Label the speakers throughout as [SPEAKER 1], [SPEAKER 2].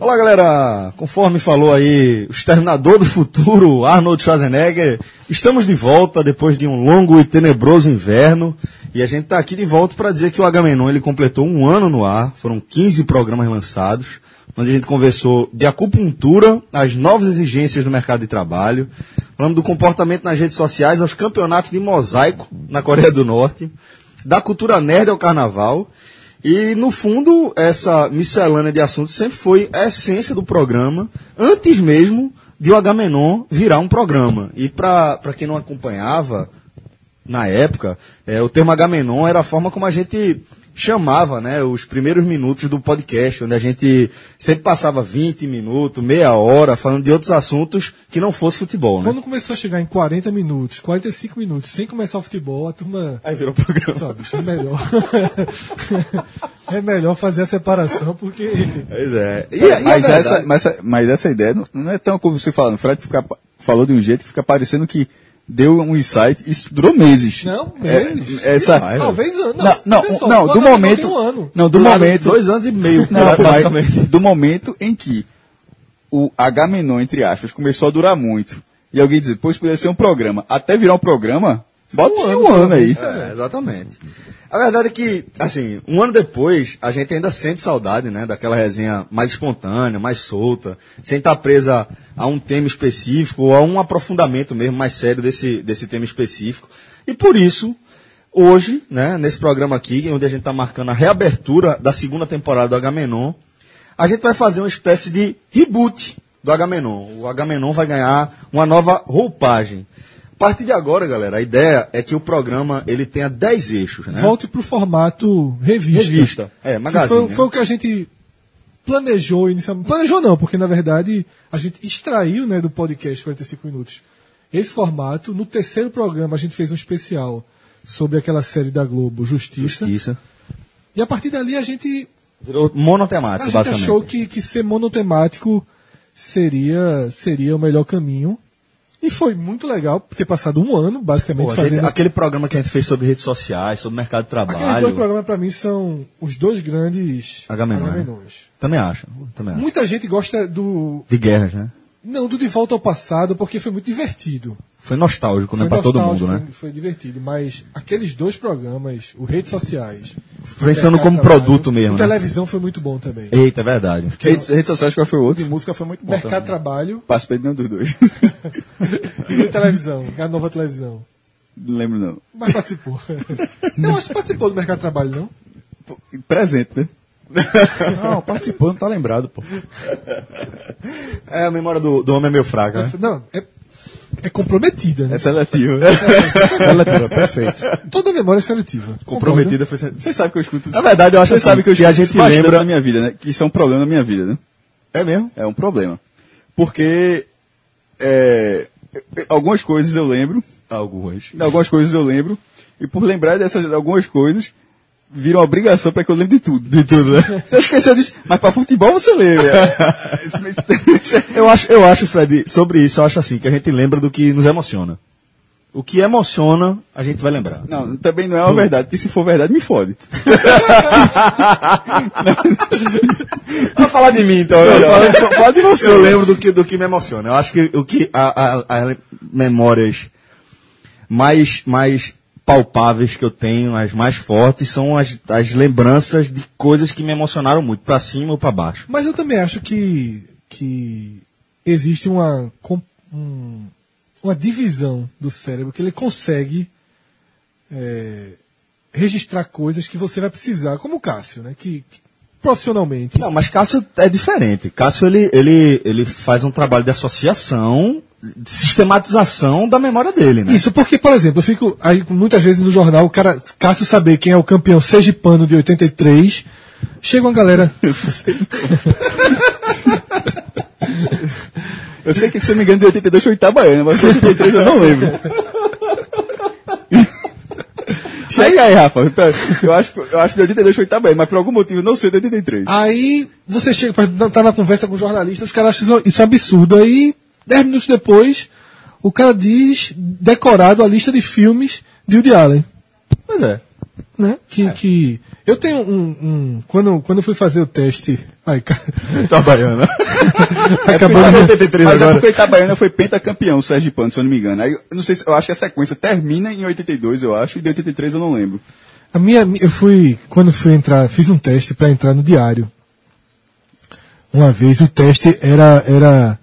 [SPEAKER 1] Olá, galera! Conforme falou aí o exterminador do futuro, Arnold Schwarzenegger, estamos de volta depois de um longo e tenebroso inverno. E a gente está aqui de volta para dizer que o Agamenon ele completou um ano no ar, foram 15 programas lançados, onde a gente conversou de acupuntura, as novas exigências do mercado de trabalho, falamos do comportamento nas redes sociais, aos campeonatos de mosaico na Coreia do Norte, da cultura nerd ao carnaval. E, no fundo, essa miscelânea de assuntos sempre foi a essência do programa, antes mesmo de o Agamenon virar um programa. E, para quem não acompanhava, na época, é, o termo Agamenon era a forma como a gente chamava né, os primeiros minutos do podcast, onde a gente sempre passava 20 minutos, meia hora, falando de outros assuntos que não fosse futebol. Né?
[SPEAKER 2] Quando começou a chegar em 40 minutos, 45 minutos, sem começar o futebol, a turma.
[SPEAKER 1] Aí virou programa.
[SPEAKER 2] Só, bicho, é melhor. é melhor fazer a separação, porque.
[SPEAKER 1] Pois é. E, e
[SPEAKER 3] mas,
[SPEAKER 1] a verdade-
[SPEAKER 3] essa, mas, essa- mas essa ideia não, não é tão como você falando. O Fred fica- falou de um jeito que fica parecendo que deu um insight e isso durou meses.
[SPEAKER 2] Não,
[SPEAKER 3] É,
[SPEAKER 2] meses.
[SPEAKER 3] essa,
[SPEAKER 1] Demais,
[SPEAKER 2] Talvez ano.
[SPEAKER 3] Não, não,
[SPEAKER 2] Pessoal,
[SPEAKER 3] não,
[SPEAKER 2] o
[SPEAKER 3] do
[SPEAKER 2] Agamenon
[SPEAKER 3] momento.
[SPEAKER 2] tem Um ano.
[SPEAKER 3] Não, do
[SPEAKER 1] Duraram
[SPEAKER 3] momento.
[SPEAKER 1] Dois anos e meio,
[SPEAKER 3] Não, mas
[SPEAKER 1] basicamente.
[SPEAKER 3] do momento em que o Agamenon, entre aspas, começou a durar muito. E alguém dizer, pois poderia ser um programa. Até virar um programa, bota um ano, aí.
[SPEAKER 1] É, exatamente. A verdade é que, assim, um ano depois, a gente ainda sente saudade, né? Daquela resenha mais espontânea, mais solta, sem estar presa a um tema específico ou a um aprofundamento mesmo mais sério desse, desse tema específico. E por isso, hoje, né, nesse programa aqui, onde a gente está marcando a reabertura da segunda temporada do Agamenon, a gente vai fazer uma espécie de reboot do Agamenon. O Agamenon vai ganhar uma nova roupagem. A partir de agora, galera, a ideia é que o programa ele tenha 10 eixos, né?
[SPEAKER 2] Volte pro formato revista.
[SPEAKER 1] Revista. É,
[SPEAKER 2] Que
[SPEAKER 1] magazine.
[SPEAKER 2] Foi, foi o que a gente planejou inicialmente. Planejou não, porque na verdade a gente extraiu né, do podcast 45 Minutos esse formato. No terceiro programa a gente fez um especial sobre aquela série da Globo, Justiça.
[SPEAKER 1] Justiça.
[SPEAKER 2] E a partir dali a gente,
[SPEAKER 1] Virou
[SPEAKER 2] a
[SPEAKER 1] monotemático,
[SPEAKER 2] gente
[SPEAKER 1] basicamente.
[SPEAKER 2] achou que, que ser monotemático seria, seria o melhor caminho. E foi muito legal ter passado um ano, basicamente,
[SPEAKER 1] Pô, a gente-
[SPEAKER 2] fazendo
[SPEAKER 1] aquele programa que a gente fez sobre redes sociais, sobre mercado de
[SPEAKER 2] Aqueles dois
[SPEAKER 1] trabalho.
[SPEAKER 2] programas, pra mim, são os dois grandes
[SPEAKER 1] Agamenon,
[SPEAKER 2] Agamenons.
[SPEAKER 1] Também acho. Também acho.
[SPEAKER 2] Muita gente gosta do.
[SPEAKER 1] De guerras, né?
[SPEAKER 2] Não, do De Volta ao Passado, porque foi muito divertido.
[SPEAKER 1] Foi nostálgico, né? Pra todo
[SPEAKER 2] nostálgico,
[SPEAKER 1] mundo, né?
[SPEAKER 2] Foi, foi divertido, mas aqueles dois programas, o Redes Sociais.
[SPEAKER 1] Pensando como
[SPEAKER 2] Mercado de
[SPEAKER 1] produto
[SPEAKER 2] Trabalho,
[SPEAKER 1] mesmo,
[SPEAKER 2] o
[SPEAKER 1] né?
[SPEAKER 2] televisão foi muito bom também.
[SPEAKER 1] Eita, é verdade.
[SPEAKER 3] Redes, redes sociais qual foi o outro?
[SPEAKER 4] E música foi muito bom.
[SPEAKER 2] Mercado de
[SPEAKER 4] também.
[SPEAKER 2] Trabalho
[SPEAKER 3] Participei de nenhum dos dois.
[SPEAKER 2] e televisão, a nova televisão.
[SPEAKER 3] não lembro não.
[SPEAKER 2] Mas participou. não, acho que participou do Mercado de Trabalho, não?
[SPEAKER 3] Pô, Presente, né?
[SPEAKER 4] Não, participou, não tá lembrado, pô.
[SPEAKER 1] É, a memória do, do homem é meio fraca, né?
[SPEAKER 2] Não, é, é comprometida, né?
[SPEAKER 3] É seletivo.
[SPEAKER 4] Ela tirou, perfeito.
[SPEAKER 2] Toda memória é seletiva.
[SPEAKER 1] Comprometida foi sempre.
[SPEAKER 3] Vocês sabem que eu escuto.
[SPEAKER 1] Na verdade, eu acho
[SPEAKER 3] Vocês
[SPEAKER 1] assim,
[SPEAKER 3] sabem que eu
[SPEAKER 1] que
[SPEAKER 3] escuto
[SPEAKER 1] a gente
[SPEAKER 3] isso bastante
[SPEAKER 1] lembra-
[SPEAKER 3] na minha vida, né? Que isso é um problema na minha vida, né?
[SPEAKER 1] É mesmo?
[SPEAKER 3] É um problema. Porque é, algumas coisas eu lembro,
[SPEAKER 1] Algumas.
[SPEAKER 3] algumas coisas eu lembro, e por lembrar dessas algumas coisas, viram obrigação para que eu lembre de tudo. De tudo, né? Você esqueceu disso, mas para futebol você lembra. é-
[SPEAKER 1] Eu acho, eu acho, Fred, sobre isso, eu acho assim, que a gente lembra do que nos emociona. O que emociona, a gente vai lembrar.
[SPEAKER 3] não, também não é uma verdade, porque se for verdade, me fode.
[SPEAKER 1] Vai falar de mim, então.
[SPEAKER 3] melhor.
[SPEAKER 1] Fala de você. Eu lembro do que, do que me emociona. Eu acho que o que a- a- as memórias mais, mais palpáveis que eu tenho, as mais fortes, são as, as lembranças de coisas que me emocionaram muito, pra cima ou pra baixo.
[SPEAKER 2] Mas eu também acho que, que existe uma, com- um- uma divisão do cérebro que ele consegue é, registrar coisas que você vai precisar, como o Cássio, né? Que, que profissionalmente.
[SPEAKER 1] Não, mas Cássio é diferente. Cássio ele, ele, ele faz um trabalho de associação, de sistematização da memória dele, né?
[SPEAKER 2] Isso, porque, por exemplo, eu fico aí muitas vezes no jornal, o cara, Cássio saber quem é o campeão sergipano de 83, chega uma galera.
[SPEAKER 3] Eu sei que, se eu me engano, de 82 foi Itabaiana, mas de 83 eu não lembro. Chega aí, Rafa. Eu acho, que- eu acho que de 82 foi Itabaiana, mas por algum motivo eu não sei de 83.
[SPEAKER 2] Aí você chega, por exemplo, tá na conversa com o jornalista, os caras acham isso- isso um absurdo. Aí, dez minutos depois, o cara diz decorado a lista de filmes de Woody Allen.
[SPEAKER 1] Pois é.
[SPEAKER 2] Né? Que, que Eu tenho um. um- quando, quando eu fui fazer o teste. Ai, ca-
[SPEAKER 1] Itabaiana. É,
[SPEAKER 2] acabou Ah, de-
[SPEAKER 3] Mas é porque o Itabaiana foi pentacampeão, o Sérgio Pano, se eu não me engano. Aí, eu não sei se, eu acho que a sequência termina em 82, eu acho, e de 83 eu não lembro.
[SPEAKER 2] A minha, eu fui, quando fui entrar, fiz um teste para entrar no diário. Uma vez o teste era, era,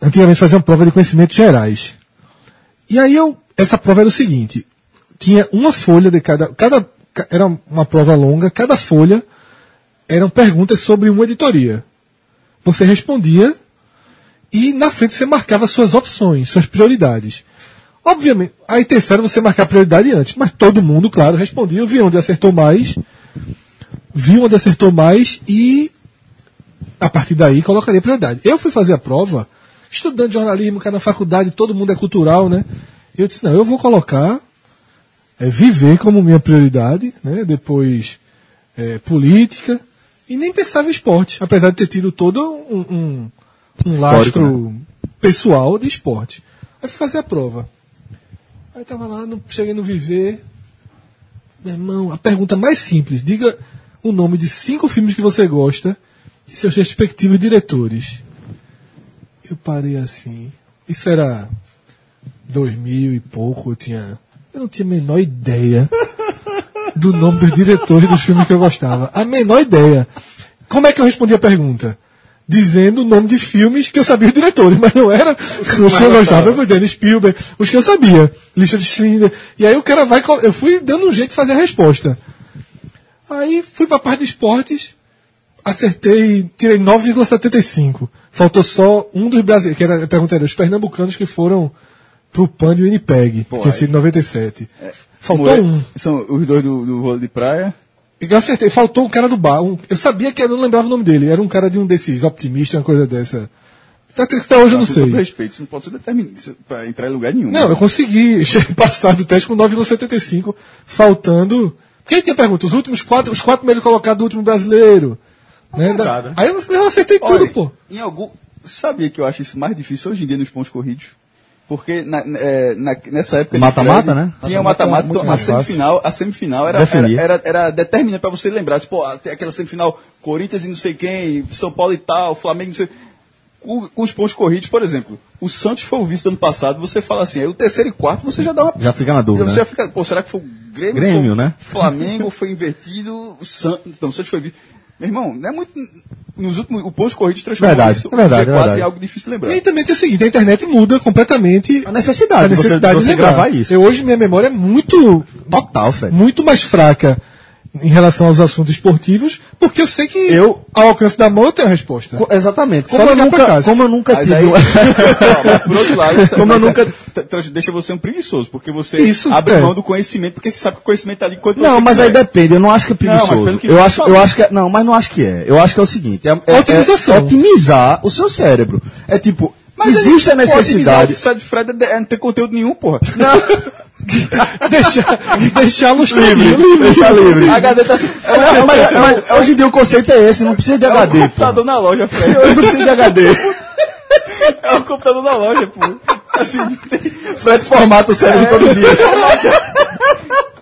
[SPEAKER 2] antigamente fazia uma prova de conhecimentos gerais. E aí eu, essa prova era o seguinte, tinha uma folha de cada, cada, ca- era uma prova longa, cada folha eram perguntas sobre uma editoria. Você respondia e na frente você marcava suas opções, suas prioridades. Obviamente, a intenção era você marcar a prioridade antes, mas todo mundo, claro, respondia. Eu vi onde acertou mais, vi onde acertou mais e a partir daí colocaria prioridade. Eu fui fazer a prova, estudando jornalismo, cara na faculdade, todo mundo é cultural, né? Eu disse, não, eu vou colocar é, viver como minha prioridade, né? Depois é, política e nem pensava em esporte, apesar de ter tido todo um, um, um lastro pessoal de esporte. Aí fui fazer a prova. Aí tava lá, não, cheguei no viver. Meu irmão, a pergunta mais simples. Diga o nome de cinco filmes que você gosta e seus respectivos diretores. Eu parei assim. Isso era 2000 e pouco, eu tinha. Eu não tinha a menor ideia do nome dos diretores dos filmes que eu gostava. A menor ideia. Como é que eu respondi a pergunta? Dizendo o nome de filmes que eu sabia os diretores, mas não era os que eu gostava. Eu fui dizendo Spielberg, os que eu sabia, lista de Schindler. E aí o cara vai. co- Eu fui dando um jeito de fazer a resposta. Aí fui pra parte de esportes, acertei, tirei 9,75. Faltou só um dos brasileiros, que era a pergunta era, os pernambucanos que foram pro PAN de Winnipeg, que tinha
[SPEAKER 3] aí-
[SPEAKER 2] sido 97. Faltou
[SPEAKER 3] Moe-
[SPEAKER 2] um.
[SPEAKER 3] É, São os dois do, do rolo de praia.
[SPEAKER 2] Eu acertei, faltou um cara do bar. um- eu sabia que eu não lembrava o nome dele. Era um cara de um desses optimista, uma coisa dessa. Até, até hoje eu não
[SPEAKER 1] Tá,
[SPEAKER 3] Com todo
[SPEAKER 2] sei.
[SPEAKER 3] respeito, isso não pode ser determinista pra entrar em lugar nenhum.
[SPEAKER 2] Não, eu consegui che- passar do teste com 9,75, faltando. Porque aí tinha pergunta, os últimos quatro, os quatro melhor colocados do último brasileiro. Né? Da-
[SPEAKER 3] pesada.
[SPEAKER 2] aí eu, eu acertei
[SPEAKER 3] Olha,
[SPEAKER 2] tudo, pô.
[SPEAKER 3] Em algum. Sabia que eu acho isso mais difícil hoje em dia nos pontos corridos? Porque na- na- é, na- nessa época. de
[SPEAKER 1] Mata-mata,
[SPEAKER 3] Fred,
[SPEAKER 1] né?
[SPEAKER 3] Tinha o
[SPEAKER 4] Mata-mata
[SPEAKER 3] mata-mata,
[SPEAKER 4] era muito
[SPEAKER 3] então a
[SPEAKER 4] mais fácil.
[SPEAKER 3] semifinal, a semifinal era,
[SPEAKER 1] Definir.
[SPEAKER 3] era, era, era determinante pra você lembrar. Tipo, ó, tem aquela semifinal Corinthians e não sei quem, São Paulo e tal, Flamengo e não sei. Com, com os pontos corridos, por exemplo, o Santos foi o vice do ano passado, você fala assim, aí o terceiro e quarto você já dá uma.
[SPEAKER 1] Já fica na dúvida,
[SPEAKER 3] Você
[SPEAKER 1] né?
[SPEAKER 3] já fica, pô, será que foi o Grêmio?
[SPEAKER 1] Grêmio,
[SPEAKER 3] Foi-
[SPEAKER 1] né?
[SPEAKER 3] Flamengo foi invertido, o Santos, então, o Santos foi vice. Meu irmão, não é muito. Nos últimos, o ponto corrido transformou
[SPEAKER 1] Verdade,
[SPEAKER 3] isso
[SPEAKER 1] é verdade,
[SPEAKER 3] em
[SPEAKER 1] é verdade.
[SPEAKER 3] é algo difícil de
[SPEAKER 2] E
[SPEAKER 3] lembrar.
[SPEAKER 2] aí também tem o seguinte, a internet muda completamente
[SPEAKER 1] A necessidade,
[SPEAKER 2] a
[SPEAKER 1] de você-
[SPEAKER 2] necessidade
[SPEAKER 1] de você,
[SPEAKER 2] de lembrar.
[SPEAKER 1] gravar isso.
[SPEAKER 2] Eu, hoje minha memória é muito
[SPEAKER 1] Total, Fred.
[SPEAKER 2] muito mais fraca em relação aos assuntos esportivos, porque eu sei que
[SPEAKER 1] Eu-
[SPEAKER 2] ao alcance da mão eu tenho a resposta.
[SPEAKER 1] Co- exatamente.
[SPEAKER 2] Só
[SPEAKER 1] Como eu,
[SPEAKER 2] ligar pra
[SPEAKER 1] nunca,
[SPEAKER 2] casa.
[SPEAKER 1] como eu nunca
[SPEAKER 3] Mas
[SPEAKER 1] tive.
[SPEAKER 3] aí,
[SPEAKER 1] um-
[SPEAKER 3] Não, mas por outro lado, isso-
[SPEAKER 1] Como eu
[SPEAKER 3] mas
[SPEAKER 1] nunca-
[SPEAKER 3] tra- tra- deixa você um preguiçoso, porque você
[SPEAKER 2] Isso,
[SPEAKER 3] abre
[SPEAKER 2] é.
[SPEAKER 3] mão do conhecimento, porque você sabe que o conhecimento tá ali quando
[SPEAKER 1] Não,
[SPEAKER 3] você
[SPEAKER 1] mas aí
[SPEAKER 3] quiser.
[SPEAKER 1] depende, eu não acho que é
[SPEAKER 3] Não, mas
[SPEAKER 1] preguiçoso.
[SPEAKER 3] pelo que
[SPEAKER 1] eu,
[SPEAKER 3] você
[SPEAKER 1] acho,
[SPEAKER 3] falou.
[SPEAKER 1] eu acho que é, Não, mas não acho que é. Eu acho que é o seguinte: é, é-
[SPEAKER 2] Otimização.
[SPEAKER 1] é otimizar o seu cérebro. É tipo,
[SPEAKER 3] Mas aí,
[SPEAKER 1] existe a
[SPEAKER 3] pô, otimizar
[SPEAKER 1] necessidade.
[SPEAKER 3] O site de Fred é de- é não ter conteúdo nenhum, porra.
[SPEAKER 2] Deixar, deixá-los
[SPEAKER 1] Livre, deixar livre.
[SPEAKER 3] A HD tá assim. É um-
[SPEAKER 1] É, mas- mas hoje em dia o conceito é esse, não precisa de
[SPEAKER 3] é um
[SPEAKER 1] HD. pô.
[SPEAKER 3] computador na loja, Fred.
[SPEAKER 1] Eu não preciso de HD.
[SPEAKER 3] É um computador na loja, pô. Assim,
[SPEAKER 1] Fred formata o cérebro todo dia.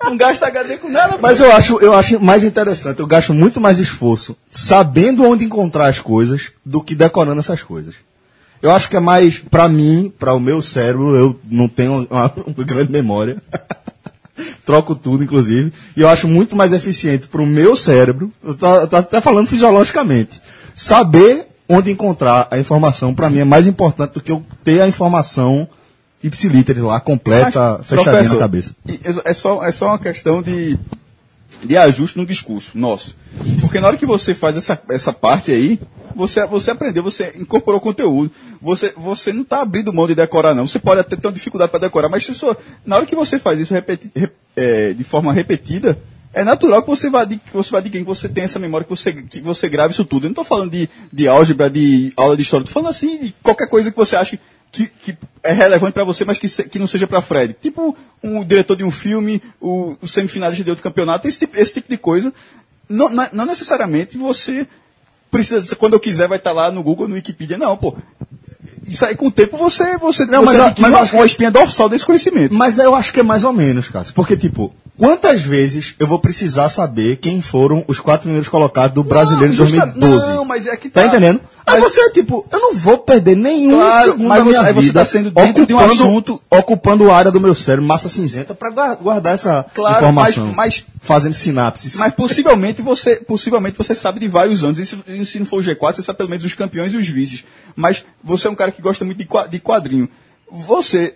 [SPEAKER 3] não gasta HD com nada, pô.
[SPEAKER 1] Mas eu acho, eu acho mais interessante, eu gasto muito mais esforço sabendo onde encontrar as coisas do que decorando essas coisas. Eu acho que é mais, pra mim, pra o meu cérebro, eu não tenho uma, uma grande memória. Troco tudo, inclusive. E eu acho muito mais eficiente pro meu cérebro, eu tô, eu tô até falando fisiologicamente, saber onde encontrar a informação, pra mim, é mais importante do que eu ter a informação ipsiliter lá, completa,
[SPEAKER 3] Mas,
[SPEAKER 1] fechadinha
[SPEAKER 3] professor,
[SPEAKER 1] na cabeça.
[SPEAKER 3] e- É só, é só uma questão de, de ajuste no discurso nosso. Porque na hora que você faz essa, essa parte aí, você, você aprendeu, você incorporou conteúdo. Você, você não está abrindo mão de decorar, não. Você pode até ter uma dificuldade para decorar, mas se só- na hora que você faz isso repeti- rep- é, de forma repetida, é natural que você vá de que você vá adquirindo, que você tenha essa memória, que você, que você grave isso tudo. Eu não estou falando de, de álgebra, de aula de história, estou falando assim de qualquer coisa que você acha que, que é relevante para você, mas que, se- que não seja para Fred. Tipo um diretor de um filme, o, o semifinalista de outro campeonato, esse tipo, esse tipo de coisa. Não, na- não necessariamente você precisa, quando eu quiser, vai estar lá no Google, no Wikipedia. Não, pô. Isso aí com o tempo você, você,
[SPEAKER 1] Não,
[SPEAKER 3] você
[SPEAKER 1] mas a-
[SPEAKER 3] adquire
[SPEAKER 1] mas
[SPEAKER 3] uma,
[SPEAKER 1] acho que-
[SPEAKER 3] uma espinha dorsal desse conhecimento.
[SPEAKER 1] Mas eu acho que é mais ou menos, Cássio. Porque, tipo, Quantas vezes eu vou precisar saber quem foram os quatro primeiros colocados do brasileiro de
[SPEAKER 3] justa-
[SPEAKER 1] 2012?
[SPEAKER 3] não, mas é que
[SPEAKER 1] tá.
[SPEAKER 3] tá-
[SPEAKER 1] entendendo? Aí
[SPEAKER 3] mas-
[SPEAKER 1] você, tipo, eu não vou perder nenhum
[SPEAKER 3] Claro,
[SPEAKER 1] segundo
[SPEAKER 3] mas
[SPEAKER 1] da
[SPEAKER 3] você-
[SPEAKER 1] minha
[SPEAKER 3] aí você
[SPEAKER 1] vida
[SPEAKER 3] tá sendo dentro de um assunto-
[SPEAKER 1] ocupando a área do meu cérebro, massa
[SPEAKER 3] tá
[SPEAKER 1] cinzenta, pra guar- guardar essa
[SPEAKER 3] Claro,
[SPEAKER 1] informação.
[SPEAKER 3] mas- mas-
[SPEAKER 1] fazendo sinapses.
[SPEAKER 3] Mas possivelmente você, possivelmente você sabe de vários anos. E se, e se não for o G4, você sabe pelo menos os campeões e os vices. Mas você é um cara que gosta muito de qua- de quadrinho. Você.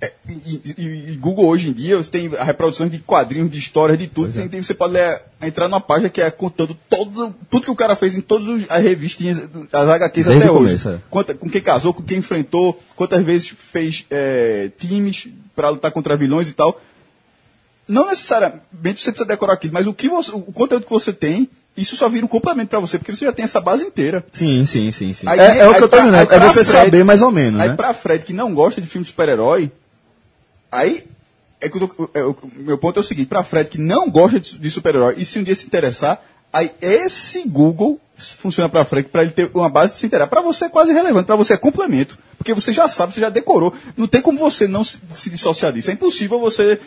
[SPEAKER 3] é, E, e- e Google hoje em dia você tem a reprodução de quadrinhos, de histórias, de tudo.
[SPEAKER 1] é.
[SPEAKER 3] Tem- tem- você pode ler- entrar numa página que é contando todo, tudo que o cara fez em todas os- as revistinhas, as HQs
[SPEAKER 1] Desde
[SPEAKER 3] até
[SPEAKER 1] o
[SPEAKER 3] hoje.
[SPEAKER 1] começo, é.
[SPEAKER 3] Quanta- com quem casou, com quem enfrentou, quantas vezes fez é, times para lutar contra vilões e tal não necessariamente você precisa decorar aquilo, mas o que você, o conteúdo que você tem, isso só vira um complemento para você, porque você já tem essa base inteira.
[SPEAKER 1] Sim, sim, sim, sim.
[SPEAKER 3] Aí-
[SPEAKER 1] é, é o
[SPEAKER 3] aí
[SPEAKER 1] que eu tô
[SPEAKER 3] pra-
[SPEAKER 1] dizendo,
[SPEAKER 3] aí
[SPEAKER 1] é
[SPEAKER 3] pra
[SPEAKER 1] você
[SPEAKER 3] frente-
[SPEAKER 1] saber mais ou menos,
[SPEAKER 3] aí
[SPEAKER 1] né?
[SPEAKER 3] pra Fred que não gosta de filme de super-herói, aí é que eu tô- é, o meu ponto é o seguinte, pra Fred que não gosta de, de super-herói e se um dia se interessar, aí esse Google funciona pra Fred para ele ter uma base de se inteirar. Pra você é quase relevante, pra você é complemento, porque você já sabe, você já decorou. Não tem como você não se, se dissociar disso. É impossível você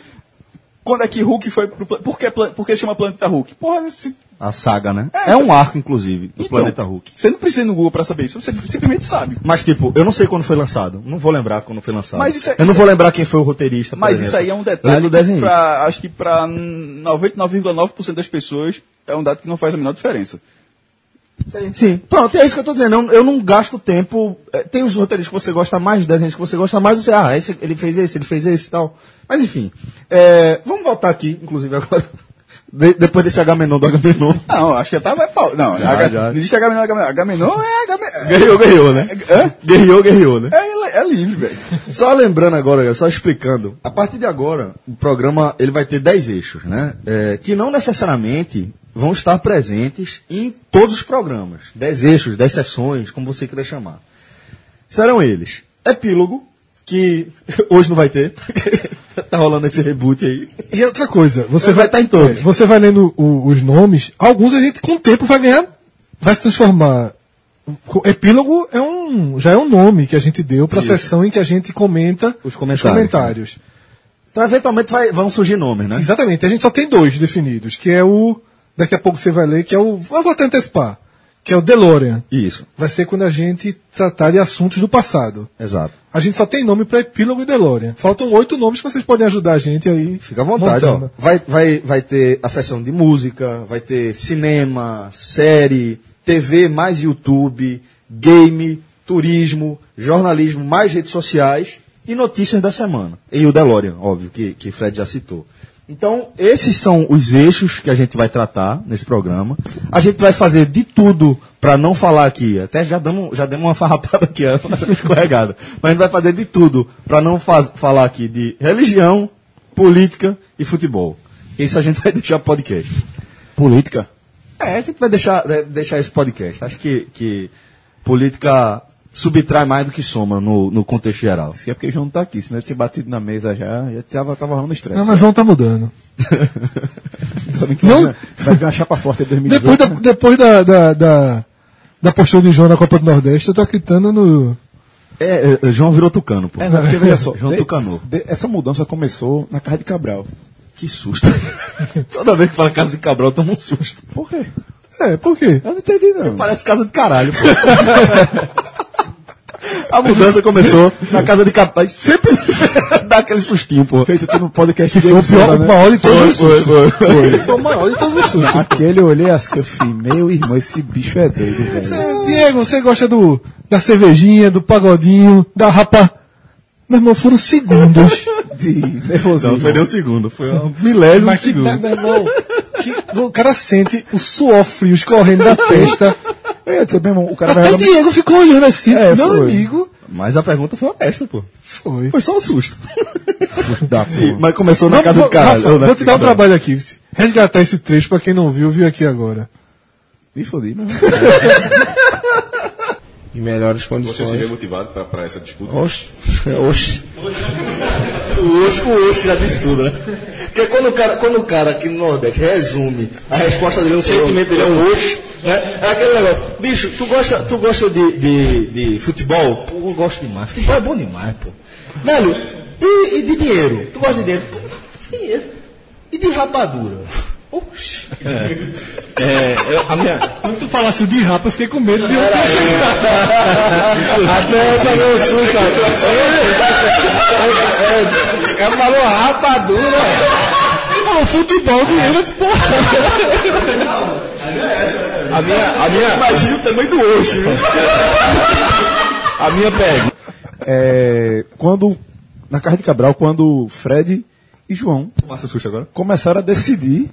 [SPEAKER 3] quando é que Hulk foi pro pla- por que, pla- por que chama Planeta Hulk? Porra, se
[SPEAKER 1] A saga, né?
[SPEAKER 3] É,
[SPEAKER 1] É, um arco, inclusive, do
[SPEAKER 3] Então,
[SPEAKER 1] Planeta Hulk.
[SPEAKER 3] Você não precisa ir no Google pra saber isso, você simplesmente sabe.
[SPEAKER 1] Mas, tipo, eu não sei quando foi lançado. Não vou lembrar quando foi lançado.
[SPEAKER 3] Mas isso é-
[SPEAKER 1] eu não vou lembrar quem foi o roteirista. por
[SPEAKER 3] Mas
[SPEAKER 1] exemplo.
[SPEAKER 3] isso aí é um
[SPEAKER 1] Eu
[SPEAKER 3] detalhe
[SPEAKER 1] lembro do
[SPEAKER 3] que
[SPEAKER 1] desenho.
[SPEAKER 3] pra, acho que para 99,9% das pessoas é um dado que não faz a menor diferença.
[SPEAKER 1] Sim, pronto, é isso que eu tô dizendo. Eu, eu não gasto tempo. É, Tem os roteiristas que você gosta mais, os desenhos que você gosta mais, você, ah, esse, ele fez esse, ele fez esse e tal. Mas enfim. é, vamos voltar aqui, inclusive, agora. De- depois desse Agamenon do Agamenon.
[SPEAKER 3] Não, acho que já tava é pau. Não,
[SPEAKER 1] Já,
[SPEAKER 3] H-
[SPEAKER 1] já.
[SPEAKER 3] não existe H-Menon, H-Menon. H-Menon é H-Menon.
[SPEAKER 1] Guerreou, guerreou, né?
[SPEAKER 3] Hã?
[SPEAKER 1] Guerreou, guerreou, né?
[SPEAKER 3] É, ele- é livre, velho.
[SPEAKER 1] Só lembrando agora, galera, só explicando. A partir de agora, o programa ele vai ter 10 eixos, né? É, que não necessariamente vão estar presentes em todos os programas. 10 eixos, 10 sessões, como você quiser chamar. Serão eles. Epílogo, que hoje não vai ter. tá rolando esse reboot aí.
[SPEAKER 2] E outra coisa, você
[SPEAKER 1] Ele vai
[SPEAKER 2] vai
[SPEAKER 1] estar em todos.
[SPEAKER 2] É, Você vai lendo o- os nomes, alguns a gente com o tempo vai ganhar, vai se transformar. Co- Epílogo é um, já é um nome que a gente deu para a
[SPEAKER 1] Isso.
[SPEAKER 2] sessão em que a gente comenta
[SPEAKER 1] Os comentários.
[SPEAKER 2] comentários. né?
[SPEAKER 1] Então, eventualmente, vai- vão surgir nomes, né?
[SPEAKER 2] Exatamente, a gente só tem dois definidos, que é o. Daqui a pouco você vai ler, que é o. Eu vou até antecipar, que é o DeLorean.
[SPEAKER 1] Isso,
[SPEAKER 2] Vai ser quando a gente tratar de assuntos do passado.
[SPEAKER 1] exato.
[SPEAKER 2] A gente só tem nome para Epílogo e DeLorean. Faltam oito nomes que vocês podem ajudar a gente aí.
[SPEAKER 1] Fica à vontade,
[SPEAKER 2] montando.
[SPEAKER 1] ó. Vai, vai, vai ter a sessão de música, vai ter cinema, série, TV mais YouTube, game, turismo, jornalismo mais redes sociais e notícias da semana. E o DeLorean, óbvio, que, que Fred já citou. Então, esses são os eixos que a gente vai tratar nesse programa. A gente vai fazer de tudo para não falar aqui. Até já damos, já demos uma farrapada aqui, ó, escorregada. Mas a gente vai fazer de tudo para não faz- falar aqui de religião, política e futebol. Isso a gente vai deixar pro podcast.
[SPEAKER 4] Política.
[SPEAKER 1] É, a gente vai deixar, é, deixar esse podcast. Acho que, que política subtrai mais do que soma no, no contexto geral.
[SPEAKER 4] Se é porque o João não tá aqui, senão eu tinha batido na mesa já, já tava, tava rolando estresse.
[SPEAKER 2] Não, mas João tá mudando.
[SPEAKER 4] Sabe que
[SPEAKER 2] Não.
[SPEAKER 4] vai, vai vir uma chapa forte em 2018.
[SPEAKER 2] Depois, da, depois da, da, da, da postura de João na Copa do Nordeste, eu tô acreditando no.
[SPEAKER 1] É, é, João virou tucano, pô.
[SPEAKER 4] É, não, porque veja só.
[SPEAKER 1] João
[SPEAKER 4] de-
[SPEAKER 1] tucano.
[SPEAKER 4] de- essa mudança começou na casa de Cabral.
[SPEAKER 1] Que susto. Toda vez que fala casa de Cabral, toma um susto.
[SPEAKER 4] Por quê?
[SPEAKER 2] É, por quê?
[SPEAKER 4] Eu não entendi, não.
[SPEAKER 1] Parece casa de caralho, pô. A mudança começou na casa de Cabral. Sempre dá aquele sustinho, pô.
[SPEAKER 4] Feito tipo um podcast de
[SPEAKER 2] Foi o
[SPEAKER 4] emissora,
[SPEAKER 2] pior,
[SPEAKER 4] né?
[SPEAKER 2] o maior de todos os
[SPEAKER 1] Foi,
[SPEAKER 2] sustos.
[SPEAKER 1] foi, foi.
[SPEAKER 2] Foi o maior de todos os sustos.
[SPEAKER 4] Aquele eu olhei assim, eu falei, meu irmão, esse bicho é doido, velho.
[SPEAKER 2] Cê- Diego, você gosta do, da cervejinha, do pagodinho, da rapa. Meu irmão, foram segundos.
[SPEAKER 4] De nervosismo.
[SPEAKER 1] Não, foi nem um segundo. Foi um milésimo de
[SPEAKER 2] Mas que,
[SPEAKER 1] segundo.
[SPEAKER 2] meu irmão, que- o cara sente o suor frio escorrendo da testa.
[SPEAKER 4] Eu ia dizer, meu irmão, o cara vai
[SPEAKER 2] Até o
[SPEAKER 4] jogar...
[SPEAKER 2] Diego ficou olhando assim,
[SPEAKER 4] É,
[SPEAKER 2] meu
[SPEAKER 4] foi.
[SPEAKER 2] amigo.
[SPEAKER 1] Mas a pergunta foi honesta, pô.
[SPEAKER 2] Foi.
[SPEAKER 1] Foi só um susto.
[SPEAKER 4] Da
[SPEAKER 1] Sim,
[SPEAKER 4] porra.
[SPEAKER 1] mas começou na
[SPEAKER 2] Vamos-
[SPEAKER 1] casa do
[SPEAKER 2] vou-
[SPEAKER 1] caralho. né?
[SPEAKER 2] Rafa,
[SPEAKER 1] ou na-
[SPEAKER 2] vou te dar um trabalho aqui. se- Resgatar esse trecho pra quem não viu, viu aqui agora.
[SPEAKER 4] Me fodi, meu irmão.
[SPEAKER 5] em melhores condições.
[SPEAKER 6] Você se vê motivado para essa disputa?
[SPEAKER 5] Oxe, oxe.
[SPEAKER 1] O Osho, o Osho já disse tudo, né? Porque quando o, cara, quando o cara aqui no Nordeste resume a resposta dele, o sentimento dele é um Osho, né? É aquele negócio. Bicho, tu gosta, tu gosta de, de, de futebol? Pô, eu gosto demais. Futebol é bom demais, pô. Velho, e, e de dinheiro? Tu gosta de dinheiro? Pô, dinheiro.
[SPEAKER 7] de rapadura. Oxi.
[SPEAKER 2] Quando tu falasse de rapa, eu fiquei com medo de
[SPEAKER 7] Até falou o sul, um cara. Ela falou rapadura.
[SPEAKER 2] Falou futebol de Enas, porra.
[SPEAKER 7] A minha, a minha... Imagina o tamanho do osso. A minha pega.
[SPEAKER 4] É, quando, na Casa de Cabral, quando Fred e João começaram a decidir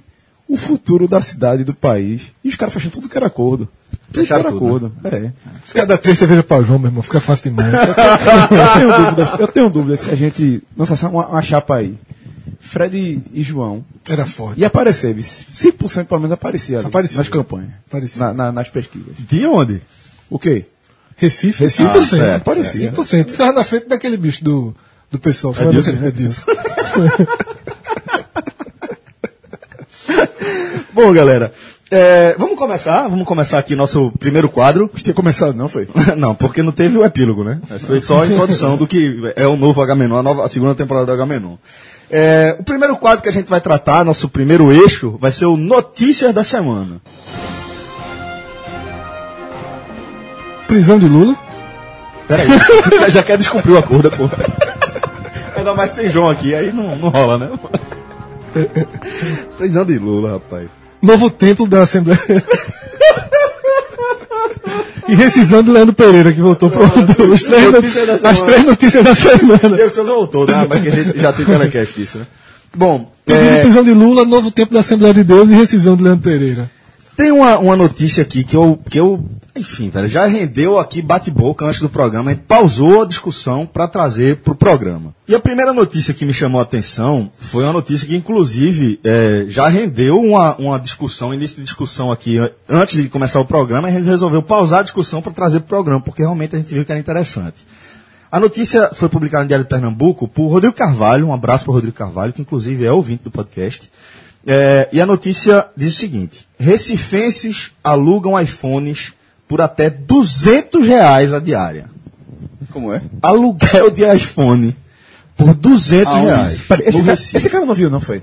[SPEAKER 4] o futuro da cidade e do país. E os caras fecharam tudo que era acordo. Fecharam acordo.
[SPEAKER 3] né?
[SPEAKER 4] É.
[SPEAKER 2] Cada três cerveja pra João, meu irmão, fica fácil demais.
[SPEAKER 4] eu tenho dúvida, eu tenho dúvida se a gente lançasse uma, uma chapa aí. Fred e João.
[SPEAKER 2] Era forte.
[SPEAKER 4] E aparecer, viu? 5% pelo menos aparecia, ali,
[SPEAKER 2] Aparecia.
[SPEAKER 4] nas campanhas.
[SPEAKER 2] Aparecia.
[SPEAKER 4] na- na- nas pesquisas.
[SPEAKER 1] De onde?
[SPEAKER 4] O quê?
[SPEAKER 2] Recife, Ah,
[SPEAKER 4] Recife,
[SPEAKER 2] 5%.
[SPEAKER 4] é,
[SPEAKER 2] parecia.
[SPEAKER 4] parecia.
[SPEAKER 2] 5%. Ficava na frente daquele bicho do, do pessoal. É Dilson. É Dilson.
[SPEAKER 1] Bom, galera, é, vamos começar. Vamos começar aqui nosso primeiro quadro.
[SPEAKER 4] Tinha começado, não foi?
[SPEAKER 1] Não, porque não teve o epílogo, né? Foi só a introdução do que é o novo Agamenon, a, nova, a segunda temporada do Agamenon. É, o primeiro quadro que a gente vai tratar, nosso primeiro eixo, vai ser o Notícias da Semana.
[SPEAKER 2] Prisão de Lula.
[SPEAKER 1] Peraí, já quer descumprir o acordo, pô. Ainda mais sem João aqui, aí não, não rola, né? Prisão de Lula, rapaz.
[SPEAKER 2] Novo templo da Assembleia. e rescisão do Leandro Pereira, que voltou pro as três,
[SPEAKER 1] Notícia da
[SPEAKER 2] not- as
[SPEAKER 1] semana.
[SPEAKER 2] três notícias da semana.
[SPEAKER 1] Eu que você não voltou, né? Mas que a gente já tem telecast disso, né? Bom,
[SPEAKER 2] Pedido de
[SPEAKER 1] é,
[SPEAKER 2] prisão de Lula, novo tempo da Assembleia de Deus e rescisão do Leandro Pereira.
[SPEAKER 1] Tem uma, uma notícia aqui que eu, que eu. Enfim, velho, já rendeu aqui bate-boca antes do programa. A gente pausou a discussão para trazer pro programa. E a primeira notícia que me chamou a atenção foi uma notícia que, inclusive, eh, já rendeu uma, uma discussão, início de discussão aqui an- antes de começar o programa. A gente resolveu pausar a discussão para trazer pro programa, porque realmente a gente viu que era interessante. A notícia foi publicada no Diário de Pernambuco por Rodrigo Carvalho, um abraço para Rodrigo Carvalho, que inclusive é ouvinte do podcast. É, e a notícia diz o seguinte: Recifenses alugam iPhones por até 200 reais a diária.
[SPEAKER 3] Como é?
[SPEAKER 1] Aluguel de iPhone por 200
[SPEAKER 3] Aonde?
[SPEAKER 1] reais.
[SPEAKER 4] Peraí, esse,
[SPEAKER 1] No
[SPEAKER 4] cara,
[SPEAKER 1] Recife.
[SPEAKER 4] esse cara não viu, não foi?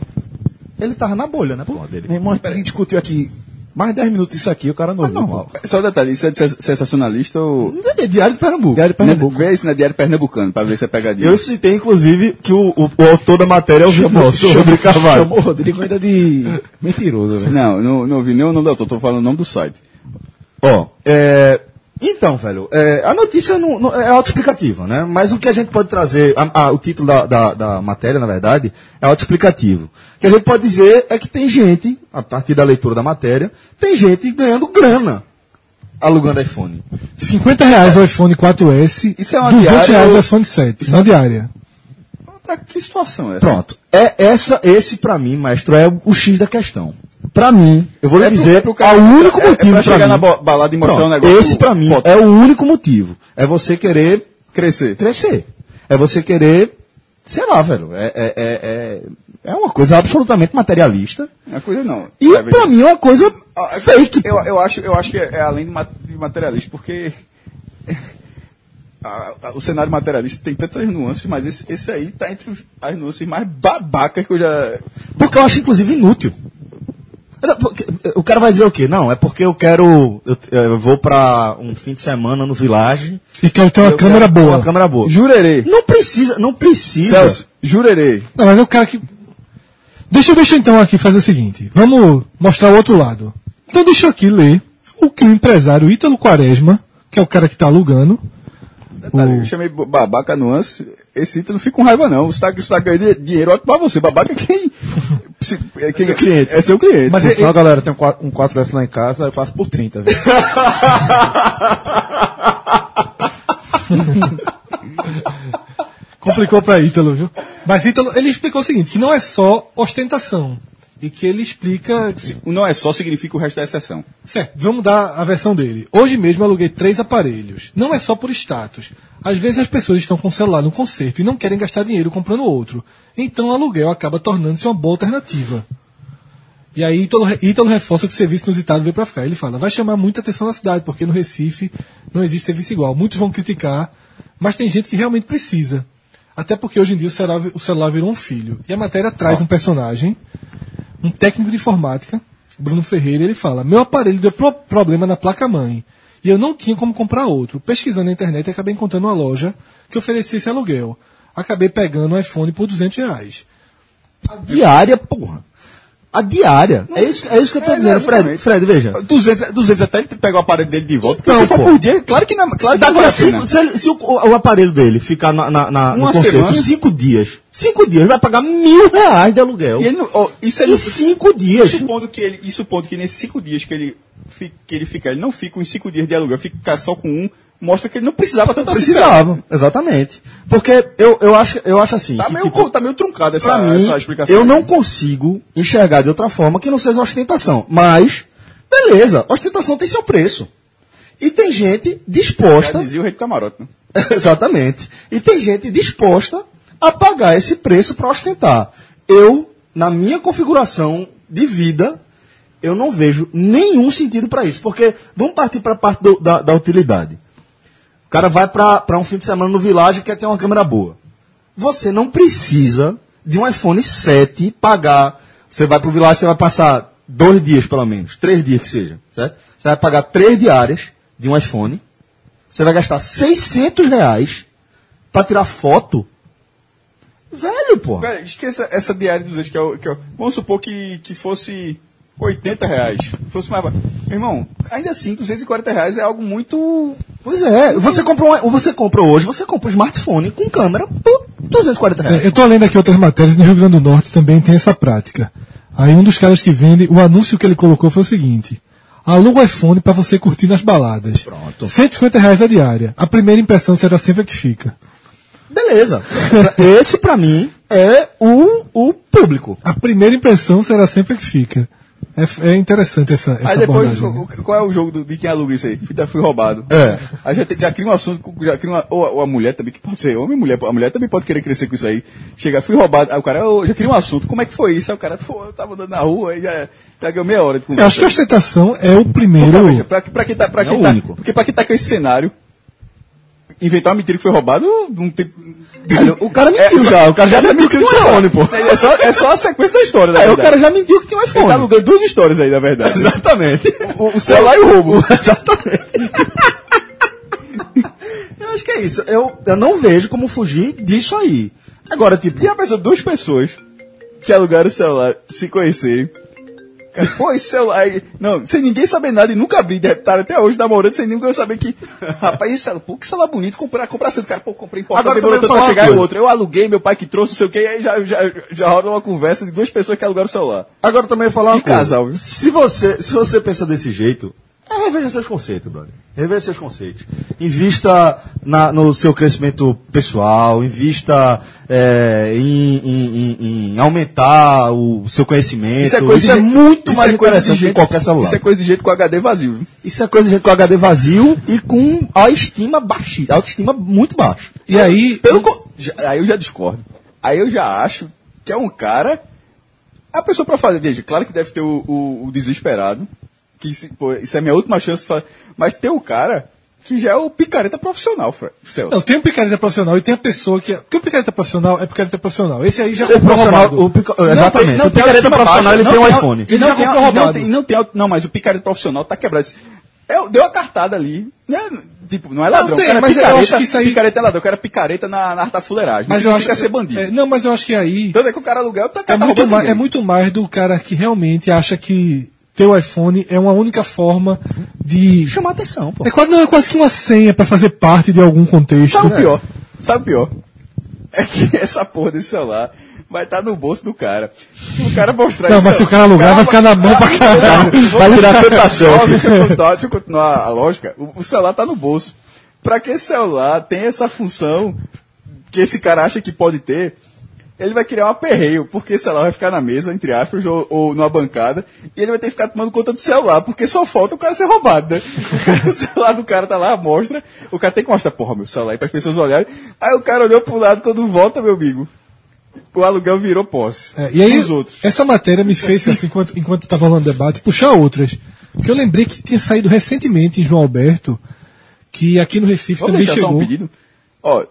[SPEAKER 1] Ele tava na bolha, né? Pô, dele.
[SPEAKER 4] Meu irmão, a gente discutiu aqui mais 10 minutos isso aqui, o cara
[SPEAKER 1] Ah,
[SPEAKER 4] não viu.
[SPEAKER 1] normal.
[SPEAKER 3] Só um detalhe, isso é de sen- sensacionalista ou...
[SPEAKER 1] É Diário de Pernambuco. Né?
[SPEAKER 4] Diário de Pernambuco.
[SPEAKER 3] Vê isso na Diário Pernambucano, pra ver se é pegadinha.
[SPEAKER 1] Eu citei, inclusive, que o, o- o autor da matéria é o nosso, o Rodrigo Carvalho.
[SPEAKER 4] Chamou o Rodrigo ainda de mentiroso,
[SPEAKER 1] Né?
[SPEAKER 4] né? velho.
[SPEAKER 3] Não, não, não ouvi nem o nome do autor, tô falando o nome do site.
[SPEAKER 1] Ó, é, então, velho, é, a notícia não, não- é autoexplicativa, né? Mas o que a gente pode trazer, a- a- o título da, da- da matéria, na verdade, é autoexplicativo. O que a gente pode dizer é que tem gente, a partir da leitura da matéria, tem gente ganhando grana alugando iPhone.
[SPEAKER 2] 50 reais o iPhone 4S,
[SPEAKER 3] Isso é uma
[SPEAKER 2] 200
[SPEAKER 3] diária
[SPEAKER 2] reais o
[SPEAKER 3] ou-
[SPEAKER 2] iPhone 7,
[SPEAKER 4] é
[SPEAKER 2] na diária.
[SPEAKER 3] Pra que situação é essa?
[SPEAKER 1] Pronto. É essa, esse para mim, maestro, é o X da questão. Para mim, eu vou lhe
[SPEAKER 3] É pro-
[SPEAKER 1] dizer,
[SPEAKER 3] é pro cara-
[SPEAKER 1] é o único
[SPEAKER 3] é- é pra
[SPEAKER 1] motivo pra
[SPEAKER 3] chegar
[SPEAKER 1] mim-
[SPEAKER 3] na bo- balada e mostrar
[SPEAKER 1] Pronto,
[SPEAKER 3] um negócio
[SPEAKER 1] Esse pra mim
[SPEAKER 3] foda.
[SPEAKER 1] é o único motivo. É você querer
[SPEAKER 3] Crescer.
[SPEAKER 1] crescer. É você querer, sei lá, velho. É, é, é, é, é uma coisa absolutamente materialista.
[SPEAKER 3] Não é coisa não.
[SPEAKER 1] E
[SPEAKER 3] É,
[SPEAKER 1] pra mim é uma coisa
[SPEAKER 3] Ah,
[SPEAKER 1] fake.
[SPEAKER 3] Eu, eu acho, eu acho que é, é além de ma- de materialista, porque a- a- o cenário materialista tem tantas nuances, mas esse, esse aí tá entre os- as nuances mais babacas que eu já.
[SPEAKER 1] Porque eu acho, inclusive, inútil. Era porque- O cara vai dizer o quê? Não, é porque eu quero. Eu, eu vou pra um fim de semana no Village.
[SPEAKER 2] E quero ter uma
[SPEAKER 1] Eu
[SPEAKER 2] câmera
[SPEAKER 1] quero ter
[SPEAKER 2] boa.
[SPEAKER 1] Uma câmera boa.
[SPEAKER 3] Jurerê.
[SPEAKER 1] Não precisa, não precisa.
[SPEAKER 3] Celso, jurerê.
[SPEAKER 2] Não, mas é o cara que. Deixa, deixa eu então aqui fazer o seguinte. Vamos mostrar o outro lado. Então deixa eu aqui ler o que o empresário Ítalo Quaresma, que é o cara que está alugando.
[SPEAKER 1] Hum.
[SPEAKER 3] Detalhe, Eu chamei bo- babaca nuance. Esse item não fica com raiva, não. Você tá, você tá ganhando dinheiro, ótimo pra você. Babaca é quem. se- é quem é, cliente. é seu cliente.
[SPEAKER 4] Mas senão, galera, tem um 4- um 4S lá em casa, eu faço por 30, velho.
[SPEAKER 2] Complicou para Ítalo, viu? Mas Ítalo, ele explicou o seguinte, que não é só ostentação. E que ele explica.
[SPEAKER 3] O não é só significa o resto da exceção.
[SPEAKER 2] Certo, vamos dar a versão dele. Hoje mesmo eu aluguei três aparelhos. Não é só por status. Às vezes as pessoas estão com o celular no concerto e não querem gastar dinheiro comprando outro. Então o aluguel acaba tornando-se uma boa alternativa. E aí Ítalo, Ítalo reforça que o serviço inusitado veio pra ficar. Ele fala, vai chamar muita atenção na cidade, porque no Recife não existe serviço igual. Muitos vão criticar, mas tem gente que realmente precisa. Até porque hoje em dia o celular, vi- o celular virou um filho. E a matéria traz um personagem um técnico de informática, Bruno Ferreira, ele fala: Meu aparelho deu pro- problema na placa-mãe e eu não tinha como comprar outro. Pesquisando na internet, acabei encontrando uma loja que oferecesse aluguel. Acabei pegando um iPhone por 200 reais.
[SPEAKER 1] A diária, porra. A diária. É isso, é isso que eu tô
[SPEAKER 3] É,
[SPEAKER 1] dizendo, Fred.
[SPEAKER 3] exatamente.
[SPEAKER 1] Fred, veja.
[SPEAKER 3] 200, 200 até ele pegar o aparelho dele de volta. Porque
[SPEAKER 1] É. Não,
[SPEAKER 3] se for
[SPEAKER 1] pô.
[SPEAKER 3] por dia, claro que não. Claro que não
[SPEAKER 1] Agora,
[SPEAKER 3] vale a
[SPEAKER 1] se,
[SPEAKER 3] pena.
[SPEAKER 1] se ele- se o, o aparelho dele ficar na, na- na-
[SPEAKER 3] assim, né?
[SPEAKER 1] no
[SPEAKER 3] Uma
[SPEAKER 1] concerto
[SPEAKER 3] semana.
[SPEAKER 1] cinco dias, cinco dias, ele vai pagar mil reais de aluguel.
[SPEAKER 3] E ele não- ó, isso ele
[SPEAKER 1] Em cinco dias.
[SPEAKER 3] supondo que ele, e supondo que nesses cinco dias que ele, fi- que ele fica, ele não fica uns cinco dias de aluguel, fica só com um, mostra que ele não precisava tanto assim. sabe?
[SPEAKER 1] Precisava, exatamente. Porque eu, eu, acho, eu acho assim.
[SPEAKER 3] Tá
[SPEAKER 1] que,
[SPEAKER 3] meio,
[SPEAKER 1] tipo,
[SPEAKER 3] tá meio truncada essa,
[SPEAKER 1] pra mim,
[SPEAKER 3] essa explicação.
[SPEAKER 1] eu não consigo enxergar de outra forma que não seja ostentação. Mas, beleza, ostentação tem seu preço. E tem gente
[SPEAKER 3] Já
[SPEAKER 1] disposta
[SPEAKER 3] dizia o rei do camarote, né?
[SPEAKER 1] Exatamente. E tem gente disposta a pagar esse preço para ostentar. Eu, na minha configuração de vida, eu não vejo nenhum sentido para isso. Porque vamos partir para a parte do- da, da utilidade. O cara vai para um fim de semana no vilarejo e quer ter uma câmera boa. Você não precisa de um iPhone 7 pagar. Você vai para o vilarejo, você vai passar dois dias pelo menos, três dias que seja, certo? Você vai pagar três diárias de um iPhone. Você vai gastar 600 reais pra tirar foto? Velho, pô.
[SPEAKER 3] Velho, esqueça essa diária dos que é o, que é o- Vamos supor que, que fosse 80 reais. Fosse mais ba- Meu irmão, ainda assim, 240 reais é algo muito.
[SPEAKER 1] Pois é. Você comprou, um- você comprou hoje, você compra um smartphone com câmera por 240
[SPEAKER 2] É,
[SPEAKER 1] reais.
[SPEAKER 2] eu estou lendo aqui outras matérias, no Rio Grande do Norte também tem essa prática. Aí um dos caras que vende, o anúncio que ele colocou foi o seguinte: aluga o iPhone para você curtir nas baladas. Pronto. 150 reais a diária. A primeira impressão será sempre a que fica.
[SPEAKER 1] Beleza. Esse, pra mim, é o, o público.
[SPEAKER 2] A primeira impressão será sempre a que fica. É, f- é interessante essa, essa
[SPEAKER 3] Aí depois,
[SPEAKER 2] abordagem. né?
[SPEAKER 3] o- o- qual é o jogo do- de quem aluga isso aí? Fui, tá- fui roubado.
[SPEAKER 1] É.
[SPEAKER 3] Aí já, tem- já cria um assunto, já cria uma, ou, a- ou a mulher também, que pode ser homem e mulher, a mulher também pode querer crescer com isso aí. Chega, fui roubado, aí o cara, ô, já cria um assunto, como é que foi isso? Aí o cara, pô, eu tava andando na rua, aí já, já ganhou meia hora de
[SPEAKER 2] Eu acho que a ostentação é o primeiro.
[SPEAKER 3] Não, veja, pra, pra quem tá, pra quem
[SPEAKER 1] o
[SPEAKER 3] tá,
[SPEAKER 1] é único.
[SPEAKER 3] Porque pra quem tá com esse cenário, inventar uma mentira que foi roubado, não tem. É,
[SPEAKER 1] Velho, o cara mentiu
[SPEAKER 3] só-
[SPEAKER 1] já, o cara já mentiu que tinha um iPhone, pô.
[SPEAKER 3] É só, é só a sequência da história, né?
[SPEAKER 1] É, o cara já mentiu que tem um
[SPEAKER 3] Ele tá
[SPEAKER 1] iPhone.
[SPEAKER 3] alugando duas histórias aí, na verdade.
[SPEAKER 1] Exatamente.
[SPEAKER 3] O, o celular e o roubo.
[SPEAKER 1] Eu acho que é isso. Eu, eu não vejo como fugir disso aí. Agora, tipo,
[SPEAKER 3] E a pessoa, duas pessoas que alugaram o celular, se conhecerem. Cara, Pô, esse celular. aí- Não, sem ninguém saber nada e nunca abrir, deve estar até hoje namorando sem ninguém saber que. Rapaz, esse celular, pô, que celular bonito, comprar, comprar cedo, cara, pô, comprei importado,
[SPEAKER 1] Agora
[SPEAKER 3] demorou
[SPEAKER 1] também
[SPEAKER 3] tanto pra
[SPEAKER 1] falar uma
[SPEAKER 3] chegar e
[SPEAKER 1] coisa.
[SPEAKER 3] outro. tá Eu aluguei, meu pai que trouxe, não sei o que, aí já, já, já rola uma conversa de duas pessoas que alugaram o celular.
[SPEAKER 1] Agora também vou falar uma
[SPEAKER 3] E
[SPEAKER 1] coisa.
[SPEAKER 3] casal, viu?
[SPEAKER 1] Se você, se você pensa desse jeito, é, reveja seus conceitos, brother. Reveja seus conceitos. Invista na- no seu crescimento pessoal, invista é, em, em- em- em aumentar o seu conhecimento. Isso é,
[SPEAKER 3] de-
[SPEAKER 1] muito
[SPEAKER 3] isso
[SPEAKER 1] mais
[SPEAKER 3] é coisa de
[SPEAKER 1] interessante que
[SPEAKER 3] gente-
[SPEAKER 1] qualquer celular.
[SPEAKER 3] Isso é coisa de jeito com HD vazio. viu?
[SPEAKER 1] Isso é coisa de gente com HD vazio e com a estima baixa, autoestima muito baixa.
[SPEAKER 2] E aí,
[SPEAKER 3] Pelo co- já- Aí eu já discordo. Aí eu já acho que é um cara. é A pessoa pra fazer. Veja, claro que deve ter o, o- o desesperado. Que se- pô, isso é a minha última chance de fazer. Mas tem um cara que já é o picareta profissional, Fred. Celso.
[SPEAKER 2] Não, tem o picareta profissional e tem a pessoa que. é- Porque o picareta profissional é picareta profissional. Esse aí já
[SPEAKER 1] O
[SPEAKER 2] comprou
[SPEAKER 1] profissional,
[SPEAKER 2] roubado.
[SPEAKER 1] o pica-
[SPEAKER 2] Não,
[SPEAKER 1] exatamente.
[SPEAKER 3] Não
[SPEAKER 1] o picareta
[SPEAKER 3] autoestima
[SPEAKER 1] profissional
[SPEAKER 3] baixa,
[SPEAKER 1] ele
[SPEAKER 3] não
[SPEAKER 1] tem um iPhone.
[SPEAKER 3] E
[SPEAKER 2] Ele já
[SPEAKER 3] não, tem,
[SPEAKER 2] comprou
[SPEAKER 3] não
[SPEAKER 2] roubado.
[SPEAKER 3] tem- não tem auto- não, mas o picareta profissional tá quebrado. É, deu a cartada ali. Né? Tipo, não é ladrão.
[SPEAKER 2] tem,
[SPEAKER 3] o cara é
[SPEAKER 2] mas eu
[SPEAKER 3] picareta,
[SPEAKER 2] acho que isso aí-
[SPEAKER 3] picareta é ladrão. O cara é picareta na, na artafuleiragem.
[SPEAKER 2] mas
[SPEAKER 3] Isso
[SPEAKER 2] eu
[SPEAKER 3] não
[SPEAKER 2] acho
[SPEAKER 3] quer ser bandido.
[SPEAKER 2] é, não, mas eu acho que aí.
[SPEAKER 3] Tanto é que o cara aluguel tá,
[SPEAKER 2] É
[SPEAKER 3] tá
[SPEAKER 2] muito,
[SPEAKER 3] roubando
[SPEAKER 2] mais, é
[SPEAKER 3] ninguém.
[SPEAKER 2] muito mais do cara que realmente acha que ter o iPhone é uma única forma de.
[SPEAKER 1] Chamar atenção, pô.
[SPEAKER 2] É quase, não, é quase que uma senha pra fazer parte de algum contexto.
[SPEAKER 3] Sabe o Tá pior? Sabe o pior? É que essa porra desse celular vai estar no bolso do cara. Se o cara mostrar
[SPEAKER 2] Não,
[SPEAKER 3] isso-
[SPEAKER 2] mas se o cara alugar, vai ficar na mão pra caralho.
[SPEAKER 1] Vai tirar tanta
[SPEAKER 3] Não,
[SPEAKER 1] selfie.
[SPEAKER 3] deixa, eu continuar, deixa eu continuar a lógica. O, o celular tá no bolso. Pra que esse celular tem essa função que esse cara acha que pode ter? Ele vai criar um aperreio, porque o celular vai ficar na mesa, entre aspas, ou, ou numa bancada, e ele vai ter que ficar tomando conta do celular, porque só falta o cara ser roubado, né? o celular do cara tá lá, mostra, o cara tem que mostrar, porra, meu celular aí, para as pessoas olharem. Aí o cara olhou pro lado, quando volta, meu amigo, o aluguel virou posse.
[SPEAKER 2] É, e aí,
[SPEAKER 3] Os outros.
[SPEAKER 2] essa matéria me fez, assim, enquanto, enquanto estava rolando o debate, puxar outras. Porque eu lembrei que tinha saído recentemente em João Alberto, que aqui no Recife
[SPEAKER 3] Vamos
[SPEAKER 2] também
[SPEAKER 3] deixar só um
[SPEAKER 2] chegou.
[SPEAKER 3] pedido? Ó,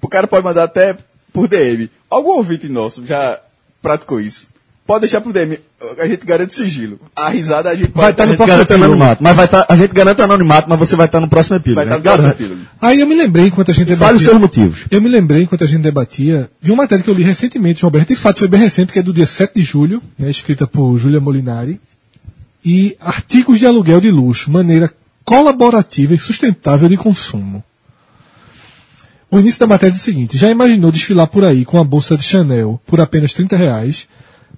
[SPEAKER 3] o cara pode mandar até por DM. Algum ouvinte nosso já praticou isso. Pode deixar por DM. a gente garante sigilo. A risada a gente
[SPEAKER 1] Vai estar
[SPEAKER 3] a
[SPEAKER 1] no
[SPEAKER 3] gente
[SPEAKER 1] próximo
[SPEAKER 3] garante sigilo.
[SPEAKER 1] anonimato. Mas vai tá, a gente garante anonimato, mas você vai estar no próximo epílogo.
[SPEAKER 3] Vai
[SPEAKER 1] né?
[SPEAKER 3] estar no próximo
[SPEAKER 1] Garante.
[SPEAKER 3] epílogo.
[SPEAKER 2] Aí eu me lembrei enquanto a gente
[SPEAKER 1] Fale os
[SPEAKER 2] debatia.
[SPEAKER 1] seus motivos.
[SPEAKER 2] Eu me lembrei enquanto a gente debatia de uma matéria que eu li recentemente, Roberto. De fato, foi bem recente, que é do dia 7 de julho, né, escrita por Júlia Molinari. E artigos de aluguel de luxo, maneira colaborativa e sustentável de consumo. O início da matéria é o seguinte: já imaginou desfilar por aí com a bolsa de Chanel por apenas 30 reais?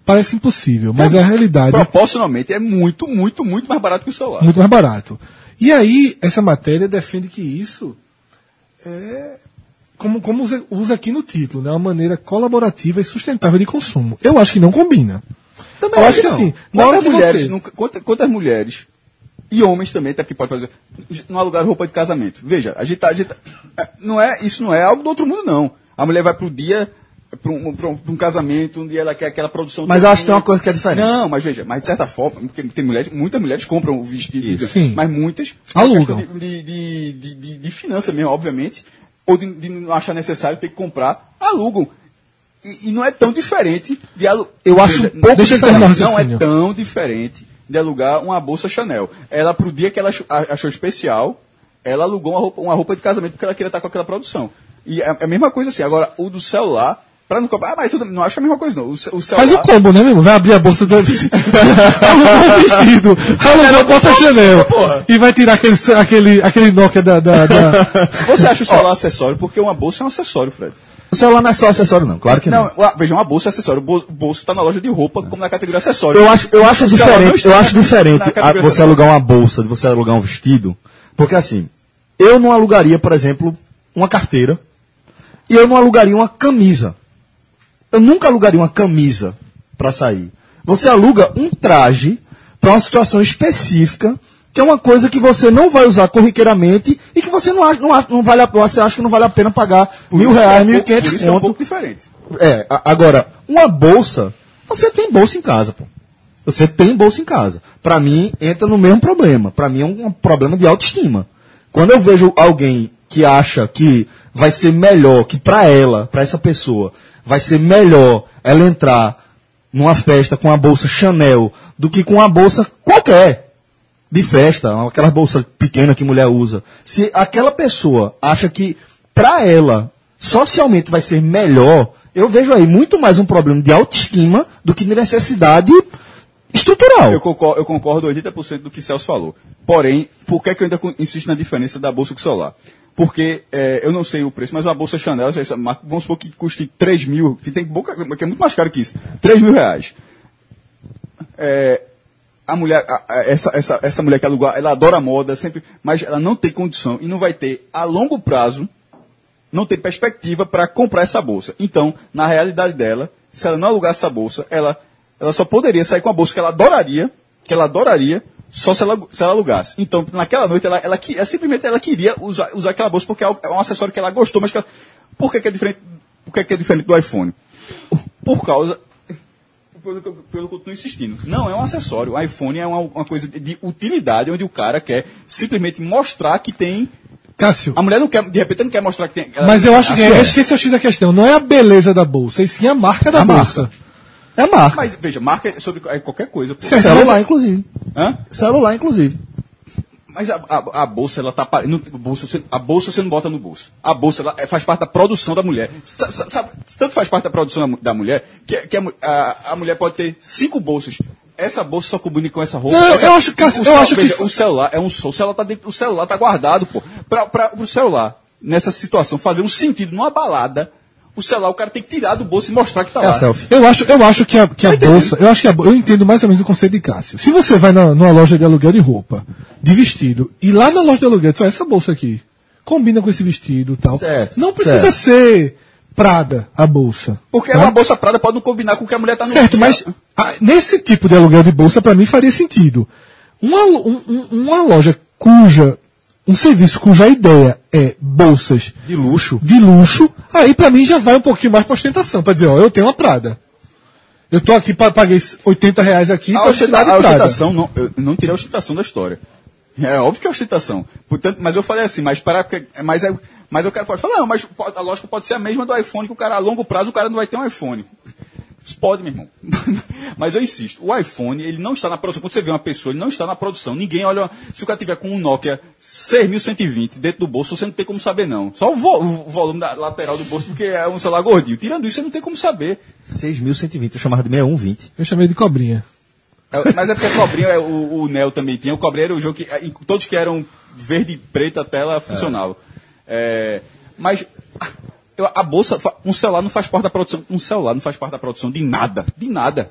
[SPEAKER 2] Parece impossível, mas a realidade
[SPEAKER 3] Proporcionalmente é muito, muito, muito mais barato que o celular.
[SPEAKER 2] muito mais barato. E aí, essa matéria defende que isso é, como, como usa, usa aqui no título, né? uma maneira colaborativa e sustentável de consumo. Eu acho que não combina.
[SPEAKER 3] Também
[SPEAKER 2] Eu acho que assim, na hora
[SPEAKER 3] quantas
[SPEAKER 2] que
[SPEAKER 3] mulheres,
[SPEAKER 2] você-
[SPEAKER 3] nunca- quanta- quantas mulheres e homens também, até que pode fazer, não alugaram roupa de casamento. Veja, a gente tá, a gente tá- é, não é, isso não é algo do outro mundo, não. A mulher vai pro dia, para um, pra um- pra um casamento, um dia ela quer aquela produção.
[SPEAKER 1] Mas eu
[SPEAKER 3] toda.
[SPEAKER 1] acho que tem uma coisa que é diferente.
[SPEAKER 3] Não, mas veja, mas de certa forma, porque tem mulheres, muitas mulheres compram o vestido,
[SPEAKER 2] Sim.
[SPEAKER 3] mas muitas
[SPEAKER 2] Alugam.
[SPEAKER 3] por questão De, de, de, de- de finança mesmo, obviamente, ou de, de não achar necessário ter que comprar, alugam. E, e não é tão diferente de alu...
[SPEAKER 2] Eu acho um pouco
[SPEAKER 3] deixa eu
[SPEAKER 2] diferente.
[SPEAKER 3] terminar o Não é
[SPEAKER 2] raciocínio.
[SPEAKER 3] tão diferente de alugar uma bolsa Chanel. Ela, pro dia que ela achou, a- achou especial, ela alugou uma roupa, uma roupa de casamento porque ela queria estar com aquela produção. E é é a mesma coisa assim. Agora, o do celular, para não comprar. Ah, mas tudo, não acho a mesma coisa, não. O, ce- o celular.
[SPEAKER 2] Faz o combo, né, mesmo? Vai abrir a bolsa do alugou o vestido, alugou a bolsa Chanel e vai tirar aquele, aquele, aquele Nokia da- da- da,
[SPEAKER 3] Você acha o celular acessório porque uma bolsa é um acessório, Fred.
[SPEAKER 1] O celular não é só acessório, não. Claro que não.
[SPEAKER 3] Não, ah, veja, uma bolsa é acessório. O bol- bolso está na loja de roupa, como na categoria acessório.
[SPEAKER 1] Eu acho, eu acho
[SPEAKER 3] Celular não
[SPEAKER 1] diferente,
[SPEAKER 3] está
[SPEAKER 1] eu
[SPEAKER 3] é na-
[SPEAKER 1] acho
[SPEAKER 3] na
[SPEAKER 1] diferente a-
[SPEAKER 3] categoria
[SPEAKER 1] você
[SPEAKER 3] acessório.
[SPEAKER 1] alugar uma bolsa, de você alugar um vestido, porque assim, eu não alugaria, por exemplo, uma carteira e eu não alugaria uma camisa. Eu nunca alugaria uma camisa para sair. Você aluga um traje para uma situação específica, que é uma coisa que você não vai usar corriqueiramente e que você não acha, não, acha- não vale a, você acha que não vale a pena pagar mil
[SPEAKER 3] Por isso
[SPEAKER 1] reais,
[SPEAKER 3] que é um
[SPEAKER 1] mil e
[SPEAKER 3] pouco-
[SPEAKER 1] quinhentos
[SPEAKER 3] Por isso que é um
[SPEAKER 1] conto.
[SPEAKER 3] pouco diferente.
[SPEAKER 1] É, a- agora, uma bolsa, você tem bolsa em casa, pô. Você tem bolsa em casa. Pra mim, entra no mesmo problema. Pra mim é um, um problema de autoestima. Quando eu vejo alguém que acha que vai ser melhor, que pra ela, pra essa pessoa, vai ser melhor ela entrar numa festa com uma bolsa Chanel do que com uma bolsa qualquer de festa, aquelas bolsas pequenas que mulher usa. Se aquela pessoa acha que pra ela socialmente vai ser melhor, eu vejo aí muito mais um problema de autoestima do que de necessidade estrutural.
[SPEAKER 3] Eu concordo, eu concordo 80% do que Celso falou. Porém, por que, que eu ainda con- insisto na diferença da bolsa com o celular? Porque eh, eu não sei o preço, mas uma bolsa Chanel, essa- essa marca, vamos supor que custe 3 mil, que tem boca, que é muito mais caro que isso, 3 mil reais. Eh, a mulher, a- a- essa, essa, essa mulher que alugou, ela adora moda, sempre, mas ela não tem condição e não vai ter a longo prazo não tem perspectiva para comprar essa bolsa. Então, na realidade dela, se ela não alugar essa bolsa, ela, ela só poderia sair com a bolsa que ela adoraria, que ela adoraria, só se ela, se ela alugasse. Então, naquela noite, ela, ela, que- ela simplesmente ela queria usar, usar aquela bolsa porque é algo- é um acessório que ela gostou, mas que ela, por que, que é diferente? Por que, que é diferente do iPhone? Por causa pelo que eu, pelo que eu estou insistindo. Não é um acessório. O iPhone é uma, uma coisa de- de utilidade, onde o cara quer simplesmente mostrar que tem.
[SPEAKER 2] Cássio.
[SPEAKER 3] A mulher não quer, de repente não quer mostrar que tem. ela-
[SPEAKER 2] Mas eu acho que,
[SPEAKER 3] é.
[SPEAKER 2] eu esqueci o X da questão. Não é a beleza da bolsa, e sim a marca da
[SPEAKER 1] A
[SPEAKER 2] bolsa.
[SPEAKER 1] É marca.
[SPEAKER 3] Mas veja, marca é sobre é qualquer coisa. pô.
[SPEAKER 2] Certo.
[SPEAKER 1] Celular, inclusive.
[SPEAKER 3] Hã?
[SPEAKER 1] Celular, inclusive.
[SPEAKER 3] Mas a, a- a bolsa, ela tá. apare- Não, bolsa, você, a bolsa você não bota no bolso. A bolsa ela, é- faz parte da produção da mulher. Sa- sa- sabe, tanto faz parte da produção da, mu- da mulher que, que a, mu- a- a mulher pode ter cinco bolsas. Essa bolsa só combina com essa roupa.
[SPEAKER 2] Não,
[SPEAKER 3] essa-
[SPEAKER 2] eu acho que-
[SPEAKER 3] o
[SPEAKER 2] eu
[SPEAKER 3] cel-
[SPEAKER 2] acho que-
[SPEAKER 3] veja, o celular é um só. O celular tá, dentro- o celular tá guardado, pô. Pra, pra, pro celular, nessa situação, fazer um sentido numa balada, o celular o cara tem que tirar do bolso e mostrar que tá
[SPEAKER 2] É
[SPEAKER 1] É,
[SPEAKER 2] assim,
[SPEAKER 3] lá.
[SPEAKER 2] Eu acho, eu acho que a, que a bolsa. Eu acho que a bo- eu entendo mais ou menos o conceito de Cássio. Se você vai na, numa loja de aluguel de roupa, de vestido, e lá na loja de aluguel, só essa bolsa aqui combina com esse vestido e tal.
[SPEAKER 1] Certo,
[SPEAKER 2] não precisa
[SPEAKER 1] certo.
[SPEAKER 2] ser Prada a bolsa.
[SPEAKER 3] Porque é
[SPEAKER 2] tá?
[SPEAKER 3] uma bolsa prada pode não combinar com o que a mulher tá no
[SPEAKER 2] Certo, mas ah, nesse tipo de aluguel de bolsa, para mim, faria sentido. Uma, lo- um- um- uma loja cuja. Um serviço cuja ideia é bolsas
[SPEAKER 1] De luxo.
[SPEAKER 2] de luxo, aí pra mim já vai um pouquinho mais pra ostentação, pra dizer, ó, eu tenho uma Prada. Eu tô aqui, pa- paguei 80 reais aqui
[SPEAKER 3] A,
[SPEAKER 2] pra
[SPEAKER 3] ostenta-
[SPEAKER 2] ostentar de
[SPEAKER 3] a
[SPEAKER 2] Prada.
[SPEAKER 3] ostentação, não, eu não tirei a ostentação da história. É óbvio que é ostentação. Portanto, mas eu falei assim, mas para porque- mas, é- mas o cara pode falar, não, mas po- a lógica pode ser a mesma do iPhone, que o cara a longo prazo o cara não vai ter um iPhone. Isso Pode, meu irmão. Mas eu insisto, o iPhone, ele não está na produção. Quando você vê uma pessoa, ele não está na produção. Ninguém olha. Se o cara tiver com um Nokia 6120 dentro do bolso, você não tem como saber, não. Só o, vo- o volume da lateral do bolso, porque é um celular gordinho. Tirando isso, você não tem como saber.
[SPEAKER 1] 6.120, eu chamava de 6120.
[SPEAKER 2] Eu chamei de cobrinha.
[SPEAKER 3] É, Mas é porque Cobrinha, é, o, o Neo também tinha. O Cobrinha era o jogo que é, em- todos que eram verde e preta a tela funcionava. É, mas ah, eu- a bolsa, fa- um celular não faz parte da produção. Um celular não faz parte da produção de nada. De nada.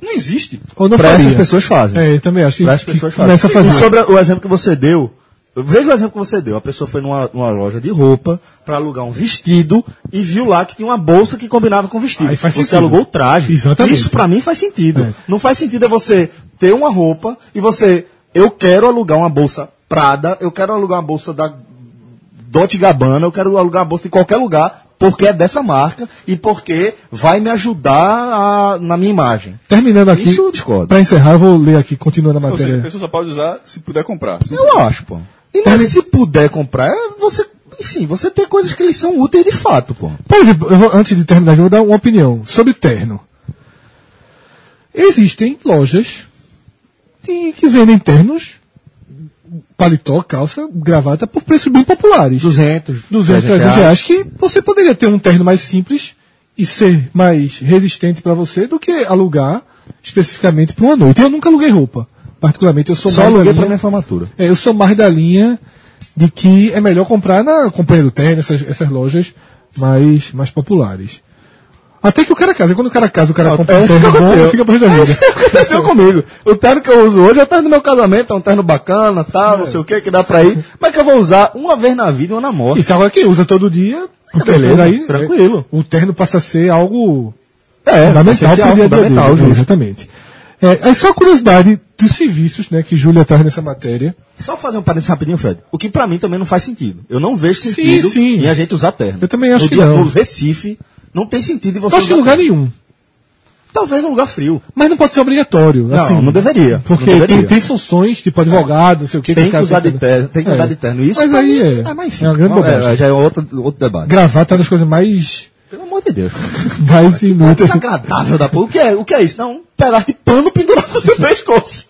[SPEAKER 3] Não existe.
[SPEAKER 2] Ou não
[SPEAKER 1] Pra essas
[SPEAKER 2] faria.
[SPEAKER 1] pessoas fazem.
[SPEAKER 2] É, eu também acho que,
[SPEAKER 1] Pra essas
[SPEAKER 2] que
[SPEAKER 1] pessoas fazem.
[SPEAKER 2] começa a
[SPEAKER 1] E
[SPEAKER 2] fazer.
[SPEAKER 1] sobre o exemplo que você deu, veja o exemplo que você deu. A pessoa foi numa, numa loja de roupa para alugar um vestido e viu lá que tinha uma bolsa que combinava com o vestido.
[SPEAKER 2] Aí faz
[SPEAKER 1] você
[SPEAKER 2] sentido.
[SPEAKER 1] alugou o traje.
[SPEAKER 2] Exatamente.
[SPEAKER 1] Isso pra mim faz sentido.
[SPEAKER 2] É.
[SPEAKER 1] Não faz sentido é você ter uma roupa e você, eu quero alugar uma bolsa Prada, eu quero alugar uma bolsa da Dolce Gabbana, eu quero alugar a bolsa em qualquer lugar, porque é dessa marca e porque vai me ajudar a- na minha imagem.
[SPEAKER 2] Terminando aqui,
[SPEAKER 1] Isso eu discordo.
[SPEAKER 2] pra encerrar, eu vou ler aqui, continuando a
[SPEAKER 3] Ou seja, a
[SPEAKER 2] matéria.
[SPEAKER 3] pessoa só pode usar se puder comprar. Se-
[SPEAKER 1] Eu acho, pô. E
[SPEAKER 2] Termi-
[SPEAKER 1] mas se puder comprar, é você, enfim, você tem coisas que eles são úteis de fato, pô.
[SPEAKER 2] Por exemplo, eu vou- antes de terminar, eu vou dar uma opinião sobre terno. Existem lojas que, que vendem ternos, paletó, calça, gravata, por preços bem populares.
[SPEAKER 1] 200,
[SPEAKER 2] 200, 300 reais, que você poderia ter um terno mais simples e ser mais resistente para você do que alugar especificamente para uma noite. Eu nunca aluguei roupa. Particularmente, eu sou
[SPEAKER 1] Só
[SPEAKER 2] mais da
[SPEAKER 1] aluguei
[SPEAKER 2] linha-
[SPEAKER 1] pra minha formatura.
[SPEAKER 2] é, eu sou mais da linha de que é melhor comprar na Companhia do Terno, essas, essas lojas mais, mais populares. Até que o cara casa. Quando o cara casa, o
[SPEAKER 1] É
[SPEAKER 2] cara compra um terno bom e fica pro resto da vida.
[SPEAKER 1] aconteceu comigo. O terno que eu uso hoje é o terno do meu casamento, é um terno bacana, tal,
[SPEAKER 2] É.
[SPEAKER 1] não sei o que, que dá pra ir. Mas que eu vou usar uma vez na vida e uma na morte. É
[SPEAKER 2] Isso agora quem é usa todo dia, porque
[SPEAKER 1] Ah, beleza,
[SPEAKER 2] aí,
[SPEAKER 1] tranquilo.
[SPEAKER 2] é, o terno passa a ser algo
[SPEAKER 1] É,
[SPEAKER 2] fundamental
[SPEAKER 1] essencial,
[SPEAKER 2] pro dia a dia
[SPEAKER 1] fundamental,
[SPEAKER 2] dele, né?
[SPEAKER 1] justo.
[SPEAKER 2] Exatamente. É, aí só a curiosidade dos serviços, né, que Júlia traz nessa matéria.
[SPEAKER 1] Só fazer um parênteses rapidinho, Fred. O que pra mim também não faz sentido. Eu não vejo sentido
[SPEAKER 2] sim.
[SPEAKER 1] em a gente usar terno.
[SPEAKER 2] Eu também acho
[SPEAKER 1] no
[SPEAKER 2] que
[SPEAKER 1] dia-
[SPEAKER 2] não.
[SPEAKER 1] No Recife, não tem sentido em você
[SPEAKER 2] Não acho que em
[SPEAKER 1] usar
[SPEAKER 2] lugar
[SPEAKER 1] terno.
[SPEAKER 2] nenhum.
[SPEAKER 1] Talvez num lugar frio.
[SPEAKER 2] Mas não pode ser obrigatório.
[SPEAKER 1] Não,
[SPEAKER 2] assim,
[SPEAKER 1] não deveria.
[SPEAKER 2] Porque
[SPEAKER 1] Não deveria. É.
[SPEAKER 2] Tem, tem funções, tipo advogado, não sei o que.
[SPEAKER 1] Tem
[SPEAKER 2] o
[SPEAKER 1] que
[SPEAKER 2] cara
[SPEAKER 1] usar de
[SPEAKER 2] fazer.
[SPEAKER 1] terno, tem que
[SPEAKER 2] É.
[SPEAKER 1] andar de terno. Isso
[SPEAKER 2] Mas
[SPEAKER 1] pra
[SPEAKER 2] aí
[SPEAKER 1] mim-
[SPEAKER 2] é-
[SPEAKER 1] Ah, mas enfim,
[SPEAKER 2] é uma grande
[SPEAKER 1] Não,
[SPEAKER 2] bobagem.
[SPEAKER 1] já é outro, outro debate.
[SPEAKER 2] Gravata é uma das coisas mais,
[SPEAKER 1] Pelo amor de Deus. É
[SPEAKER 2] mais inúteis.
[SPEAKER 1] Desagradável da porra. O que é, o que é isso? Não, um pedaço de pano pendurado no pescoço.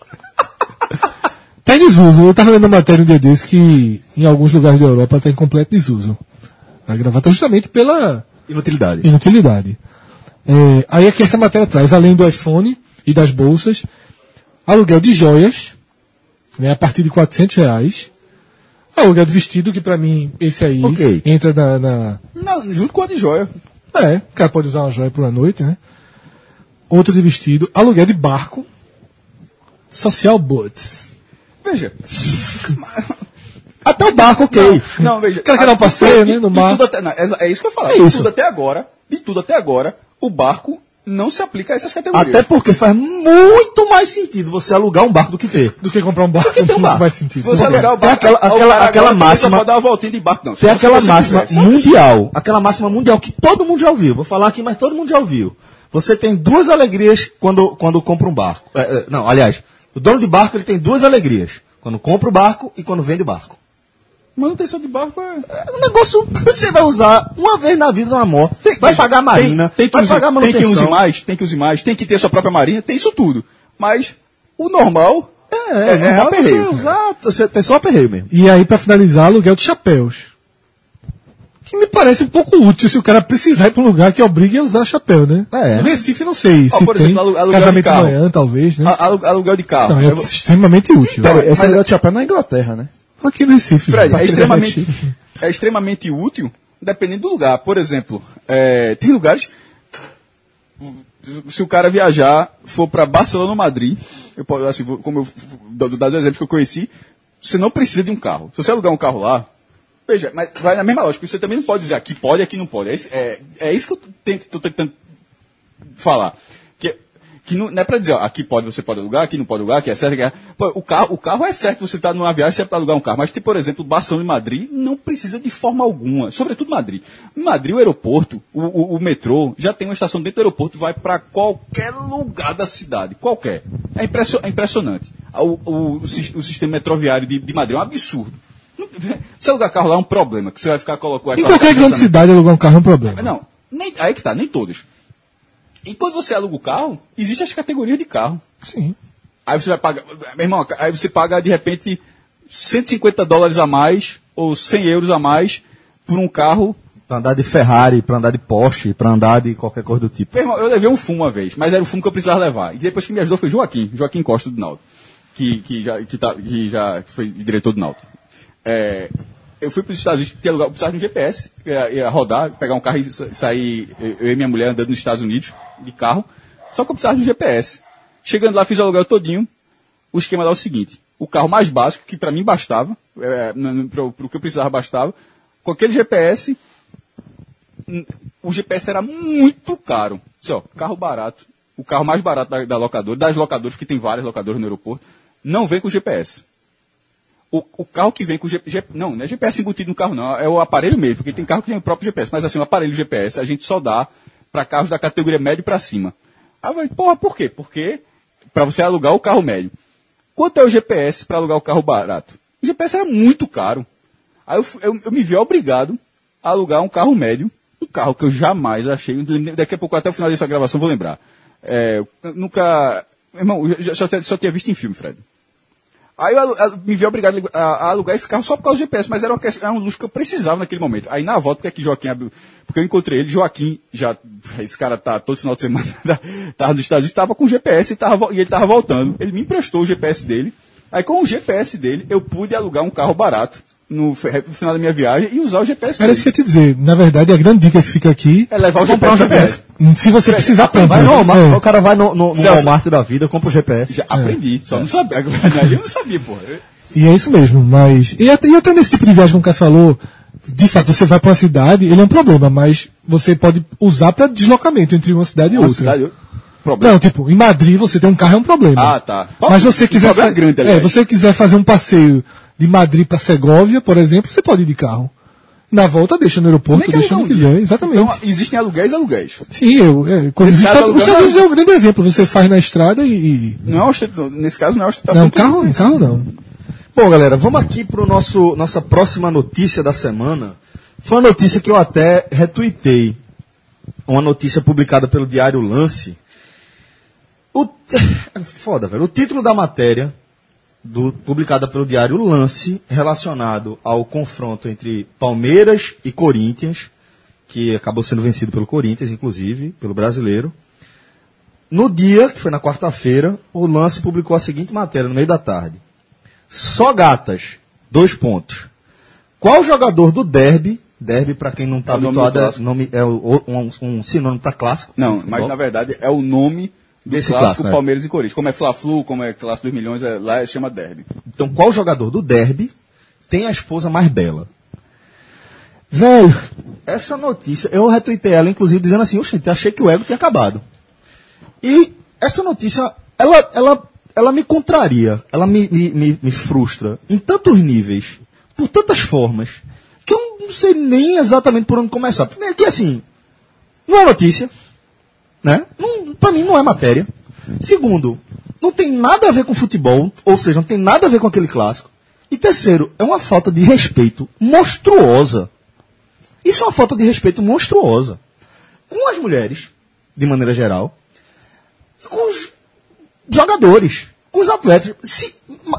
[SPEAKER 2] Tá em desuso. Eu tava lendo uma matéria um dia desse que em alguns lugares da Europa tá em completo desuso. A gravata é justamente pela
[SPEAKER 1] Inutilidade.
[SPEAKER 2] inutilidade. É, aí aqui essa matéria traz, além do iPhone e das bolsas, aluguel de joias, né, a partir de 400 reais. Aluguel de vestido, que pra mim, esse aí
[SPEAKER 1] Ok.
[SPEAKER 2] entra na, na-
[SPEAKER 3] Não, junto com a de joia.
[SPEAKER 2] É, o cara pode usar uma joia por uma noite, né? Outro de vestido, aluguel de barco, social boats.
[SPEAKER 3] Veja.
[SPEAKER 1] Até o barco, ok.
[SPEAKER 3] Não, veja.
[SPEAKER 2] O cara quer dar um
[SPEAKER 3] a-
[SPEAKER 2] passeio,
[SPEAKER 3] de-
[SPEAKER 2] né, no
[SPEAKER 3] de
[SPEAKER 2] mar.
[SPEAKER 3] tudo até- não, é, é isso que eu ia falar.
[SPEAKER 1] É
[SPEAKER 3] de
[SPEAKER 1] isso.
[SPEAKER 3] tudo até agora, de tudo até agora, o barco não se aplica a essas categorias.
[SPEAKER 1] Até porque faz muito mais sentido você alugar um barco do que ter.
[SPEAKER 2] Do que comprar um barco,
[SPEAKER 1] que ter um
[SPEAKER 2] não
[SPEAKER 1] barco?
[SPEAKER 2] faz sentido.
[SPEAKER 3] Você
[SPEAKER 1] Não,
[SPEAKER 3] alugar o
[SPEAKER 1] tem
[SPEAKER 3] barco.
[SPEAKER 1] aquela-
[SPEAKER 3] ao
[SPEAKER 1] aquela-
[SPEAKER 3] cara
[SPEAKER 1] aquela
[SPEAKER 3] agora, que
[SPEAKER 1] máxima-
[SPEAKER 3] Você pode dar uma voltinha de barco, não.
[SPEAKER 1] Tem
[SPEAKER 3] Só se
[SPEAKER 1] aquela
[SPEAKER 3] você é
[SPEAKER 1] máxima
[SPEAKER 3] quiser.
[SPEAKER 1] mundial, aquela máxima mundial que todo mundo já ouviu. Vou falar aqui, mas todo mundo já ouviu. Você tem duas alegrias quando, quando compra um barco. É, é, não, aliás, o dono de barco ele tem duas alegrias. Quando compra o barco e quando vende o barco.
[SPEAKER 3] Manutenção de barco é.
[SPEAKER 1] É um negócio que você vai usar uma vez na vida na moto. Vai pagar a marina,
[SPEAKER 3] Tem, tem que
[SPEAKER 1] vai
[SPEAKER 3] usar-
[SPEAKER 1] pagar a
[SPEAKER 3] tem que
[SPEAKER 1] manutenção.
[SPEAKER 3] use mais, tem que use mais, tem que ter sua própria marinha, tem isso tudo. Mas o normal
[SPEAKER 1] É, é, é,
[SPEAKER 3] é
[SPEAKER 1] aperreio.
[SPEAKER 3] aperreio.
[SPEAKER 1] Você usar, você tem só aperreio mesmo.
[SPEAKER 2] E aí, pra finalizar, aluguel de chapéus. Que me parece um pouco útil se o cara precisar ir pra um lugar que obrigue a usar chapéu, né?
[SPEAKER 1] É.
[SPEAKER 2] No Recife, não sei.
[SPEAKER 3] Ó,
[SPEAKER 2] se
[SPEAKER 3] por
[SPEAKER 2] tem.
[SPEAKER 3] exemplo, alu- aluguel de
[SPEAKER 2] casamento
[SPEAKER 3] carro.
[SPEAKER 2] amanhã, talvez, né?
[SPEAKER 3] a- alu- aluguel de carro.
[SPEAKER 2] não, é
[SPEAKER 3] Eu vou- Então,
[SPEAKER 2] extremamente útil.
[SPEAKER 4] Peraí, esse negócio de chapéu é na Inglaterra, né?
[SPEAKER 2] Aqui no Recife.
[SPEAKER 3] Fred,
[SPEAKER 2] né?
[SPEAKER 3] é extremamente, é extremamente útil, dependendo do lugar. Por exemplo, é, tem lugares. Se o cara viajar, for para Barcelona ou Madrid, eu posso, assim, vou- como eu dou dado exemplo que eu conheci, você não precisa de um carro. Se você alugar um carro lá, veja, mas vai na mesma lógica. Você também não pode dizer aqui pode e aqui não pode. É, isso- é, é isso que eu tento, tô tentando falar. Que, que não, não é pra dizer, ó, aqui pode, você pode alugar, aqui não pode alugar, aqui é certo, aqui é... Pô, o, carro, o carro é certo, você tá numa viagem, você é pra alugar um carro. Mas tem, por exemplo, Barcelona e Madrid, não precisa de forma alguma. Sobretudo Madrid. Em Madrid, o aeroporto, o, o- o metrô, já tem uma estação dentro do aeroporto, vai pra qualquer lugar da cidade. Qualquer. É, impressio- é impressionante. Ah, O, o- o sis- o sistema metroviário de, de Madrid é um absurdo. Não- Se alugar carro lá é um problema, que você vai ficar colocando...
[SPEAKER 2] Em qualquer grande cidade, alugar um carro é um problema.
[SPEAKER 3] Não, nem, aí que tá, nem todos. E quando você aluga o carro, existem as categorias de carro.
[SPEAKER 2] Sim.
[SPEAKER 3] Aí você vai pagar, meu irmão, aí você paga de repente 150 dólares a mais ou 100 euros a mais por um carro.
[SPEAKER 1] Pra andar de Ferrari, pra andar de Porsche, pra andar de qualquer coisa do tipo.
[SPEAKER 3] Meu irmão, eu levei um fumo uma vez, mas era o fumo que eu precisava levar. E depois que me ajudou foi Joaquim, Joaquim Costa do Náutico, que, que, já, que, tá- que já foi diretor do Náutico. É, eu fui para os Estados Unidos, porque eu precisava de um GPS, ia, ia rodar, pegar um carro e sa- sair, eu- eu e minha mulher andando nos Estados Unidos, de carro, só que eu precisava de um GPS. Chegando lá, fiz o aluguel todinho, o esquema lá é o seguinte: o carro mais básico, que para mim bastava, é, para o que eu precisava bastava, com aquele GPS, n- o GPS era muito caro. Assim, ó, carro barato, o carro mais barato da, da locadora, das locadoras, que tem várias locadoras no aeroporto, não vem com GPS. O, o carro que vem com GPS. Não, não é GPS embutido no carro, não. É o aparelho mesmo, porque tem carro que tem o próprio GPS. Mas assim, o aparelho GPS a gente só dá para carros da categoria médio para cima. Aí vai, porra, por quê? Porque para você alugar o carro médio. Quanto é o GPS para alugar o carro barato? O GPS era muito caro. Aí eu, fu- eu- eu me vi obrigado a alugar um carro médio, um carro que eu jamais achei. um Daqui a pouco, até o final dessa gravação, vou lembrar. É, eu nunca. meu Irmão, eu já- só, te- só tinha visto em filme, Fred. Aí eu, alu- eu me vi obrigado a, a alugar esse carro só por causa do GPS, mas era, uma, questão- era um luxo que eu precisava naquele momento. Aí na volta, porque aqui Joaquim abriu, porque eu encontrei ele, Joaquim, já, esse cara tá todo final de semana, tá- tava nos Estados Unidos, tava com o GPS e, tava, vo- e ele tava voltando. Ele me emprestou o GPS dele. Aí com o GPS dele, eu pude alugar um carro barato no, fe- no final da minha viagem e usar o GPS
[SPEAKER 2] Era
[SPEAKER 3] dele.
[SPEAKER 2] isso que eu ia te dizer. Na verdade, a grande dica que um fica aqui,
[SPEAKER 3] É levar o GPS. É.
[SPEAKER 2] se você precisar comprar.
[SPEAKER 1] Vai no Walmart,
[SPEAKER 2] É.
[SPEAKER 1] o cara vai no, no, no
[SPEAKER 3] Celso.
[SPEAKER 1] Walmart da vida, compra o GPS.
[SPEAKER 3] Já aprendi, só não sabia. Aí eu não sabia, porra. Eu-
[SPEAKER 2] E é isso mesmo, mas. E até, e até nesse tipo de viagem, como o Cássio falou, de fato, você vai para uma cidade, ele é um problema, mas você pode usar para deslocamento entre uma cidade e outra.
[SPEAKER 3] Cidade, eu- problema.
[SPEAKER 2] Não, tipo, em Madrid você tem um carro é um problema.
[SPEAKER 3] Ah, tá.
[SPEAKER 2] Mas se você quiser,
[SPEAKER 3] Problema
[SPEAKER 2] fa-
[SPEAKER 3] grande, né?
[SPEAKER 2] é,
[SPEAKER 3] aliás.
[SPEAKER 2] você quiser fazer um passeio de Madrid para Segóvia, por exemplo, você pode ir de carro. Na volta deixa no aeroporto,
[SPEAKER 3] que
[SPEAKER 2] deixa
[SPEAKER 3] alugar
[SPEAKER 2] onde
[SPEAKER 3] um
[SPEAKER 2] quiser,
[SPEAKER 3] dia.
[SPEAKER 2] é, exatamente.
[SPEAKER 3] Então, existem aluguéis e aluguéis.
[SPEAKER 2] Sim, eu, é, quando os
[SPEAKER 3] Esse tá
[SPEAKER 2] Estados
[SPEAKER 3] carro alugado-
[SPEAKER 2] os Estados Unidos é um grande exemplo, você faz na estrada e. e...
[SPEAKER 3] Não é ostentação, nesse caso não é ostentação.
[SPEAKER 2] Não, carro, carro não.
[SPEAKER 1] Bom, galera, vamos aqui para nosso nossa próxima notícia da semana. Foi uma notícia que eu até retuitei. Uma notícia publicada pelo Diário Lance. O... Foda, velho. O título da matéria, do... publicada pelo Diário Lance, relacionado ao confronto entre Palmeiras e Corinthians, que acabou sendo vencido pelo Corinthians, inclusive, pelo brasileiro. No dia, que foi na quarta-feira, o Lance publicou a seguinte matéria, no meio da tarde. Só gatas. Dois pontos. Qual jogador do derby? Derby, para quem não está
[SPEAKER 3] É o nome
[SPEAKER 1] habituado,
[SPEAKER 3] do
[SPEAKER 1] é,
[SPEAKER 3] clássico.
[SPEAKER 1] nome, é o- um, um sinônimo para clássico.
[SPEAKER 3] Não,
[SPEAKER 1] no
[SPEAKER 3] mas
[SPEAKER 1] futebol.
[SPEAKER 3] na verdade é o nome do
[SPEAKER 1] Desse
[SPEAKER 3] clássico,
[SPEAKER 1] clássico, é.
[SPEAKER 3] Palmeiras e Corinthians. Como é Fla-Flu, como é Clássico dos Milhões, é, lá se chama Derby.
[SPEAKER 1] Então, qual jogador do derby tem a esposa mais bela?
[SPEAKER 2] Velho,
[SPEAKER 1] Essa notícia, eu retuitei ela, inclusive, dizendo assim, oxente, achei que o ego tinha acabado. E essa notícia, ela, ela, ela me contraria, ela me, me, me, me frustra em tantos níveis, por tantas formas, que eu não sei nem exatamente por onde começar. Primeiro que, assim, não é notícia, né? Não, pra mim não é matéria. Segundo, não tem nada a ver com futebol, ou seja, não tem nada a ver com aquele clássico. E terceiro, é uma falta de respeito monstruosa. Isso é uma falta de respeito monstruosa. Com as mulheres, de maneira geral, e com os jogadores, com os atletas. Se,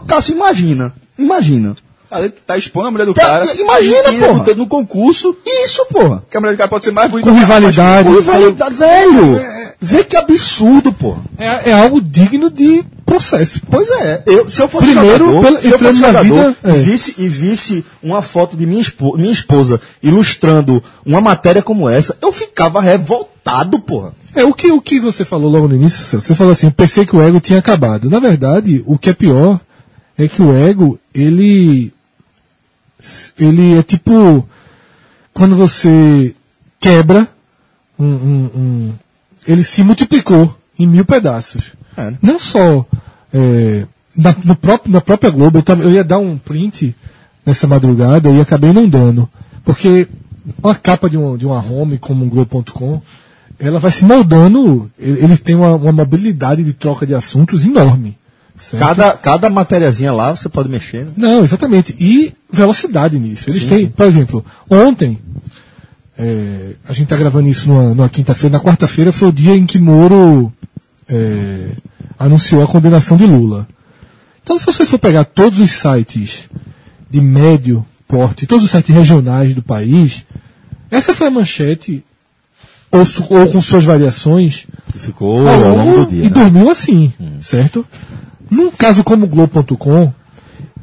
[SPEAKER 1] Cássio, imagina, imagina.
[SPEAKER 3] Além de tá expondo a mulher do
[SPEAKER 1] Tá,
[SPEAKER 3] cara.
[SPEAKER 1] imagina,
[SPEAKER 3] e- e
[SPEAKER 1] porra.
[SPEAKER 3] lutando num concurso,
[SPEAKER 1] Isso, porra.
[SPEAKER 3] que a mulher do cara pode ser mais bonita.
[SPEAKER 2] com rivalidade.
[SPEAKER 1] Com rivalidade, velho. Vê que absurdo, porra.
[SPEAKER 2] É, é algo digno de processo.
[SPEAKER 1] Pois é, eu, se eu fosse
[SPEAKER 2] Primeiro,
[SPEAKER 1] jogador,
[SPEAKER 2] pela-
[SPEAKER 1] se eu fosse
[SPEAKER 2] entrando na
[SPEAKER 1] jogador
[SPEAKER 2] vida, é.
[SPEAKER 1] e, visse, e visse uma foto de minha, espo- minha esposa ilustrando uma matéria como essa, eu ficava revoltado, porra.
[SPEAKER 2] É o que, o que você falou logo no início, Celso? você falou assim, eu pensei que o ego tinha acabado. Na verdade, o que é pior é que o ego, ele. Ele é tipo. Quando você quebra um. um- um- ele se multiplicou em mil pedaços.
[SPEAKER 1] É, né?
[SPEAKER 2] Não só é, na, no próprio, na própria Globo, eu, tava- eu ia dar um print nessa madrugada e acabei não dando. Porque uma capa de, um, de uma home como um Globo.com, ela vai se moldando, ele ele tem uma, uma mobilidade de troca de assuntos enorme. certo?
[SPEAKER 1] Cada, cada matériazinha lá você pode mexer. né?
[SPEAKER 2] Não, exatamente. E velocidade nisso. Eles têm, por exemplo, ontem, é, a gente está gravando isso numa, numa quinta-feira. Na quarta-feira foi o dia em que Moro é, anunciou a condenação de Lula. Então, se você for pegar todos os sites de médio porte, todos os sites regionais do país, essa foi a manchete, ou, su- ou com suas variações,
[SPEAKER 1] Ficou
[SPEAKER 2] ao
[SPEAKER 1] ao
[SPEAKER 2] longo
[SPEAKER 1] longo do dia.
[SPEAKER 2] e
[SPEAKER 1] né?
[SPEAKER 2] dormiu assim, certo? Num caso como o Globo.com,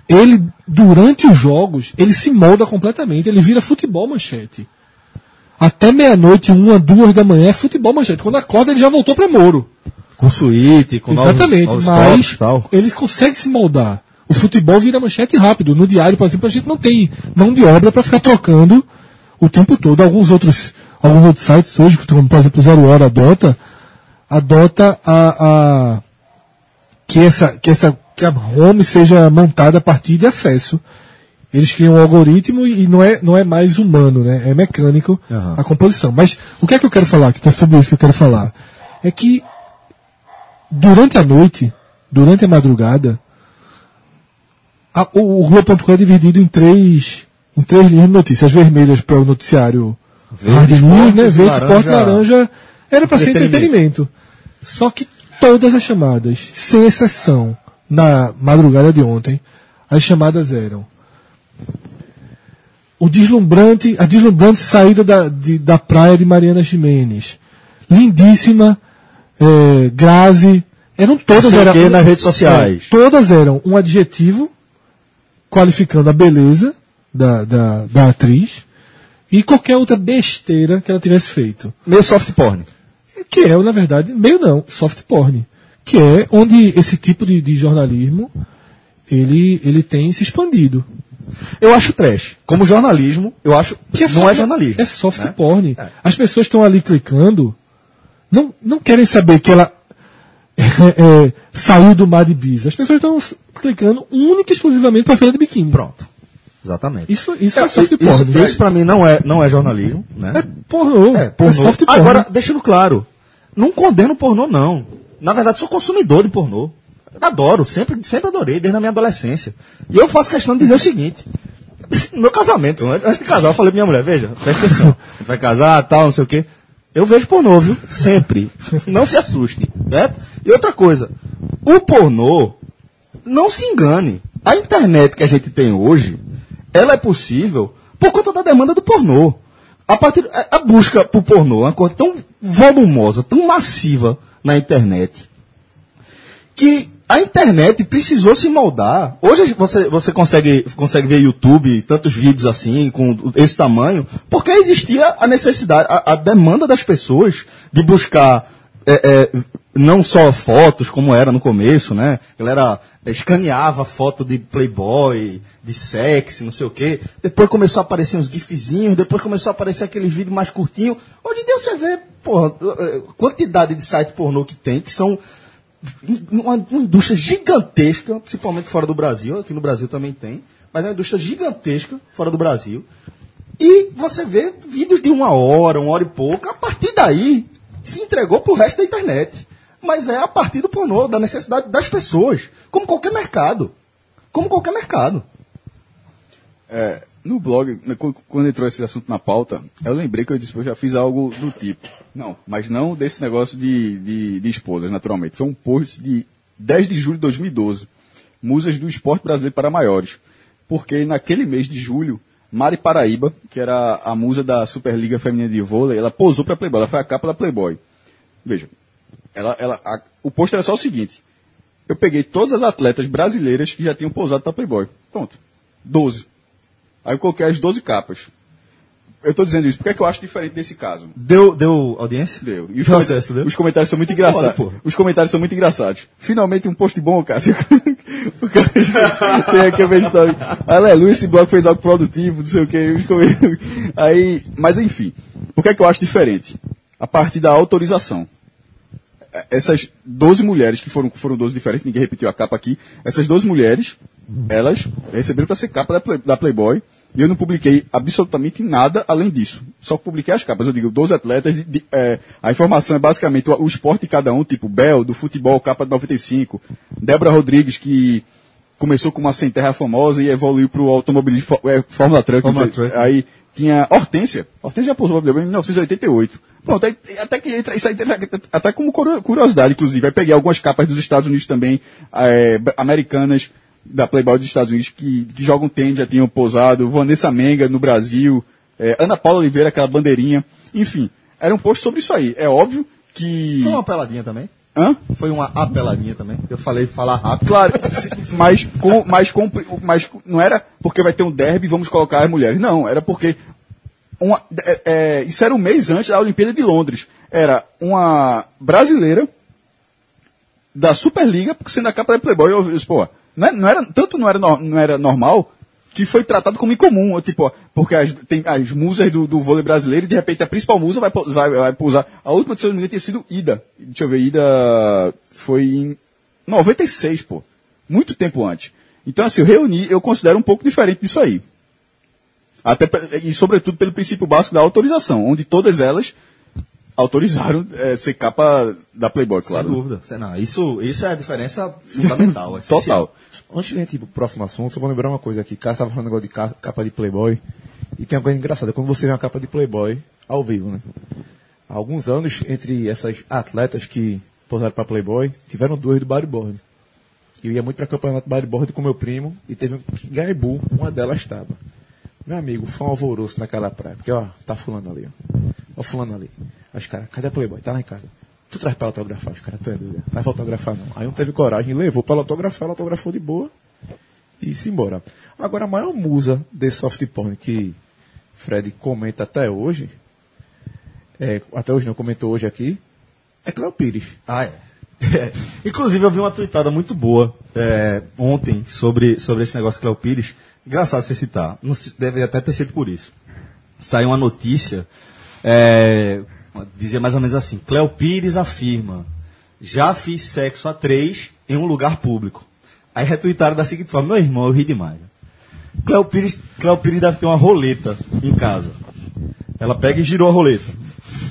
[SPEAKER 2] ele, durante os jogos, ele se molda completamente, ele vira futebol manchete. Até meia-noite, uma, duas da manhã, é futebol manchete. Quando acorda, ele já voltou para Moro.
[SPEAKER 1] Com suíte, com novos,
[SPEAKER 2] Exatamente,
[SPEAKER 1] novos tópicos
[SPEAKER 2] mas
[SPEAKER 1] e tal.
[SPEAKER 2] eles conseguem se moldar. O futebol vira manchete rápido. No diário, por exemplo, a gente não tem mão de obra para ficar trocando o tempo todo. Alguns outros, alguns outros sites hoje, como por exemplo o Zero Hora adota, adota a, a- que essa, que essa que a home seja montada a partir de acesso. Eles criam um algoritmo e não é, não é mais humano, né? É mecânico
[SPEAKER 1] Aham.
[SPEAKER 2] a composição. Mas o que é que eu quero falar? Que é sobre isso que eu quero falar. É que durante a noite, durante a madrugada, a- o, o Globo.com é dividido em três, em três linhas de notícias. As vermelhas para o noticiário Hard News, né?
[SPEAKER 1] esportes,
[SPEAKER 2] Verde, esporte,
[SPEAKER 1] laranja-
[SPEAKER 2] laranja. Era para ser
[SPEAKER 1] entretenimento.
[SPEAKER 2] entretenimento. Só que todas as chamadas, sem exceção, na madrugada de ontem, as chamadas eram o deslumbrante, a deslumbrante saída da, de- da praia de Mariana Ximenes. Lindíssima, eh, Grazi. Eram todas
[SPEAKER 1] sei o
[SPEAKER 2] eram,
[SPEAKER 1] quê nas redes sociais.
[SPEAKER 2] É, todas eram um adjetivo qualificando a beleza da, da, da atriz e qualquer outra besteira que ela tivesse feito
[SPEAKER 1] Meio soft porn.
[SPEAKER 2] que é, na verdade, meio não, soft porn, que é onde esse tipo de, de jornalismo ele, ele tem se expandido.
[SPEAKER 1] Eu acho trash. Como jornalismo, eu acho
[SPEAKER 2] Que
[SPEAKER 1] que não é jornalismo.
[SPEAKER 2] É soft
[SPEAKER 1] né?
[SPEAKER 2] porn. As pessoas estão ali clicando, não, não querem saber que ela é, saiu do mar de bis. As pessoas estão s- clicando única e exclusivamente para feira de biquíni. Pronto.
[SPEAKER 1] Exatamente.
[SPEAKER 2] Isso, isso é,
[SPEAKER 1] Isso,
[SPEAKER 2] soft porn.
[SPEAKER 1] isso, isso pra mim não é, não é jornalismo, né?
[SPEAKER 2] É pornô. É,
[SPEAKER 1] pornô.
[SPEAKER 2] soft porn.
[SPEAKER 1] Agora, deixando claro, não condeno pornô, não. Na verdade, sou consumidor de pornô. Adoro, sempre, sempre adorei, desde a minha adolescência. E eu faço questão de dizer o seguinte. No meu casamento, né? antes de casar, eu falei pra minha mulher, veja, presta atenção. Vai casar, tal, não sei o quê. Eu vejo pornô, viu? Sempre. Não se assuste, né? E outra coisa, o pornô, não se engane. A internet que a gente tem hoje, ela é possível por conta da demanda do pornô. A, partir, a, a busca por pornô é uma coisa tão volumosa, tão massiva na internet, que a internet precisou se moldar. Hoje você, você consegue, consegue ver YouTube, tantos vídeos assim, com esse tamanho, porque existia a necessidade, a, a demanda das pessoas de buscar é, é, não só fotos, como era no começo, né? A galera escaneava foto de playboy, de sexy, não sei o quê. Depois começou a aparecer uns gifzinhos, depois começou a aparecer aquele vídeo mais curtinho. Hoje em dia você vê, porra, eh, quantidade de site pornô que tem, que são uma, uma indústria gigantesca, principalmente fora do Brasil, aqui no Brasil também tem, mas é uma indústria gigantesca fora do Brasil. E você vê vídeos de uma hora, uma hora e pouca, a partir daí se entregou pro resto da internet. Mas é a partir do pornô, da necessidade das pessoas, como qualquer mercado. Como qualquer mercado.
[SPEAKER 3] É, no blog, né, qu- quando entrou esse assunto na pauta, eu lembrei que eu disse que eu já fiz algo do tipo. Não, mas não desse negócio de, de, de esposas, naturalmente. Foi um post de 10 de julho de 2012. Musas do esporte brasileiro para maiores. Porque naquele mês de julho, Mari Paraíba, que era a musa da Superliga Feminina de Vôlei, ela posou para Playboy. Ela foi a capa da Playboy. Veja, ela, ela, a- o post era só o seguinte. Eu peguei todas as atletas brasileiras que já tinham pousado para Playboy. Pronto. 12. Aí eu coloquei as 12 capas. Eu tô dizendo isso porque é que eu acho diferente desse caso.
[SPEAKER 1] Deu, deu audiência?
[SPEAKER 3] Deu. E
[SPEAKER 1] E
[SPEAKER 3] os,
[SPEAKER 1] o processo,
[SPEAKER 3] comenta-
[SPEAKER 1] deu?
[SPEAKER 3] os comentários são muito
[SPEAKER 1] Tá Foda,
[SPEAKER 3] engraçados.
[SPEAKER 1] porra.
[SPEAKER 3] os comentários são muito engraçados. Finalmente um post bom, Cássio. o cara já tem aqui a minha história. Aleluia, esse blog fez algo produtivo, não sei o que. Aí, mas enfim. Por que é que eu acho diferente? A partir da autorização essas 12 mulheres, que foram, foram 12 diferentes, ninguém repetiu a capa aqui, essas 12 mulheres, elas receberam para ser capa da, Play- da Playboy, e eu não publiquei absolutamente nada além disso. Só publiquei as capas, eu digo 12 atletas, de- de- é, a informação é basicamente o, o esporte de cada um, tipo Bel, do futebol, capa de 95, Débora Rodrigues, que começou com uma sem terra famosa e evoluiu para o automobilismo, fó- é, Fórmula Truck, não
[SPEAKER 1] Fórmula
[SPEAKER 3] sei,
[SPEAKER 1] Truck.
[SPEAKER 3] aí tinha Hortência. Hortência já pousou pra Belém em 1988. Pronto, aí, até que entra, isso aí entra até como curio- curiosidade, inclusive. Vai pegar algumas capas dos Estados Unidos também, eh, bra- americanas, da Playboy dos Estados Unidos, que, que jogam tênis, já tinham pousado. Vanessa Menga no Brasil, eh, Ana Paula Oliveira, aquela bandeirinha. Enfim, era um post sobre isso aí. É óbvio que...
[SPEAKER 1] Foi uma peladinha também?
[SPEAKER 3] Hã?
[SPEAKER 1] Foi uma apeladinha também? Eu falei falar rápido.
[SPEAKER 3] Ah, Claro, se- mas, com, mas, com, mas com- não era porque vai ter um derby e vamos colocar as mulheres. Não, era porque. uma- é- é, isso era um mês antes da Olimpíada de Londres. Era uma brasileira da Superliga, porque sendo a capa da Playboy, eu, eu, pô, não, é- não era, tanto não era, no- não era normal que foi tratado como incomum, ou tipo, ó, porque as, tem as musas do, do vôlei brasileiro e de repente a principal musa vai, pou- vai, vai pousar. A última, se eu não me engano, tinha sido Ida. Deixa eu ver, Ida foi em 96, pô. Muito tempo antes. Então, assim, eu reuni, eu considero um pouco diferente disso aí. Até, pe- e sobretudo pelo princípio básico da autorização, onde todas elas autorizaram eh, ser capa da Playboy, claro. né?
[SPEAKER 1] Sem dúvida. Sem- Não, isso, isso é a diferença fundamental. é essencial.
[SPEAKER 3] Total.
[SPEAKER 4] Antes de gente ir pro próximo assunto, só vou lembrar uma coisa aqui. Cássio estava falando negócio de ca- capa de Playboy. E tem uma coisa engraçada. Quando você vê uma capa de Playboy ao vivo, né? Há alguns anos, entre essas atletas que pousaram para Playboy, tiveram duas do bodyboard. Eu ia muito para campeonato bodyboard com meu primo e teve um que Gaibu, uma delas estava. Meu amigo, foi um alvoroço naquela praia. Porque, ó, tá fulano ali, ó. Ó, fulano ali. Aí os caras, cadê a Playboy? Tá lá em casa. Tu traz pra ela autografar, os caras, tu é doido. Não vai autografar, não. Aí um teve coragem, levou pra ela autografar, ela autografou de boa e se embora. Agora, a maior musa de soft porn que Fred comenta até hoje, é, até hoje não comentou hoje aqui, é Cleo Pires.
[SPEAKER 1] Ah, é. É. Inclusive, eu vi uma tuitada muito boa é, ontem sobre, sobre esse negócio Cléo Pires. Engraçado você citar. Não se- deve até ter sido por isso. Saiu uma notícia, é, dizia mais ou menos assim: Cléo Pires afirma, já fiz sexo a três em um lugar público. Aí retuitaram da seguinte forma: meu irmão, eu ri demais. Cléo Pires, Cléo Pires deve ter uma roleta em casa. Ela pega e girou a roleta.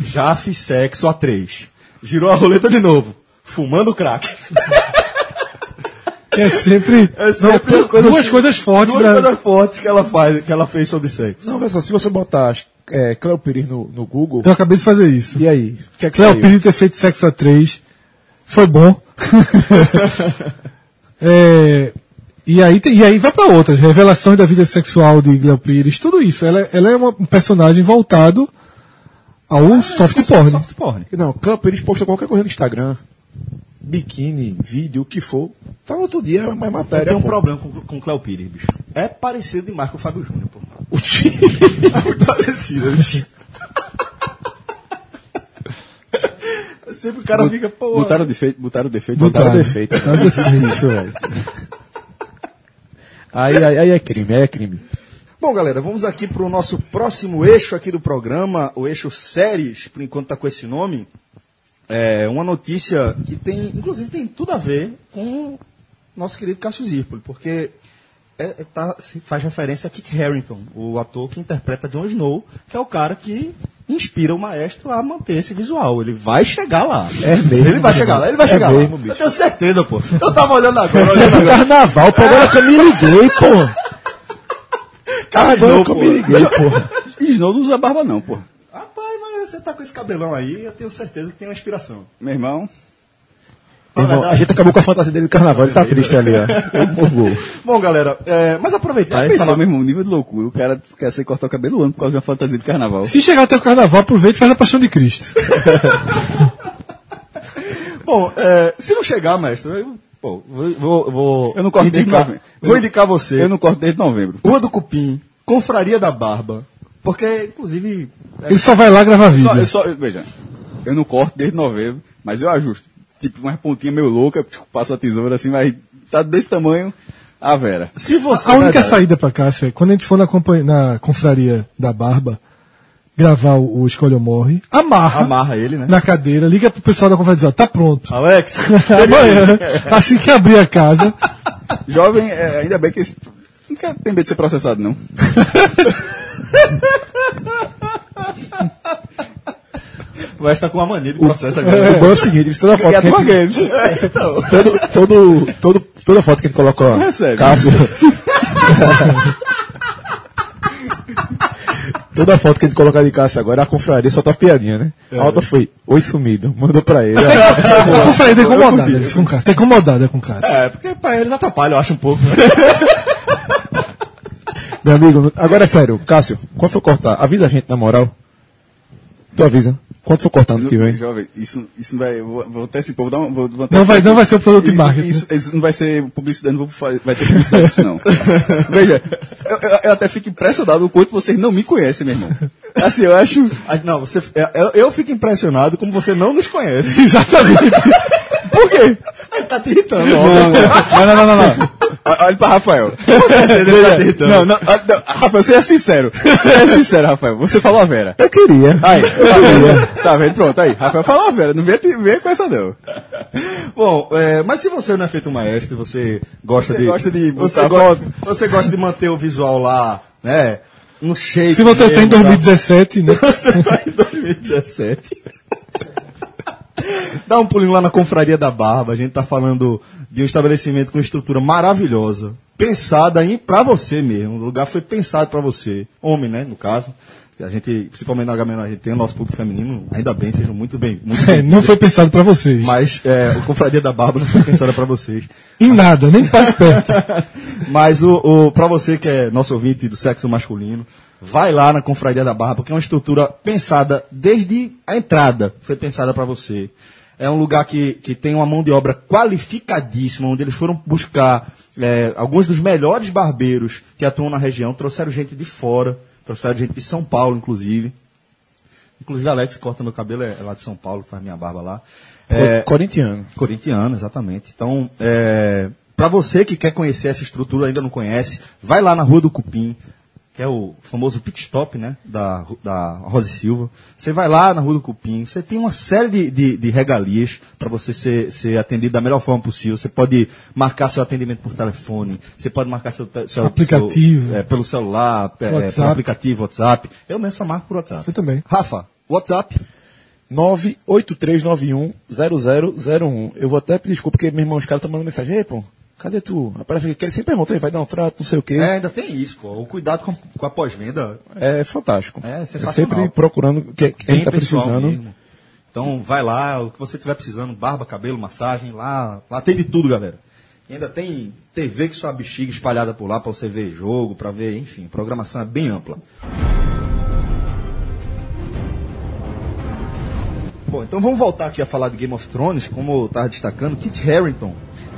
[SPEAKER 1] Já fiz sexo a três. Girou a roleta de novo. Fumando crack.
[SPEAKER 2] É sempre.
[SPEAKER 1] É sempre
[SPEAKER 2] não,
[SPEAKER 1] uma coisa
[SPEAKER 2] duas
[SPEAKER 1] assim,
[SPEAKER 2] coisas fortes,
[SPEAKER 1] Duas
[SPEAKER 2] né?
[SPEAKER 1] coisas fortes que ela, faz, que ela fez sobre sexo.
[SPEAKER 4] Não, pessoal, se você botar é, Cleo Pires no, no Google,
[SPEAKER 2] Eu acabei de fazer isso.
[SPEAKER 4] e aí? O que é que
[SPEAKER 2] Cléo
[SPEAKER 4] saiu?
[SPEAKER 2] Pires ter feito sexo a três Foi bom. É, e, aí, tem- e aí vai pra outras. Revelações da vida sexual de Cléo Pires. Tudo isso. Ela, ela é uma- um personagem voltado ao
[SPEAKER 4] Ah,
[SPEAKER 2] soft porn.
[SPEAKER 1] Soft porn.
[SPEAKER 4] Não, Cleo Pires posta qualquer coisa no Instagram. Biquíni, vídeo, o que for. Tá outro dia, é mais
[SPEAKER 1] Eu
[SPEAKER 4] matéria.
[SPEAKER 1] tenho um
[SPEAKER 4] pô.
[SPEAKER 1] problema com, com Cléo Pires, bicho. É parecido demais com o Fábio Júnior, pô. É Muito parecido, bicho. Sempre o cara fica, pô.
[SPEAKER 3] Botaram defeito, botaram defeito.
[SPEAKER 4] Botaram
[SPEAKER 2] Botaram.
[SPEAKER 4] defeito. Isso, velho. Aí, aí, aí é crime, aí é crime.
[SPEAKER 1] Bom, galera, vamos aqui para o nosso próximo eixo aqui do programa, o eixo séries, por enquanto está com esse nome. É uma notícia que tem, inclusive, tem tudo a ver com o nosso querido Cássio Zirpoli, porque é- é- tá- se faz referência a Kit Harington, o ator que interpreta Jon Snow, que é o cara que inspira o maestro a manter esse visual. Ele vai chegar lá.
[SPEAKER 4] É mesmo,
[SPEAKER 1] Ele vai chegar lá, ele vai
[SPEAKER 4] é
[SPEAKER 1] chegar
[SPEAKER 4] mesmo,
[SPEAKER 1] lá.
[SPEAKER 4] bicho.
[SPEAKER 1] Eu tenho certeza, pô. Eu tava olhando agora.
[SPEAKER 4] Você
[SPEAKER 1] olhando
[SPEAKER 4] no
[SPEAKER 1] agora.
[SPEAKER 4] carnaval, pô, agora que eu me liguei, pô. Carnaval que eu me liguei, pô.
[SPEAKER 3] Ah, Snow não usa barba não, pô.
[SPEAKER 1] Rapaz, mas você tá com esse cabelão aí, eu tenho certeza que tem uma inspiração.
[SPEAKER 3] Meu irmão.
[SPEAKER 4] Irmão, a gente acabou com a fantasia dele do carnaval, ele tá triste ali, ó. Eu morro.
[SPEAKER 1] Bom, galera, é, mas aproveitar
[SPEAKER 3] Já
[SPEAKER 1] e
[SPEAKER 3] pensou,
[SPEAKER 1] falar...
[SPEAKER 3] meu irmão, nível de loucura. O cara quer ser cortar o cabelo ano por causa de uma fantasia de carnaval.
[SPEAKER 2] Se chegar até o carnaval, aproveita e faz a paixão de Cristo.
[SPEAKER 1] Bom, é, se não chegar, mestre, eu, pô, vou, vou, vou
[SPEAKER 3] Eu não corto desde
[SPEAKER 1] indicar,
[SPEAKER 3] novembro.
[SPEAKER 1] vou indicar você.
[SPEAKER 3] Eu não corto desde novembro.
[SPEAKER 1] Rua do Cupim, Confraria da Barba, porque, inclusive, é,
[SPEAKER 2] Ele só vai lá gravar vídeo.
[SPEAKER 3] Só- eu só, veja, eu não corto desde novembro, mas eu ajusto. Tipo, umas pontinhas meio louca, passo a tesoura assim, mas tá desse tamanho a Vera.
[SPEAKER 1] se você...
[SPEAKER 2] A única
[SPEAKER 1] Verdade.
[SPEAKER 2] saída pra Cássio é quando a gente for na, compa- na confraria da Barba gravar o, o Escolha ou Morre, amarra,
[SPEAKER 1] Amarra ele, né?
[SPEAKER 2] na cadeira, liga pro pessoal da confraria e diz: ó, tá pronto. É
[SPEAKER 1] Alex,
[SPEAKER 2] Amanhã, assim que abrir a casa,
[SPEAKER 3] Jovem, é, ainda bem que esse, não quer- tem medo de ser processado, não.
[SPEAKER 1] o Wes tá com uma mania de processo agora.
[SPEAKER 4] O bom é o seguinte, isso toda foto
[SPEAKER 3] E a
[SPEAKER 4] que a
[SPEAKER 3] tua
[SPEAKER 4] gente,
[SPEAKER 3] games. então,
[SPEAKER 4] todo, todo, todo, toda foto que a gente coloca, ó,
[SPEAKER 1] É
[SPEAKER 3] Recebe.
[SPEAKER 4] Cássio. Toda foto que a gente colocar de Cássio agora, a confraria só tá piadinha, né?
[SPEAKER 1] É.
[SPEAKER 4] A Alta foi, oi sumido, mandou pra ele.
[SPEAKER 2] Eu falei, tá incomodada eles com o Cássio. Tá incomodada com o Cássio.
[SPEAKER 1] É, porque pra eles atrapalha, eu acho um pouco.
[SPEAKER 4] Meu amigo, agora é sério, Cássio, quando for cortar, avisa a gente, na moral. Tu avisa. Quando for cortar ano que vem.
[SPEAKER 3] Jovem, isso, isso não vai. Vou, vou até esse povo. Dar um, vou, vou até-
[SPEAKER 2] Não vai, não vai ser o produto de
[SPEAKER 3] Isso,
[SPEAKER 2] marketing.
[SPEAKER 3] isso, isso não vai ser publicidade, não vou fazer, vai ter publicidade isso não. Veja, eu, eu- eu até fico impressionado o quanto vocês não me conhecem, meu irmão. Assim, eu acho.
[SPEAKER 1] Ah, Não, você, é, eu, eu fico impressionado como você não nos conhece.
[SPEAKER 3] Por quê?
[SPEAKER 1] tá tentando,
[SPEAKER 3] Não, não, não, não, não. O- Olha pra Rafael.
[SPEAKER 1] tá
[SPEAKER 3] Veja, não, não, ah, não, Rafael, você é sincero. Você é sincero, Rafael. Você falou a Vera.
[SPEAKER 4] Eu queria.
[SPEAKER 3] Aí, tá vendo? Tá vendo? Pronto, aí. Rafael falou a Vera. Não vem, vem com essa, não.
[SPEAKER 1] Bom, é, mas se você não é feito um maestro, você gosta
[SPEAKER 3] Você
[SPEAKER 1] de.
[SPEAKER 3] gosta de
[SPEAKER 1] você,
[SPEAKER 3] botar
[SPEAKER 1] gosta, você gosta de manter o visual lá, né? No shape.
[SPEAKER 2] Se você tá tem
[SPEAKER 1] mesmo,
[SPEAKER 2] 2017, né?
[SPEAKER 1] tá? Você tá em 2017. Dá um pulinho lá na Confraria da Barba. A gente tá falando de um estabelecimento com estrutura maravilhosa. Pensada em pra você mesmo. O lugar foi pensado pra você. Homem, né? No caso. A gente, principalmente na H-Menor, a gente tem o nosso público feminino. Ainda bem, sejam muito bem. Muito
[SPEAKER 2] É, não foi pensado pra vocês.
[SPEAKER 1] Mas é, o Confraria da Bárbara foi pensada para vocês.
[SPEAKER 2] Em nada, nem passe perto.
[SPEAKER 1] Mas o, o, para você que é nosso ouvinte do sexo masculino, vai lá na Confraria da Barra, porque é uma estrutura pensada desde a entrada, foi pensada para você. É um lugar que, que tem uma mão de obra qualificadíssima, onde eles foram buscar é, alguns dos melhores barbeiros que atuam na região, trouxeram gente de fora, trouxeram gente de São Paulo, inclusive. Inclusive, a Alex corta meu cabelo, é, é lá de São Paulo, faz minha barba lá. É,
[SPEAKER 4] Corintiano.
[SPEAKER 1] Corintiano, exatamente. Então, é, para você que quer conhecer essa estrutura ainda não conhece, vai lá na Rua do Cupim, que é o famoso pit stop, né, da, Ru- da Rosa e Silva. Você vai lá na Rua do Cupim, você tem uma série de, de- de regalias para você ser, ser atendido da melhor forma possível. Você pode marcar seu atendimento por telefone, você pode marcar seu, te- seu
[SPEAKER 2] Aplicativo.
[SPEAKER 1] seu- é, pelo celular, é,
[SPEAKER 2] WhatsApp.
[SPEAKER 1] pelo aplicativo, WhatsApp. Eu mesmo só marco por WhatsApp.
[SPEAKER 2] Eu também.
[SPEAKER 1] Rafa, WhatsApp?
[SPEAKER 4] 983910001. Eu vou até pedir desculpa, porque meu irmão, os caras estão mandando mensagem. Ei, pô, cadê tu? Aparece que ele sempre pergunta, "Ei, vai dar um trato, não sei o quê.
[SPEAKER 1] É, ainda tem isso, pô. O cuidado com, com a pós-venda
[SPEAKER 4] É fantástico.
[SPEAKER 1] É,
[SPEAKER 4] Eu
[SPEAKER 1] sensacional.
[SPEAKER 4] Sempre procurando o que, que a gente tá
[SPEAKER 1] pessoal
[SPEAKER 4] precisando.
[SPEAKER 1] mesmo. Então vai lá, o que você tiver precisando, barba, cabelo, massagem, lá, lá tem de tudo, galera. E ainda tem TV que sua bexiga espalhada por lá pra você ver jogo, pra ver, enfim, a programação é bem ampla. Bom, então vamos voltar aqui a falar de Game of Thrones, como eu estava destacando, Kit Harington.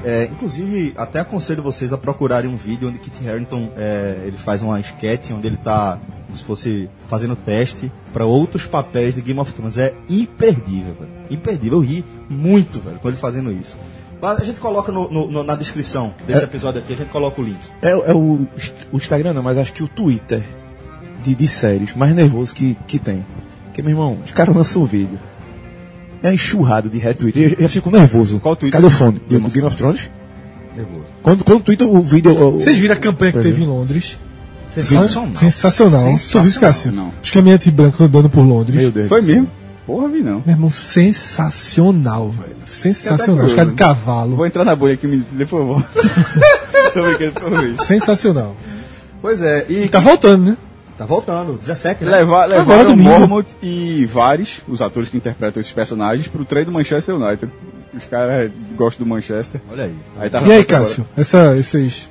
[SPEAKER 1] É, inclusive, até aconselho vocês a procurarem um vídeo onde Kit Harington é, ele faz uma esquete onde ele está, como se fosse, fazendo teste para outros papéis de Game of Thrones. É imperdível, velho. Imperdível. Eu ri muito, velho, com ele fazendo isso. Mas a gente coloca no- no- no- na descrição desse episódio aqui, a gente coloca o link.
[SPEAKER 4] É, é o, inst- o Instagram não, mas acho que o Twitter de, de séries mais nervoso que, que tem. Porque, meu irmão, os caras lançam um vídeo. É uma enxurrada de retweet. Eu, eu fico nervoso. Qual Twitter? Cadê o fone? Do Game, of Thrones?
[SPEAKER 1] Nervoso.
[SPEAKER 4] Quando, quando o Twitter, o vídeo. o-
[SPEAKER 2] Vocês viram a campanha que teve em Londres?
[SPEAKER 1] Sensacional.
[SPEAKER 2] Sensacional. Tu viu, Cássio?
[SPEAKER 3] Não.
[SPEAKER 2] Os caminhantes brancos andando tá por Londres.
[SPEAKER 4] Meu Deus.
[SPEAKER 3] Foi mesmo? Porra, vi não.
[SPEAKER 2] Meu irmão, sensacional, velho. Sensacional. Os caras de
[SPEAKER 3] né? Vou
[SPEAKER 2] cavalo.
[SPEAKER 3] entrar na bolha aqui um minuto, depois eu volto. Tô brincando, depois eu vejo.
[SPEAKER 2] Sensacional.
[SPEAKER 1] Pois é, e
[SPEAKER 2] E tá voltando, né?
[SPEAKER 1] tá voltando, 17, né?
[SPEAKER 3] Levar,
[SPEAKER 2] Agora,
[SPEAKER 3] levaram o
[SPEAKER 2] domingo.
[SPEAKER 3] Mormont e vários, os atores que interpretam esses personagens, pro trem do Manchester United. Os caras gostam do Manchester.
[SPEAKER 1] Olha aí.
[SPEAKER 3] Aí tá
[SPEAKER 2] E aí,
[SPEAKER 3] agora.
[SPEAKER 2] Cássio? Essa, esses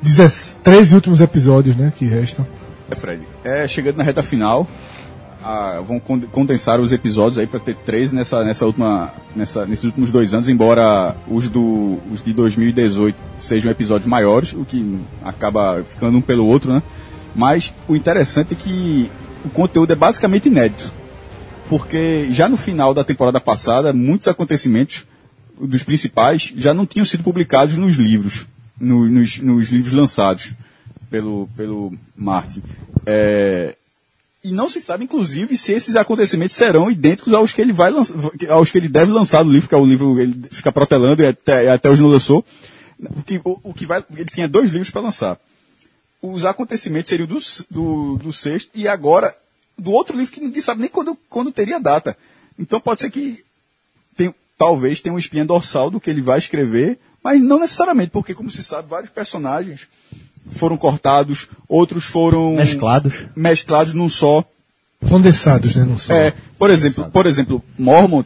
[SPEAKER 2] 13 últimos episódios, né? Que restam.
[SPEAKER 3] É, Fred. É, chegando na reta final, ah, vão con- condensar os episódios aí pra ter três nessa, nessa última, nessa, nesses últimos dois anos, embora os, do, os de 2018 sejam episódios maiores, o que acaba ficando um pelo outro, né? Mas o interessante é que o conteúdo é basicamente inédito. Porque já no final da temporada passada, muitos acontecimentos dos principais já não tinham sido publicados nos livros, no- nos, nos livros lançados pelo, pelo Martin. É, e não se sabe, inclusive, se esses acontecimentos serão idênticos aos que ele vai lançar, aos que ele deve lançar no livro, que é o livro ele fica protelando e até, e até hoje não lançou. O que, o, o que vai, ele tinha dois livros para lançar. Os acontecimentos seriam do, s- do, do sexto e agora do outro livro que ninguém sabe nem quando, quando teria a data. Então pode ser que tem- talvez tenha um espinha dorsal do que ele vai escrever, mas não necessariamente, porque como se sabe, vários personagens foram cortados, outros foram
[SPEAKER 1] Mesclados.
[SPEAKER 3] mesclados num só.
[SPEAKER 2] Condensados, né? Não são.
[SPEAKER 3] É, por exemplo, por exemplo, Mormon,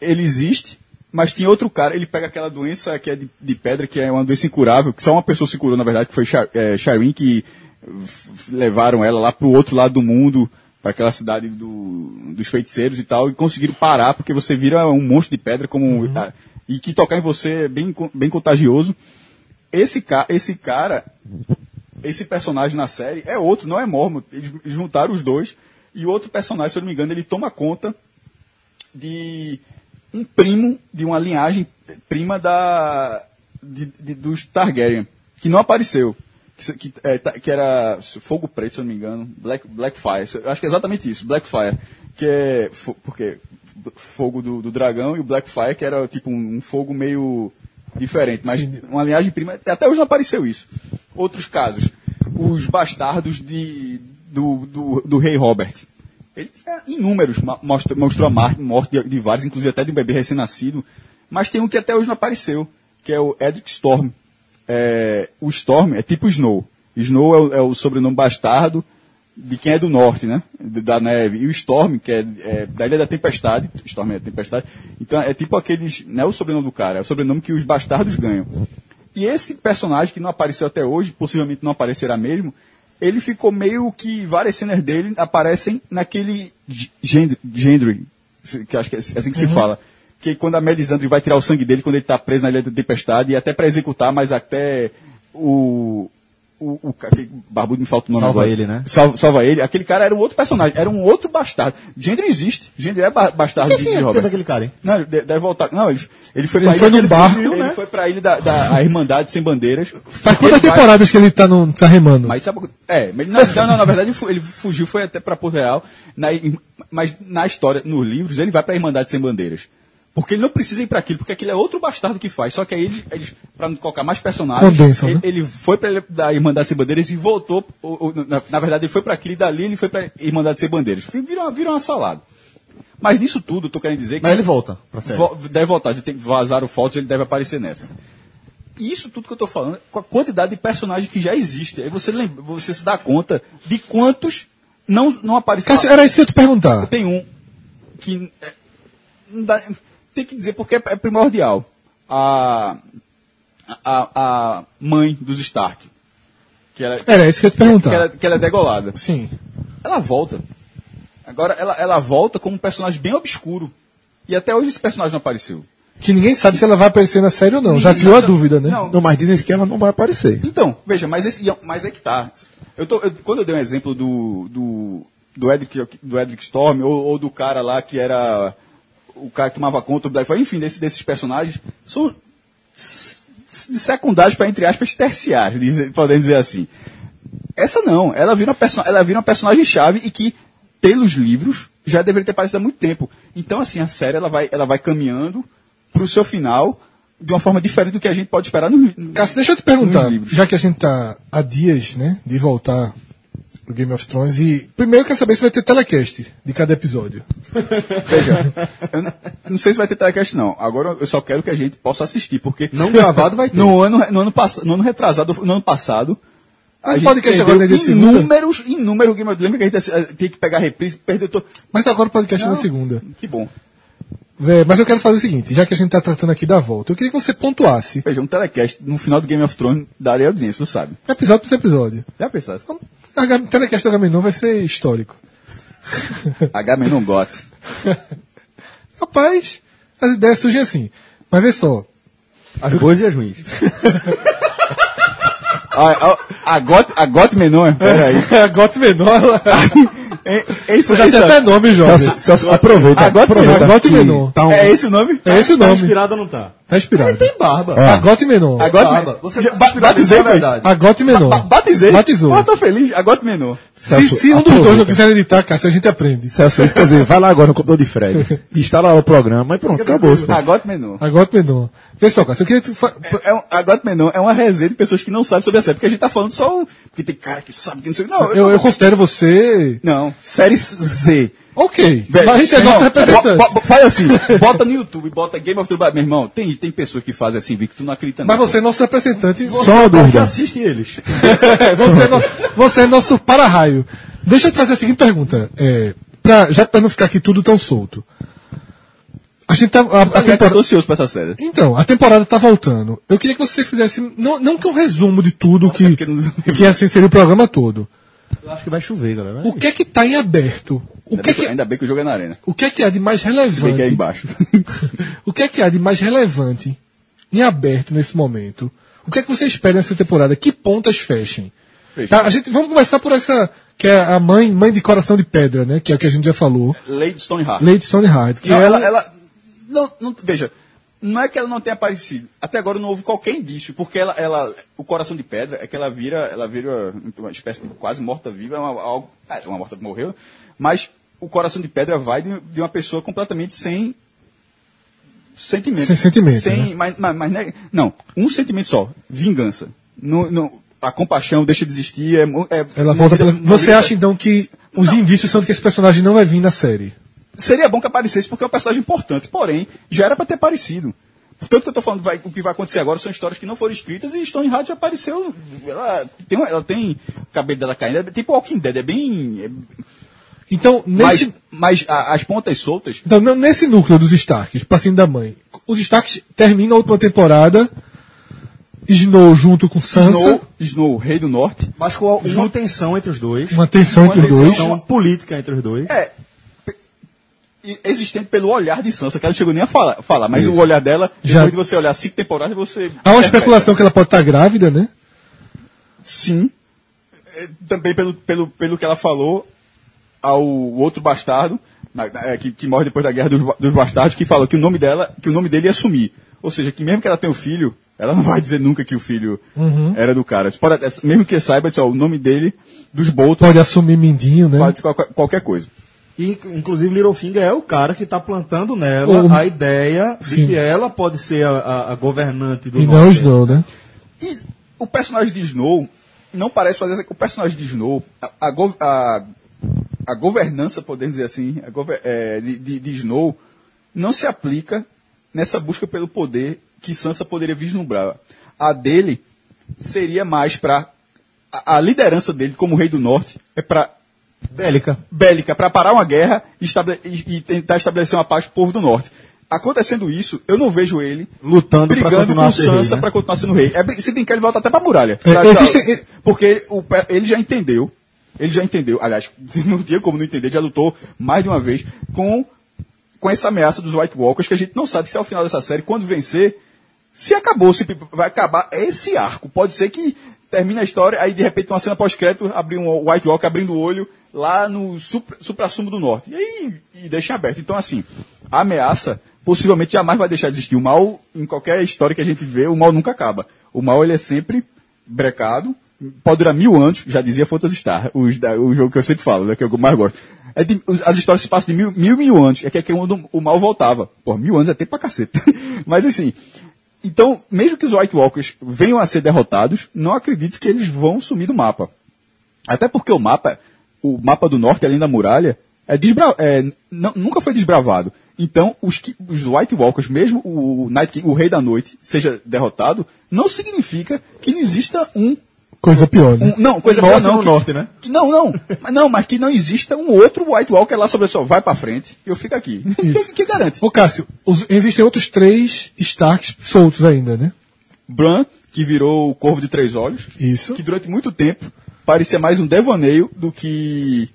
[SPEAKER 3] ele existe, mas tinha outro cara, ele pega aquela doença que é de, de pedra, que é uma doença incurável, que só uma pessoa se curou, na verdade, que foi Sha- eh, Sharin, que f- f- levaram ela lá pro outro lado do mundo, para aquela cidade do- dos feiticeiros e tal, e conseguiram parar, porque você vira um monstro de pedra, como ah, e que tocar em você é bem, co- bem contagioso. Esse, ca esse cara, esse personagem na série é outro, não é Mormon. Eles juntaram os dois. E o outro personagem, se eu não me engano, ele toma conta de um primo, de uma linhagem prima da, de- de- dos Targaryen, que não apareceu. Que, se- que, é, ta- que era Fogo Preto, se eu não me engano. Black, Blackfire. Eu acho que é exatamente isso, Blackfire. Que é. fo- Porque fogo do, do dragão e o Blackfire, que era tipo um, um fogo meio diferente, mas uma linhagem prima. Até hoje não apareceu isso. Outros casos. Os bastardos de, do, do, do rei Robert. Ele tinha inúmeros, ma- mostrou, mostrou a mar- morte de, de vários, inclusive até de um bebê recém-nascido. Mas tem um que até hoje não apareceu, que é o Edric Storm. É, o Storm é tipo Snow. Snow é o, é o sobrenome bastardo de quem é do norte, né? D- Da neve. E o Storm, que é, é da Ilha da Tempestade. Storm é tempestade. Então é tipo aqueles. Não é o sobrenome do cara, é o sobrenome que os bastardos ganham. E esse personagem que não apareceu até hoje, possivelmente não aparecerá mesmo, ele ficou meio que várias cenas dele aparecem naquele G- Gendry, Gendry, que acho que é assim
[SPEAKER 2] Uhum.
[SPEAKER 3] que se fala. Que quando a Melisandre vai tirar o sangue dele, quando ele está preso na Ilha da Tempestade, e até para executar, mas até o. O, o ca- aquele barbudo me falta o nome
[SPEAKER 1] Salva
[SPEAKER 3] agora.
[SPEAKER 1] ele, né?
[SPEAKER 3] Salva, salva ele. Aquele cara era um outro personagem, era um outro bastardo. Gendry existe. Gendry é ba- bastardo de, de Robert.
[SPEAKER 1] daquele cara, hein?
[SPEAKER 3] Não, ele de- deve voltar. Não, ele, ele foi
[SPEAKER 2] Ele
[SPEAKER 3] pra
[SPEAKER 2] foi
[SPEAKER 3] ilha
[SPEAKER 2] num
[SPEAKER 3] que
[SPEAKER 2] barco,
[SPEAKER 3] fugiu,
[SPEAKER 2] né?
[SPEAKER 3] Ele foi pra ilha da, da a Irmandade Sem Bandeiras.
[SPEAKER 2] Faz quantas
[SPEAKER 3] Ele vai-
[SPEAKER 2] temporadas que ele tá, no, tá remando?
[SPEAKER 3] Mas sabe, é, mas ele, não, não, não, na verdade ele, fu- ele fugiu, foi até pra Porto Real. na ir- mas na história, nos livros, ele vai pra Irmandade Sem Bandeiras. Porque ele não precisa ir pra aquilo, porque aquilo é outro bastardo que faz. Só que aí eles, eles pra não colocar mais personagens,
[SPEAKER 2] Condensam,
[SPEAKER 3] ele,
[SPEAKER 2] né?
[SPEAKER 3] ele foi pra ele- da Irmandade Sem Bandeiras e voltou. ou- ou, na, na verdade, ele foi pra aquilo e dali ele foi pra Irmandade Sem Bandeiras. Virou, uma- virou uma salada. Mas nisso tudo, eu tô querendo dizer que.
[SPEAKER 1] Mas ele volta pra série.
[SPEAKER 3] Vo- deve voltar, já tem, vazaram fotos, ele deve aparecer nessa. E Isso tudo que eu tô falando, com a quantidade de personagem que já existe. Aí você, lembra, você se dá conta de quantos não, não apareceram.
[SPEAKER 2] Cássio, era isso que eu ia te perguntar.
[SPEAKER 3] Tem um que é, não dá- tem que dizer porque é, é primordial. A, a, a mãe dos Stark, que ela, que
[SPEAKER 2] Era isso que eu ia te
[SPEAKER 3] ela,
[SPEAKER 2] perguntar.
[SPEAKER 3] que ela é degolada
[SPEAKER 2] Sim.
[SPEAKER 3] ela volta. Agora, ela, ela volta como um personagem bem obscuro. E até hoje esse personagem não apareceu.
[SPEAKER 2] Que ninguém sabe se ela vai aparecer na série ou não. Já criou a dúvida, né?
[SPEAKER 3] Não.
[SPEAKER 4] Não, mas dizem que ela não vai aparecer.
[SPEAKER 3] Então, veja, mas, esse, mas é que tá. Eu tô, eu- quando eu dei um exemplo do, do, do, Edric, do Edric Storm, ou, ou do cara lá que era o cara que tomava conta do Black Fire, enfim, desse- desses personagens, são s- s- de secundários para, entre aspas, terciários, dizer- podemos dizer assim. Essa não, ela vira uma, perso- ela vira uma personagem-chave e que, pelos livros, já deveria ter aparecido há muito tempo. Então, assim, a série ela vai, ela vai caminhando para o seu final de uma forma diferente do que a gente pode esperar no, no
[SPEAKER 2] Cássio, deixa eu te perguntar,
[SPEAKER 3] Nos livros.
[SPEAKER 2] já que a gente tá há dias, né, de voltar pro Game of Thrones, e primeiro eu quero saber se vai ter telecast de cada episódio.
[SPEAKER 3] Veja, eu n- não sei se vai ter telecast, não. Agora eu só quero que a gente possa assistir, porque.
[SPEAKER 1] Não gravado vai ter.
[SPEAKER 3] No ano, no ano, pass- no ano retrasado, no ano passado.
[SPEAKER 2] Ah, podcast agora, né, dia de segunda?
[SPEAKER 3] inúmeros, inúmeros Game of Lembra que a gente assi- eh, tem que pegar reprise, perdeu todo.
[SPEAKER 2] Mas agora o podcast é na
[SPEAKER 3] Não.
[SPEAKER 2] segunda.
[SPEAKER 3] Que bom.
[SPEAKER 2] É, mas eu quero fazer o seguinte, já que a gente tá tratando aqui da volta, eu queria que você pontuasse,
[SPEAKER 3] Veja, um telecast no final do Game of Thrones daria audiência, tu sabe.
[SPEAKER 2] episódio por episódio.
[SPEAKER 3] Já pensasse?
[SPEAKER 2] Então, a H- telecast do Agamenon vai ser histórico.
[SPEAKER 3] H não got.
[SPEAKER 2] Rapaz, as ideias surgem assim. Mas vê só,
[SPEAKER 1] As boas e as ruins.
[SPEAKER 3] A, a, a Ah, got, a got menor? Peraí.
[SPEAKER 2] a Gote Menor,
[SPEAKER 3] É, é isso,
[SPEAKER 2] eu já
[SPEAKER 3] isso,
[SPEAKER 2] tem até nome, jovem.
[SPEAKER 4] aproveita.
[SPEAKER 3] Agora-
[SPEAKER 4] aproveita
[SPEAKER 2] agora
[SPEAKER 4] que
[SPEAKER 2] terminou.
[SPEAKER 4] tá um-
[SPEAKER 3] é esse o nome?
[SPEAKER 2] É esse o
[SPEAKER 1] Tá
[SPEAKER 2] nome,
[SPEAKER 1] inspirada ou não tá?
[SPEAKER 2] tá inspirado.
[SPEAKER 1] barba.
[SPEAKER 2] A Gote Menor.
[SPEAKER 3] A got
[SPEAKER 1] Barba. Você
[SPEAKER 3] Já-
[SPEAKER 1] tá
[SPEAKER 3] ba-
[SPEAKER 1] inspirado,
[SPEAKER 3] batizei,
[SPEAKER 1] isso é
[SPEAKER 3] foi?
[SPEAKER 1] verdade.
[SPEAKER 2] A Gote Menor.
[SPEAKER 3] Ba- Batizei?
[SPEAKER 2] Batizou.
[SPEAKER 3] Ah, tô feliz. A got menor.
[SPEAKER 2] Se, se um dos dois não quiser editar, Cássio, a gente aprende.
[SPEAKER 4] Celso, isso quer dizer, vai lá agora no computador de Fred, instala lá o programa e pronto, acabou. pô.
[SPEAKER 3] A Ah, got menor.
[SPEAKER 2] Agora Mendon. Vê só, Cássio, eu queria. tu fa-
[SPEAKER 3] É, é um, agora também não, é uma resenha de pessoas que não sabem sobre a série, porque a gente tá falando só um. Porque tem cara que sabe que não sei. Não,
[SPEAKER 2] Eu, eu considero você.
[SPEAKER 3] não. Série Z.
[SPEAKER 2] Ok. mas a gente é
[SPEAKER 3] Meu
[SPEAKER 2] nosso
[SPEAKER 3] irmão,
[SPEAKER 2] representante.
[SPEAKER 3] bo- bo- Faz assim, bota no YouTube, bota Game of Thrones. Meu irmão, tem, tem pessoas que fazem assim, Vic, tu não acredita
[SPEAKER 2] Mas
[SPEAKER 3] não.
[SPEAKER 2] você assim. é nosso representante.
[SPEAKER 4] Só uma dúvida.
[SPEAKER 1] Assiste eles.
[SPEAKER 2] você, é no- você é nosso para-raio. Deixa eu trazer a seguinte pergunta. é, pra- já para não ficar aqui tudo tão solto. A gente tá. a- a
[SPEAKER 3] Eu
[SPEAKER 2] temporada-
[SPEAKER 3] tô ansioso pra essa série.
[SPEAKER 2] Então, a temporada tá voltando. Eu queria que você fizesse, não, não que um resumo de tudo
[SPEAKER 3] É
[SPEAKER 2] que, que assim seria o programa todo.
[SPEAKER 1] Eu acho que vai chover, galera.
[SPEAKER 2] O que é que tá em aberto? O
[SPEAKER 3] Ainda,
[SPEAKER 2] que é
[SPEAKER 3] bem, que...
[SPEAKER 2] que,
[SPEAKER 3] ainda bem que o jogo é na arena.
[SPEAKER 2] o que, é que há de mais
[SPEAKER 3] Bem que é aí
[SPEAKER 2] relevante?
[SPEAKER 3] embaixo.
[SPEAKER 2] O que é que há de mais relevante em aberto nesse momento? O que é que você espera nessa temporada? Que pontas fechem? Tá, a gente, vamos começar por essa, que é a mãe, mãe de coração de pedra, né? Que é o que a gente já falou.
[SPEAKER 3] Lady Stoneheart.
[SPEAKER 2] Lady Stoneheart. Que
[SPEAKER 3] Não,
[SPEAKER 2] ela,
[SPEAKER 3] ela, ela- não, não- veja, não é que ela não tenha aparecido. Até agora não houve qualquer indício, porque ela, ela- o coração de pedra é que ela vira, ela vira uma espécie de quase morta viva, uma, algo, ah, uma morta morreu, mas o coração de pedra vai de, de uma pessoa completamente sem sentimento.
[SPEAKER 2] Sem sentimento, né?
[SPEAKER 3] Sem, mas, mas- mas não é- não, um sentimento só, vingança. Não- não- a compaixão deixa de existir. é mo- é-
[SPEAKER 2] ela
[SPEAKER 3] movida-
[SPEAKER 2] volta pela, Você
[SPEAKER 3] movida-
[SPEAKER 2] acha então que os indícios são de que esse personagem não vai vir na série?
[SPEAKER 3] seria bom que aparecesse porque é um personagem importante, porém, já era para ter aparecido. Tanto que eu tô falando, vai- o que vai acontecer agora são histórias que não foram escritas e Stoneheart já apareceu. Ela tem, uma- ela tem o cabelo dela caindo, é tipo Walking Dead, é bem. é-
[SPEAKER 2] Então, nesse,
[SPEAKER 3] mas mas a- as pontas soltas.
[SPEAKER 2] Então, n- nesse núcleo dos Starks, passinho da mãe, os Starks terminam a última temporada, Snow junto com Sansa,
[SPEAKER 3] Snow, Snow, o Rei do Norte.
[SPEAKER 1] Mas com uma tensão entre os dois.
[SPEAKER 2] uma tensão entre
[SPEAKER 3] Uma
[SPEAKER 2] os dois.
[SPEAKER 3] tensão.
[SPEAKER 1] Uma política entre os dois.
[SPEAKER 3] É. pe- e- Existente pelo olhar de Sansa, que ela não chegou nem a falar, falar mas o olhar dela,
[SPEAKER 2] Já-
[SPEAKER 3] depois de você olhar cinco temporadas, você.
[SPEAKER 2] Há uma especulação que ela pode estar grávida, né?
[SPEAKER 3] Sim. É, Também pelo, pelo, pelo que ela falou ao outro bastardo, na- na- é, que, que morre depois da guerra dos, ba- dos bastardos, que falou que o nome dela, que o nome dele ia sumir. Ou seja, que mesmo que ela tenha um filho, ela não vai dizer nunca que o filho era do cara. Pode até- mesmo que saiba, diz, ó, o nome dele, dos Bolton,
[SPEAKER 2] Pode assumir Mindinho, né?
[SPEAKER 3] pode ser qualquer, qualquer coisa.
[SPEAKER 1] E, inclusive, Littlefinger é o cara que está plantando nela
[SPEAKER 2] O-
[SPEAKER 1] a ideia
[SPEAKER 2] Sim.
[SPEAKER 1] de que ela pode ser a, a- a governante do
[SPEAKER 2] E não o
[SPEAKER 1] norte.
[SPEAKER 2] Snow, né?
[SPEAKER 3] E o personagem de Snow não parece fazer essa- o personagem de Snow, a, a, gov- a- a governança, podemos dizer assim, a gover- eh, de, de- de Snow não se aplica nessa busca pelo poder que Sansa poderia vislumbrar. A dele seria mais para a, a liderança dele como rei do norte é para
[SPEAKER 1] Bélica.
[SPEAKER 3] bélica para parar uma guerra e, estable- e- e tentar estabelecer uma paz para o povo do norte. Acontecendo isso, eu não vejo ele
[SPEAKER 1] Lutando pra
[SPEAKER 3] brigando
[SPEAKER 1] continuar
[SPEAKER 3] com
[SPEAKER 1] a ser
[SPEAKER 3] Sansa
[SPEAKER 1] rei, né?
[SPEAKER 3] para continuar sendo rei. É, brin- se brincar, ele volta até para a muralha.
[SPEAKER 2] É,
[SPEAKER 3] Pra-
[SPEAKER 2] existe-
[SPEAKER 3] pra- porque ele, o pe- ele já entendeu, ele já entendeu, aliás, não tinha como não entender, já lutou mais de uma vez com, com essa ameaça dos White Walkers, que a gente não sabe se ao final dessa série, quando vencer, se acabou, se vai acabar esse arco. Pode ser que termine a história, aí de repente uma cena pós-crédito, abrir um White Walker abrindo o olho lá no supra- supra-sumo do norte. E aí e deixa em aberto. Então, assim, a ameaça possivelmente jamais vai deixar de existir. O mal, em qualquer história que a gente vê, o mal nunca acaba. O mal, ele é sempre brecado, pode durar mil anos, já dizia Phantasy Star, os da- o jogo que eu sempre falo, né, que eu mais gosto. É de- os- as histórias se passam de mil, mil, mil anos, é que é que quando o mal voltava. Pô, mil anos é tempo pra caceta. Mas assim, então, mesmo que os White Walkers venham a ser derrotados, não acredito que eles vão sumir do mapa. Até porque o mapa, o mapa do norte, além da muralha, é desbra- é, n- não- nunca foi desbravado. Então, os, que- os White Walkers, mesmo o, o Night King, o Rei da Noite, seja derrotado, não significa que não exista um
[SPEAKER 2] Coisa pior, né?
[SPEAKER 3] um- não, coisa
[SPEAKER 1] norte
[SPEAKER 3] boa não.
[SPEAKER 1] no
[SPEAKER 3] que-
[SPEAKER 1] norte, né?
[SPEAKER 3] que não, não. Mas não, mas que não exista um outro White Walker lá sobre só vai pra frente e eu fico aqui.
[SPEAKER 2] Isso.
[SPEAKER 3] Que, que garante?
[SPEAKER 2] Ô Cássio, os- existem outros três Starks soltos ainda, né?
[SPEAKER 3] Bran, que virou o Corvo de Três Olhos,
[SPEAKER 2] Isso.
[SPEAKER 3] que durante muito tempo parecia mais um devaneio do que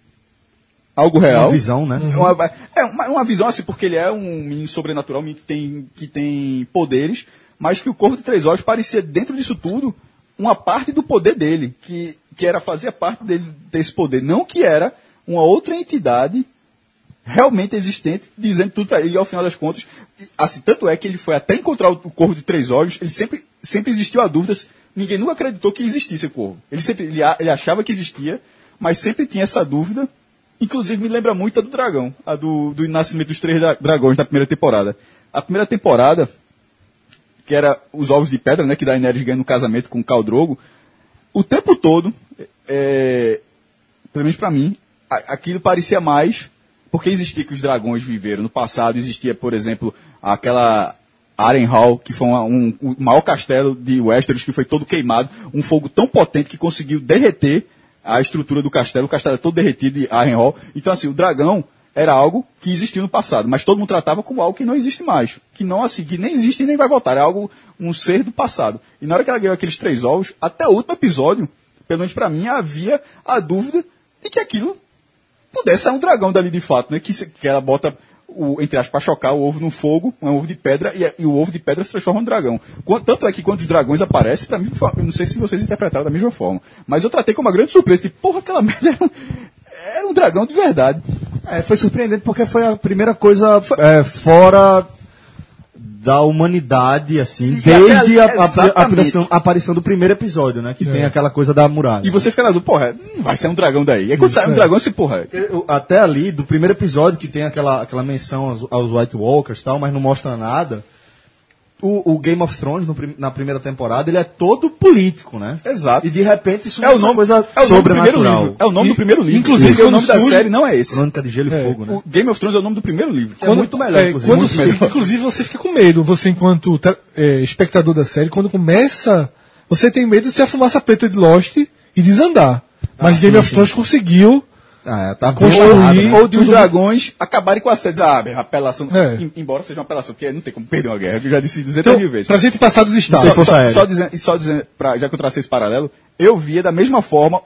[SPEAKER 3] algo real.
[SPEAKER 1] Uma visão, né?
[SPEAKER 3] É Uma, é uma, uma visão assim, porque ele é um menino sobrenatural, um menino que tem, que tem poderes, mas que o Corvo de Três Olhos parecia, dentro disso tudo, uma parte do poder dele, que, que era fazia parte dele, desse poder. Não que era uma outra entidade realmente existente, dizendo tudo para ele, e ao final das contas, e, assim, tanto é que ele foi até encontrar o, o corvo de três olhos, ele sempre, sempre existiu a dúvida, se- ninguém nunca acreditou que existisse o corvo. Ele sempre, ele, a- ele achava que existia, mas sempre tinha essa dúvida, inclusive me lembra muito a do dragão, a do, do nascimento dos três da- dragões da primeira temporada. A primeira temporada, que era os ovos de pedra, né, que Daenerys ganha no casamento com o Khal Drogo, o tempo todo, é, pelo menos pra mim, a- aquilo parecia mais porque existia que os dragões viveram no passado, existia, por exemplo, aquela Arenhall, que foi uma- um, o maior castelo de Westeros que foi todo queimado, um fogo tão potente que conseguiu derreter a estrutura do castelo, o castelo é todo derretido de Arrenhal. Então, assim, o dragão era algo que existiu no passado, mas todo mundo tratava como algo que não existe mais, que não assim, que nem existe e nem vai voltar, é algo, um ser do passado. E na hora que ela ganhou aqueles três ovos, até o último episódio, pelo menos pra mim, havia a dúvida de que aquilo pudesse ser um dragão dali de fato, né? Que, se- que ela bota, o, entre aspas, pra chocar o ovo no fogo, é um ovo de pedra, e, a- e o ovo de pedra se transforma em um dragão. Quan- tanto é que quando os dragões aparecem, pra mim, foi- eu não sei se vocês interpretaram da mesma forma, mas eu tratei como uma grande surpresa, tipo, porra, aquela merda era um, era um dragão de verdade.
[SPEAKER 1] É, foi surpreendente porque foi a primeira coisa é, fora da humanidade, assim,
[SPEAKER 3] E
[SPEAKER 1] desde a,
[SPEAKER 3] até-
[SPEAKER 1] a- a- a
[SPEAKER 3] exatamente.
[SPEAKER 1] aparição, a aparição do primeiro episódio, né? Que
[SPEAKER 2] É.
[SPEAKER 1] tem aquela coisa da muralha.
[SPEAKER 3] E você fica na dúvida, porra, não vai ser um dragão daí. E aí quando sai um dragão, você, porra,
[SPEAKER 1] Eu- eu- até ali, do primeiro episódio, que tem aquela, aquela menção aos, aos White Walkers e tal, mas não mostra nada. O, o Game of Thrones, no prim- na primeira temporada, ele é todo político, né?
[SPEAKER 3] Exato.
[SPEAKER 1] E de repente isso
[SPEAKER 3] é o
[SPEAKER 1] essa
[SPEAKER 3] nome,
[SPEAKER 1] coisa
[SPEAKER 3] é o nome do primeiro
[SPEAKER 1] sobrenatural.
[SPEAKER 3] livro. É o nome do primeiro livro.
[SPEAKER 2] inclusive,
[SPEAKER 3] Porque o
[SPEAKER 2] quando
[SPEAKER 3] nome da
[SPEAKER 2] surge-
[SPEAKER 3] série não é esse.
[SPEAKER 1] Crônica de Gelo e Fogo, né?
[SPEAKER 3] O Game of Thrones é o nome do primeiro livro.
[SPEAKER 1] É muito melhor, inclusive,
[SPEAKER 2] quando
[SPEAKER 1] muito
[SPEAKER 2] se-
[SPEAKER 1] melhor.
[SPEAKER 2] Inclusive, você fica com medo. Você, enquanto te- é, espectador da série, quando começa, você tem medo de ser a fumaça preta de Lost e desandar. Mas Game of Thrones conseguiu.
[SPEAKER 1] Ah, é, tá bem
[SPEAKER 2] Construir-
[SPEAKER 1] amarrado, né?
[SPEAKER 3] Ou de os dragões acabarem com a série. Dizer, Ah, bem, apelação.
[SPEAKER 2] É.
[SPEAKER 3] Em- Embora seja uma apelação, porque não tem como perder uma guerra, que eu já disse 200
[SPEAKER 2] Então,
[SPEAKER 3] mil vezes.
[SPEAKER 2] pra gente passar dos
[SPEAKER 3] Só-
[SPEAKER 2] estados.
[SPEAKER 3] só, só dizendo, e só dizendo pra- já que eu tracei esse paralelo, eu via da mesma forma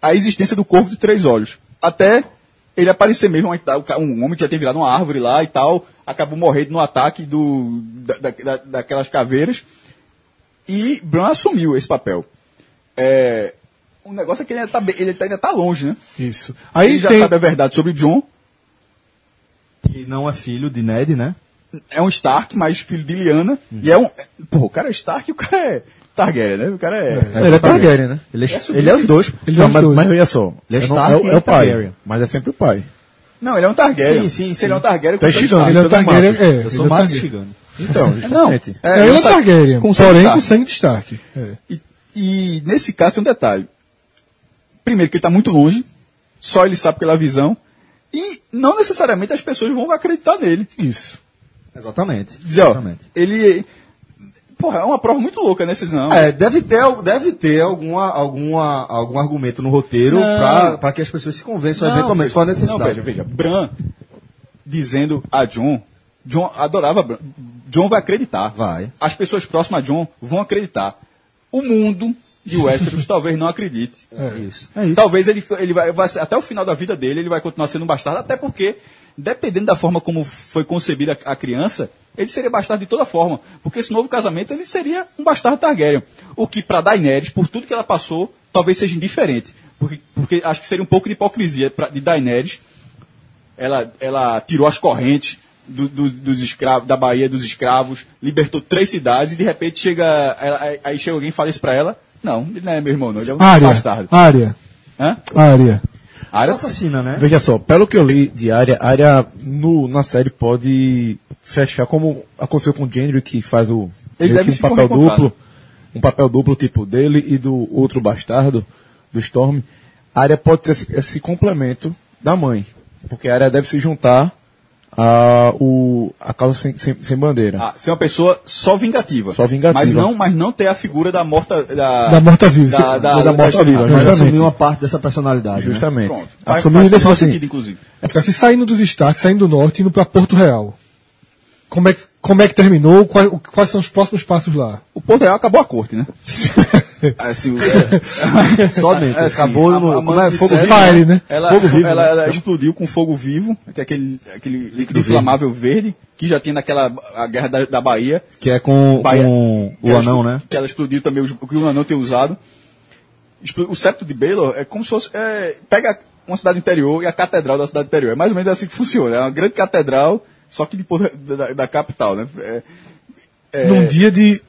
[SPEAKER 3] a existência do corvo de três olhos. Até ele aparecer mesmo, uma entidade, um ca- um homem que já tem virado uma árvore lá e tal, acabou morrendo no ataque do, da- da- da- daquelas caveiras. E Bran assumiu esse papel. É, o negócio é que ele ainda tá, bem- ele tá- ainda tá longe, né?
[SPEAKER 2] Isso. Aí
[SPEAKER 3] ele já
[SPEAKER 2] tem,
[SPEAKER 3] sabe a verdade sobre John.
[SPEAKER 1] Que não é filho de Ned, né?
[SPEAKER 3] É um Stark, mas filho de Lyanna. E é um. é- Pô, o cara é Stark e o cara é Targaryen, né? O cara
[SPEAKER 2] um
[SPEAKER 3] é. um
[SPEAKER 4] ele é Targaryen, né? Ele é,
[SPEAKER 1] Ah, Ele é os dois.
[SPEAKER 2] Ele é
[SPEAKER 4] não,
[SPEAKER 2] os
[SPEAKER 4] mas,
[SPEAKER 2] dois.
[SPEAKER 4] mas olha só.
[SPEAKER 1] Ele é
[SPEAKER 4] não-
[SPEAKER 1] Stark
[SPEAKER 4] o-
[SPEAKER 1] e
[SPEAKER 4] é o pai.
[SPEAKER 1] Targaryen.
[SPEAKER 4] Mas é sempre o pai.
[SPEAKER 3] Não, ele é um Targaryen.
[SPEAKER 1] Sim, sim,
[SPEAKER 3] Se
[SPEAKER 1] sim.
[SPEAKER 3] ele é um Targaryen,
[SPEAKER 4] Tá
[SPEAKER 3] ele é um
[SPEAKER 4] chegando,
[SPEAKER 3] Stark.
[SPEAKER 2] ele é o Targaryen. É,
[SPEAKER 1] Eu
[SPEAKER 2] ele
[SPEAKER 1] sou
[SPEAKER 2] é o
[SPEAKER 1] mais
[SPEAKER 2] Targaryen.
[SPEAKER 1] chegando.
[SPEAKER 4] Então, justamente.
[SPEAKER 3] É,
[SPEAKER 2] É,
[SPEAKER 3] ele é
[SPEAKER 2] ele
[SPEAKER 3] um
[SPEAKER 2] é
[SPEAKER 3] Stark-
[SPEAKER 2] Targaryen,
[SPEAKER 3] com sangue
[SPEAKER 2] porém
[SPEAKER 3] Stark.
[SPEAKER 2] com sangue de Stark. É.
[SPEAKER 3] E, e nesse caso tem um detalhe. Primeiro, que ele está muito longe, só ele sabe pela visão, e não necessariamente as pessoas vão acreditar nele.
[SPEAKER 2] Isso.
[SPEAKER 1] Exatamente.
[SPEAKER 3] Dizer, ó,
[SPEAKER 1] Exatamente.
[SPEAKER 3] ele. Porra, é uma prova muito louca, né? Vocês não.
[SPEAKER 1] É, deve ter, al- deve ter alguma, alguma, algum argumento no roteiro
[SPEAKER 3] Não.
[SPEAKER 1] pra, pra que as pessoas se convençam
[SPEAKER 3] Não,
[SPEAKER 1] eventualmente,
[SPEAKER 3] veja,
[SPEAKER 1] só a
[SPEAKER 3] Não,
[SPEAKER 1] necessidade.
[SPEAKER 3] veja, veja. Bran dizendo a John. John adorava Bran. John vai acreditar.
[SPEAKER 1] Vai.
[SPEAKER 3] As pessoas próximas a John vão acreditar. O mundo de Westeros talvez não acredite.
[SPEAKER 2] É.
[SPEAKER 1] Isso.
[SPEAKER 3] Talvez ele, ele vai, vai ser- até o final da vida dele, ele vai continuar sendo um bastardo, até porque, dependendo da forma como foi concebida a, a criança, ele seria bastardo de toda forma. Porque esse novo casamento, ele seria um bastardo Targaryen. O que, para Daenerys, por tudo que ela passou, talvez seja indiferente. Porque, porque acho que seria um pouco de hipocrisia pra- de Daenerys. Ela, ela tirou as correntes do- do- dos escravos, da Bahia dos escravos, libertou três cidades e de repente chega. ela- aí- aí chega alguém e fala isso pra ela. Não, ele não é meu irmão, não, ele é um
[SPEAKER 2] Área.
[SPEAKER 3] bastardo.
[SPEAKER 2] Área.
[SPEAKER 3] Hã?
[SPEAKER 2] Área.
[SPEAKER 3] Área
[SPEAKER 1] Assassina, né?
[SPEAKER 4] Veja só, pelo que eu li de área, área no, na série pode fechar como aconteceu com o Gendry, que faz o
[SPEAKER 3] Ele
[SPEAKER 4] meio
[SPEAKER 3] deve
[SPEAKER 4] que
[SPEAKER 3] se
[SPEAKER 4] um papel
[SPEAKER 3] correencontrar,
[SPEAKER 4] duplo, um papel duplo tipo dele e do outro bastardo do Storm. A área pode ter esse, esse complemento da mãe, porque a área deve se juntar a o a causa sem, sem, sem bandeira.
[SPEAKER 3] Ah, ser uma pessoa só vingativa.
[SPEAKER 4] Só vingativa.
[SPEAKER 3] Mas não, mas não ter a figura da morta. Da,
[SPEAKER 2] Da morta-viva.
[SPEAKER 3] Da, da,
[SPEAKER 4] Da
[SPEAKER 3] da-
[SPEAKER 4] morta-viva,
[SPEAKER 1] Mas
[SPEAKER 4] Justamente.
[SPEAKER 1] assumiu uma parte dessa personalidade. né?
[SPEAKER 4] Justamente.
[SPEAKER 3] Pronto. Faz-
[SPEAKER 4] Assumir
[SPEAKER 3] faz
[SPEAKER 4] desse
[SPEAKER 3] todo
[SPEAKER 4] assim,
[SPEAKER 3] sentido, inclusive.
[SPEAKER 2] É pra se saindo dos Stark, saindo do norte, indo pra Porto Real. Como é que, como é que terminou? Quais, o- quais são os próximos passos lá?
[SPEAKER 3] O Porto Real acabou a corte, né? assim, o- é-
[SPEAKER 1] Somente, acabou no-
[SPEAKER 3] Amanda
[SPEAKER 1] como é? Fogo
[SPEAKER 3] Sérgio,
[SPEAKER 2] vivo, Fire, né?
[SPEAKER 3] Ela,
[SPEAKER 1] Fogo vivo,
[SPEAKER 3] ela,
[SPEAKER 1] né?
[SPEAKER 3] ela explodiu com fogo vivo, que é aquele, aquele líquido inflamável verde, que já tem naquela a guerra da, da Bahia.
[SPEAKER 1] Que é com,
[SPEAKER 3] Bahia-
[SPEAKER 1] com
[SPEAKER 3] que
[SPEAKER 1] o
[SPEAKER 3] ela
[SPEAKER 1] anão,
[SPEAKER 3] expl-
[SPEAKER 1] né?
[SPEAKER 3] Que ela explodiu também, o que o anão tem usado. Expl- O septo de Baylor é como se fosse. é, pega uma cidade do interior e a catedral da cidade do interior. É mais ou menos assim que funciona. É uma grande catedral, só que de, porra- da, da capital, né? É, é,
[SPEAKER 2] Num dia de.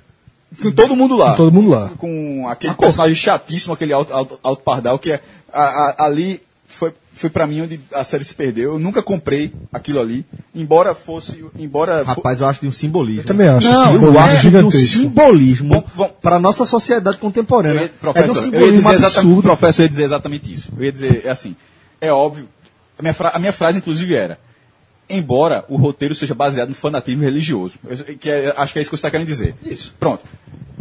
[SPEAKER 3] com todo mundo lá.
[SPEAKER 2] Com todo mundo lá.
[SPEAKER 3] Com aquele personagem chatíssimo, aquele alto, alto, alto pardal, que é, a- a- ali foi, foi para mim onde a série se perdeu. Eu nunca comprei aquilo ali, embora fosse. Embora fo-
[SPEAKER 1] Rapaz, eu acho de um simbolismo.
[SPEAKER 2] também acho,
[SPEAKER 1] Não,
[SPEAKER 2] um simbolismo
[SPEAKER 1] eu acho de um
[SPEAKER 2] gigantesco.
[SPEAKER 1] simbolismo
[SPEAKER 3] Bom, bom.
[SPEAKER 1] para nossa sociedade contemporânea.
[SPEAKER 3] Eu ia-
[SPEAKER 1] é de um
[SPEAKER 3] professor, eu ia
[SPEAKER 1] simbolismo
[SPEAKER 3] dizer
[SPEAKER 1] absurdo.
[SPEAKER 3] exatamente, professor, eu ia dizer exatamente isso. Eu ia dizer, é assim, é óbvio. A minha, fra- a minha frase, inclusive, era: embora o roteiro seja baseado no fanatismo tá religioso, eu- que é- acho que é isso que você está querendo dizer. Isso. Pronto.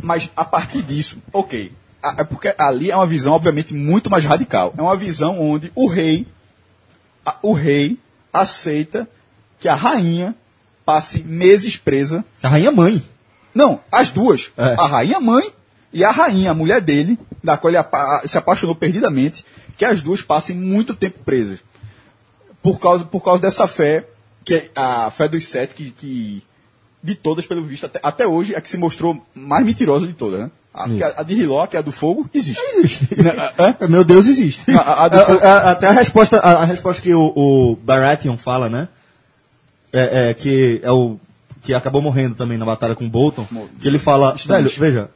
[SPEAKER 3] Mas a partir disso, ok. a- é porque ali é uma visão, obviamente, muito mais radical. É uma visão onde o rei, a- o rei aceita que a rainha passe meses presa.
[SPEAKER 1] A rainha mãe.
[SPEAKER 3] Não, as duas.
[SPEAKER 1] É.
[SPEAKER 3] A rainha mãe e a rainha, a mulher dele, da qual ele apa- se apaixonou perdidamente, que as duas passem muito tempo presas. Por causa, por causa dessa fé, que é a fé dos sete, que, que de todas, pelo visto, até, até hoje, é que se mostrou mais mentirosa de todas, né? A, porque a- a de Riló, que é a do fogo, existe.
[SPEAKER 1] Né? É, Meu Deus, existe.
[SPEAKER 3] A- a- a do
[SPEAKER 1] A-
[SPEAKER 3] fogo-
[SPEAKER 1] a- até a resposta, a, a resposta que o, o Baratheon fala, né? É, é, que é o que acabou morrendo também na batalha com o Bolton, que ele fala, velho, veja,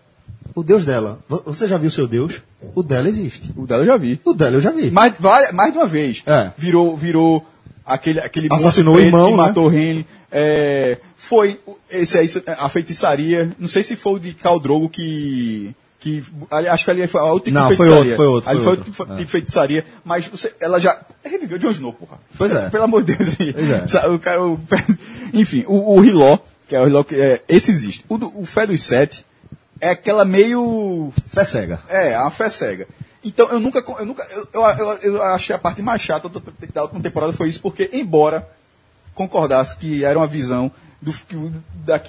[SPEAKER 1] o Deus dela, vo- você já viu seu Deus? O dela existe.
[SPEAKER 3] O dela eu já vi.
[SPEAKER 1] O dela eu já vi.
[SPEAKER 3] Mais, várias- mais de uma vez.
[SPEAKER 1] É.
[SPEAKER 3] Virou, virou aquele, aquele
[SPEAKER 1] Assassinou
[SPEAKER 3] monstro
[SPEAKER 1] o irmão,
[SPEAKER 3] que
[SPEAKER 1] né?
[SPEAKER 3] matou o Henry. É, foi o- esse aí, a feitiçaria. Não sei se foi o de Caldrogo que. que ali- acho que ali foi a última
[SPEAKER 1] Não, foi
[SPEAKER 3] feitiçaria.
[SPEAKER 1] outro, foi outro,
[SPEAKER 3] Ali
[SPEAKER 1] foi
[SPEAKER 3] foi
[SPEAKER 1] outro. É.
[SPEAKER 3] outro tipo de feitiçaria. Mas você- ela já. Reviveu Jon Snow, porra.
[SPEAKER 1] Pois é.
[SPEAKER 3] Pelo amor de Deus. aí.
[SPEAKER 1] Pois é.
[SPEAKER 3] Sabe, O cara, o- enfim, o, o Hiló, que é o Hiló que. É, esse existe. O, do- o Fé dos Sete é aquela meio.
[SPEAKER 1] Fé cega.
[SPEAKER 3] É, a fé cega. Então eu nunca. Eu, nunca eu, eu, eu- eu achei a parte mais chata do- da última temporada foi isso, porque, embora concordasse que era uma visão do que o- da,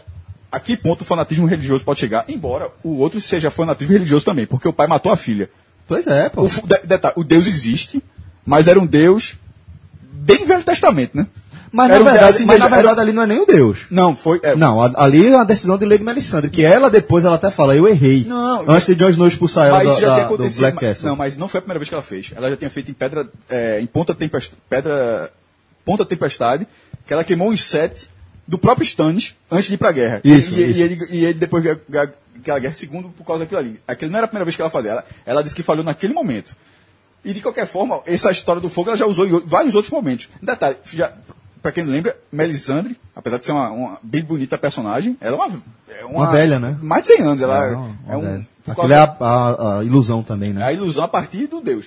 [SPEAKER 3] a que ponto o fanatismo religioso pode chegar, embora o outro seja fanatismo religioso também, porque o pai matou a filha.
[SPEAKER 1] Pois é, pô.
[SPEAKER 3] O, fu- de- detalhe, o Deus existe, mas era um Deus bem Velho Testamento, né?
[SPEAKER 1] Mas
[SPEAKER 3] Era
[SPEAKER 1] na
[SPEAKER 3] um-
[SPEAKER 1] verdade,
[SPEAKER 3] assim,
[SPEAKER 1] mas na
[SPEAKER 3] era-
[SPEAKER 1] verdade ali não é nem o Deus.
[SPEAKER 3] Não, foi. é,
[SPEAKER 1] Não, a- ali é uma decisão de Lady Melisandre, que ela depois ela até fala, eu errei.
[SPEAKER 3] Não,
[SPEAKER 1] antes de Jon Snow expulsar ela
[SPEAKER 3] Mas isso
[SPEAKER 1] do,
[SPEAKER 3] já
[SPEAKER 1] da-
[SPEAKER 3] tinha
[SPEAKER 1] do
[SPEAKER 3] acontecido.
[SPEAKER 1] Black
[SPEAKER 3] mas-
[SPEAKER 1] Castle.
[SPEAKER 3] Não, mas não foi a primeira vez que ela fez. Ela já tinha feito em pedra, é, em ponta tempestade, pedra, ponta tempestade, que ela queimou os sete do próprio Stannis antes de ir pra guerra.
[SPEAKER 1] Isso,
[SPEAKER 3] e, e-
[SPEAKER 1] isso.
[SPEAKER 3] e ele, e ele depois ganhou ga- aquela guerra segundo por causa daquilo ali. Aquilo não era a primeira vez que ela fazia. Ela, ela disse que falhou naquele momento. E de qualquer forma, essa história do fogo ela já usou em o- vários outros momentos. Detalhe, já, pra quem não lembra, Melisandre, apesar de ser uma, uma bem bonita personagem, ela é uma. é
[SPEAKER 1] Uma velha, né?
[SPEAKER 3] Mais de 100 anos. Ela
[SPEAKER 1] É, não,
[SPEAKER 3] é um.
[SPEAKER 1] velho.
[SPEAKER 3] por
[SPEAKER 1] Aquilo
[SPEAKER 3] causa-
[SPEAKER 1] é a, a- a ilusão também, né?
[SPEAKER 3] a ilusão a partir do Deus,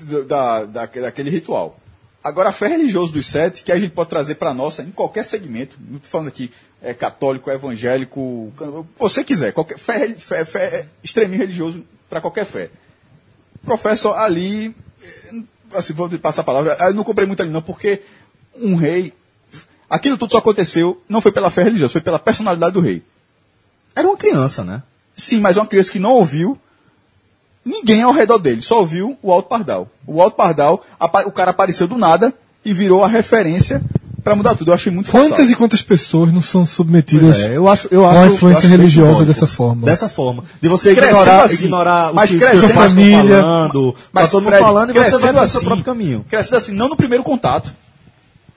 [SPEAKER 3] do- da, da, daquele ritual. Agora, a fé religiosa dos sete, que a gente pode trazer para nossa em qualquer segmento, não estou falando aqui é, católico, evangélico, can- você quiser, qualquer fé, fé, fé extremismo religioso para qualquer fé. Professor, ali, eh, assim, vou lhe passar a palavra, eu não comprei muito ali não, porque um rei, aquilo tudo só aconteceu, não foi pela fé religiosa, foi pela personalidade do rei.
[SPEAKER 1] Era uma criança, né?
[SPEAKER 3] Sim, mas é uma criança que não ouviu ninguém ao redor dele, só ouviu o Alto Pardal. O Alto Pardal, apa- o cara apareceu do nada e virou a referência pra mudar tudo. Eu achei muito
[SPEAKER 2] Quantas
[SPEAKER 3] forçado.
[SPEAKER 2] e quantas pessoas não são submetidas
[SPEAKER 1] Pois é, eu acho, eu
[SPEAKER 2] a
[SPEAKER 1] acho,
[SPEAKER 2] uma
[SPEAKER 1] eu
[SPEAKER 2] influência
[SPEAKER 1] acho bem
[SPEAKER 2] religiosa
[SPEAKER 1] simbólico.
[SPEAKER 2] dessa forma.
[SPEAKER 1] Dessa forma. De você
[SPEAKER 3] Crescendo
[SPEAKER 1] ignorar,
[SPEAKER 3] assim,
[SPEAKER 1] ignorar
[SPEAKER 3] mas
[SPEAKER 1] o que
[SPEAKER 3] crescendo assim.
[SPEAKER 1] seus pais estão
[SPEAKER 2] família,
[SPEAKER 1] falando,
[SPEAKER 3] Mas,
[SPEAKER 1] tá todo mundo
[SPEAKER 3] Fred,
[SPEAKER 1] falando e você vai
[SPEAKER 3] crescendo
[SPEAKER 1] pro
[SPEAKER 3] assim,
[SPEAKER 1] seu próprio caminho.
[SPEAKER 3] Crescendo assim, não no primeiro contato.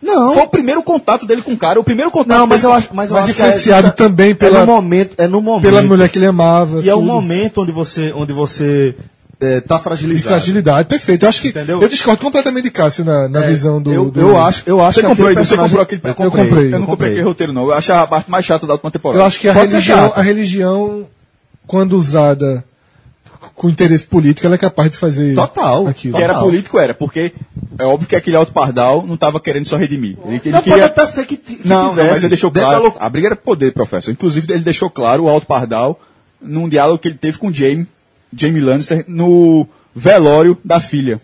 [SPEAKER 1] Não,
[SPEAKER 3] Foi o primeiro contato dele com o cara, o primeiro contato.
[SPEAKER 1] não, mas
[SPEAKER 3] dele
[SPEAKER 1] eu
[SPEAKER 3] com-
[SPEAKER 1] acho, mas eu
[SPEAKER 2] Mas
[SPEAKER 1] acho que é
[SPEAKER 2] influenciado
[SPEAKER 1] justa-
[SPEAKER 2] também pela-
[SPEAKER 1] é no momento, é no momento.
[SPEAKER 2] Pela mulher que ele amava.
[SPEAKER 1] E é o
[SPEAKER 2] tudo.
[SPEAKER 1] momento onde você, onde você é, tá
[SPEAKER 2] De
[SPEAKER 1] fragilizado.
[SPEAKER 2] fragilidade, perfeito. Eu acho que.
[SPEAKER 1] Entendeu?
[SPEAKER 2] Eu discordo completamente de Cássio na, na
[SPEAKER 1] É,
[SPEAKER 2] visão do.
[SPEAKER 1] eu,
[SPEAKER 2] do-
[SPEAKER 1] eu acho, eu acho
[SPEAKER 3] Você
[SPEAKER 1] que aquele
[SPEAKER 3] comprou, Edu? Você
[SPEAKER 1] personagem-
[SPEAKER 3] comprou aquele-
[SPEAKER 1] Eu
[SPEAKER 2] Eu
[SPEAKER 1] comprei,
[SPEAKER 2] comprei,
[SPEAKER 3] Eu não comprei aquele roteiro, não. Eu achava a parte mais chata da última temporada.
[SPEAKER 2] Eu acho que é a
[SPEAKER 1] Pode ser
[SPEAKER 2] religião,
[SPEAKER 1] chato.
[SPEAKER 2] a religião, quando usada com interesse político, ela é capaz de fazer.
[SPEAKER 1] Total.
[SPEAKER 2] Aquilo.
[SPEAKER 3] que era
[SPEAKER 1] Total.
[SPEAKER 3] político, era, porque é óbvio que aquele Alto Pardal não tava querendo só redimir. Ele, ele
[SPEAKER 1] Não, pode
[SPEAKER 3] queria,
[SPEAKER 1] até ser Tá que, ti- que
[SPEAKER 3] Não, não,
[SPEAKER 1] tivesse
[SPEAKER 3] mas ele deixou
[SPEAKER 1] dentro da
[SPEAKER 3] claro.
[SPEAKER 1] loucura.
[SPEAKER 3] A briga era poder, professor. Inclusive, ele deixou claro o Alto Pardal num diálogo que ele teve com Jamie, Jamie Lannister, no velório da filha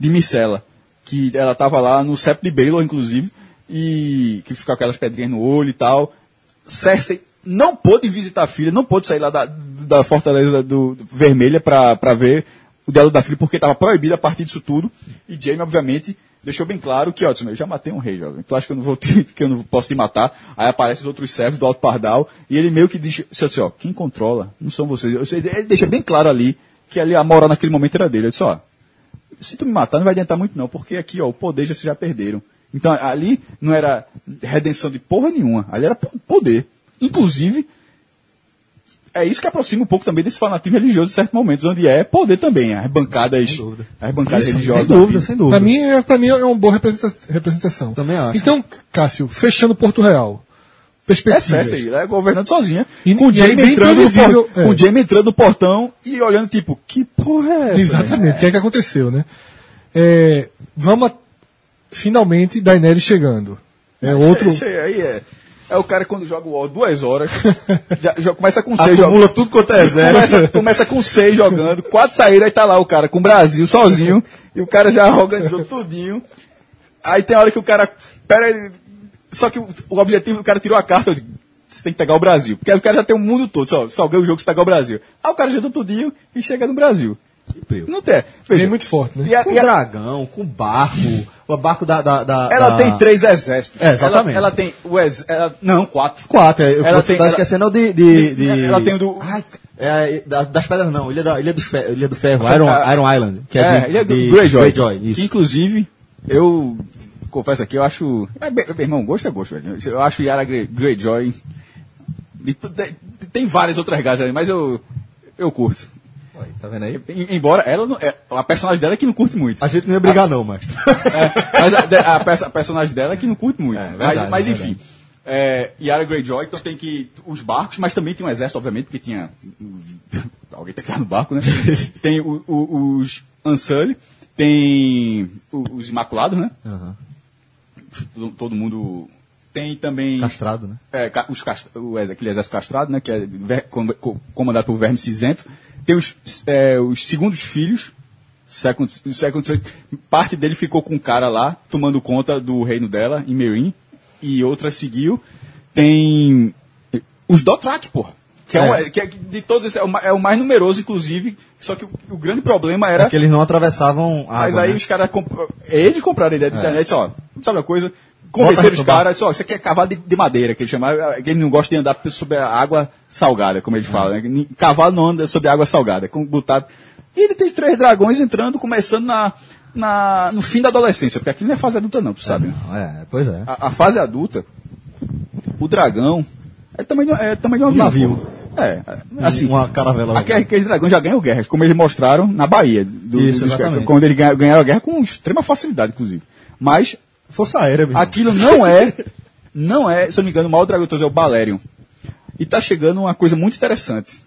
[SPEAKER 3] de Micela. Que ela estava lá no septo de Baylor, inclusive, e que ficava com aquelas pedrinhas no olho e tal. Cersei não pôde visitar a filha, não pôde sair lá da, da fortaleza do, do- vermelha para ver o diálogo da filha, porque estava proibido a partir disso tudo. E Jaime, obviamente, deixou bem claro que, ó, disse, eu já matei um rei, jovem. Tu acha que eu não vou te- que eu não posso te matar? Aí aparecem os outros servos do Alto Pardal, e ele meio que diz, disse assim, ó, quem controla não são vocês. Eu sei, ele deixa bem claro ali que ali a moral naquele momento era dele. Eu disse, ó, se tu me matar, não vai adiantar muito, não, porque aqui, ó, o poder já, vocês já perderam. Então, ali não era redenção de porra nenhuma, ali era po- poder. Inclusive, é isso que aproxima um pouco também desse fanatismo religioso em certos momentos, onde é poder também, as bancadas, as bancadas religiosas.
[SPEAKER 1] Sem
[SPEAKER 3] da
[SPEAKER 1] dúvida,
[SPEAKER 3] vida.
[SPEAKER 1] sem
[SPEAKER 2] Pra
[SPEAKER 1] dúvida.
[SPEAKER 2] mim, é, pra mim é uma boa representa- representação.
[SPEAKER 1] Também acho.
[SPEAKER 2] Então, Cássio, fechando Porto Real.
[SPEAKER 3] É
[SPEAKER 2] Perspectiva.
[SPEAKER 3] Cersei, ela é governando sozinha.
[SPEAKER 2] E-
[SPEAKER 3] com o
[SPEAKER 2] e é
[SPEAKER 3] Jamie
[SPEAKER 2] bem
[SPEAKER 3] entrando, no
[SPEAKER 2] previsível,
[SPEAKER 3] por-
[SPEAKER 2] é.
[SPEAKER 3] com o Jaime entrando no portão e olhando, tipo, que porra é essa?
[SPEAKER 2] Exatamente, o que é que aconteceu, né? É, vamos a- finalmente Daenerys chegando. É outro.
[SPEAKER 3] Isso aí é. É o cara que quando joga o UOL duas horas, já, já começa com seis jogos.
[SPEAKER 1] Acumula tudo quanto é zero.
[SPEAKER 3] Começa, começa com seis jogando, quatro saídas, aí tá lá o cara com o Brasil sozinho, e o cara já organizou tudinho. Aí tem a hora que o cara. Pera aí, Só que o, o objetivo, o cara tirou a carta, eu digo, você tem que pegar o Brasil. Porque aí o cara já tem o mundo todo, só, só ganha o jogo se pegar o Brasil. Aí o cara junta tudinho e chega no Brasil. Não tem.
[SPEAKER 2] Bem
[SPEAKER 3] Veja,
[SPEAKER 2] muito forte, né?
[SPEAKER 3] e a-
[SPEAKER 1] Com
[SPEAKER 3] e a-
[SPEAKER 1] dragão, com barco, o barco da... da, da-
[SPEAKER 3] ela
[SPEAKER 1] da-
[SPEAKER 3] tem três exércitos.
[SPEAKER 1] Ah. É, exatamente.
[SPEAKER 3] Ela, ela tem o ex, ela, Não, quatro.
[SPEAKER 1] Quatro, é, eu
[SPEAKER 3] Ela
[SPEAKER 1] posso
[SPEAKER 3] tem-
[SPEAKER 1] tá
[SPEAKER 3] ela-
[SPEAKER 1] esquecendo de,
[SPEAKER 3] de-
[SPEAKER 1] de, de-
[SPEAKER 3] ela tem o do-
[SPEAKER 1] Ai, é, da- das pedras não, Ilha, da, Ilha, dos Fe- Ilha do Ferro, Iron,
[SPEAKER 3] Ah,
[SPEAKER 1] Iron Island. Que é, de,
[SPEAKER 3] ele é do
[SPEAKER 1] de
[SPEAKER 3] Greyjoy.
[SPEAKER 1] isso.
[SPEAKER 3] Inclusive, eu confesso aqui, eu acho. É, bem- meu irmão, gosto é gosto, velho. Eu acho Yara Grey- Greyjoy. e tu- te- Tem várias outras gajas ali, mas eu. Eu curto.
[SPEAKER 1] Tá vendo aí?
[SPEAKER 3] Em- Embora ela não. É, a personagem dela é que não curte muito.
[SPEAKER 1] A gente não ia brigar não, mas...
[SPEAKER 3] É, mas a, de- a peça- a personagem dela é que não curte muito.
[SPEAKER 1] verdade,
[SPEAKER 3] mas, mas
[SPEAKER 1] é
[SPEAKER 3] enfim. É, Yara Greyjoy, então tem que. Os barcos, mas também tem um exército, obviamente, porque tinha. Alguém tem que estar no barco, né? Tem o- o- os Unsully, tem o- os Imaculados, né?
[SPEAKER 1] Aham.
[SPEAKER 3] Todo, todo mundo. Tem também.
[SPEAKER 1] Castrado, né?
[SPEAKER 3] É, ca- os cast- o, ex- aquele exército castrado, né, que é ver- com- co- comandado por Verme Cinzento. Tem os, é, os segundos filhos, Second, Second, Son. parte dele ficou com um cara lá, tomando conta do reino dela, em Meereen, e outra seguiu. Tem os Dothraki, porra. Que é, um- que é- que de todos esses, é o, ma- é o mais numeroso, inclusive, só que o, o grande problema era...
[SPEAKER 1] É que eles não atravessavam né? a
[SPEAKER 3] Mas aí os caras. comp- Eles compraram a ideia
[SPEAKER 1] É.
[SPEAKER 3] da internet, ó. Sabe uma coisa?
[SPEAKER 1] Bota
[SPEAKER 3] Convenceram
[SPEAKER 1] no
[SPEAKER 3] os
[SPEAKER 1] barco.
[SPEAKER 3] caras, disse, ó, isso aqui é cavalo de, de madeira, que eles chamaram, que eles não gostam de andar sobre a água salgada, como
[SPEAKER 1] É.
[SPEAKER 3] eles falam. né? Que ni- Cavalo não anda sobre água salgada. Com, botar... E ele tem três dragões entrando, começando na, na, no fim da adolescência, porque aqui não é fase adulta não, tu sabe. né?
[SPEAKER 1] É, pois é.
[SPEAKER 3] A, a fase adulta, o dragão é tamanho, é tamanho de um
[SPEAKER 1] Um
[SPEAKER 3] avião.
[SPEAKER 1] navio.
[SPEAKER 3] pô. É, assim,
[SPEAKER 1] uma caravela.
[SPEAKER 3] Aquele, aquele dragão já ganhou guerra, como eles mostraram na Bahia. Do,
[SPEAKER 1] né? Isso,
[SPEAKER 3] dos-
[SPEAKER 1] exatamente.
[SPEAKER 3] quando eles ganha- ganharam a guerra com extrema facilidade, inclusive. Mas
[SPEAKER 1] Força aérea, mesmo.
[SPEAKER 3] aquilo não é, não é, se eu não me engano, o maior dragão de todos é o Balerion. E tá chegando uma coisa muito interessante.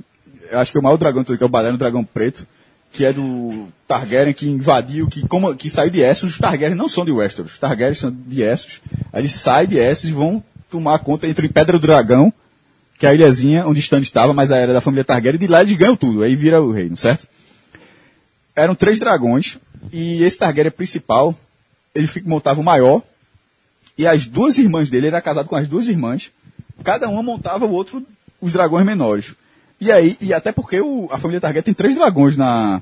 [SPEAKER 3] Eu acho que o maior dragão de todos, que é o Balerion, o dragão preto, que é do Targaryen, que invadiu, que, como, que saiu de Essos. Os Targaryen não são de Westeros. Os Targaryen são de Essos. Aí eles saem de Essos e vão tomar conta entre Pedra do Dragão, que é a ilhazinha onde Stan estava, mas era da família Targaryen, e de lá eles ganham tudo. Aí vira o reino, certo? Eram três dragões, e esse Targaryen principal, ele fica- montava o maior, e as duas irmãs dele, ele era casado com as duas irmãs, cada uma montava o outro, os dragões menores. E aí, e até porque o- a família Targaryen tem três dragões na,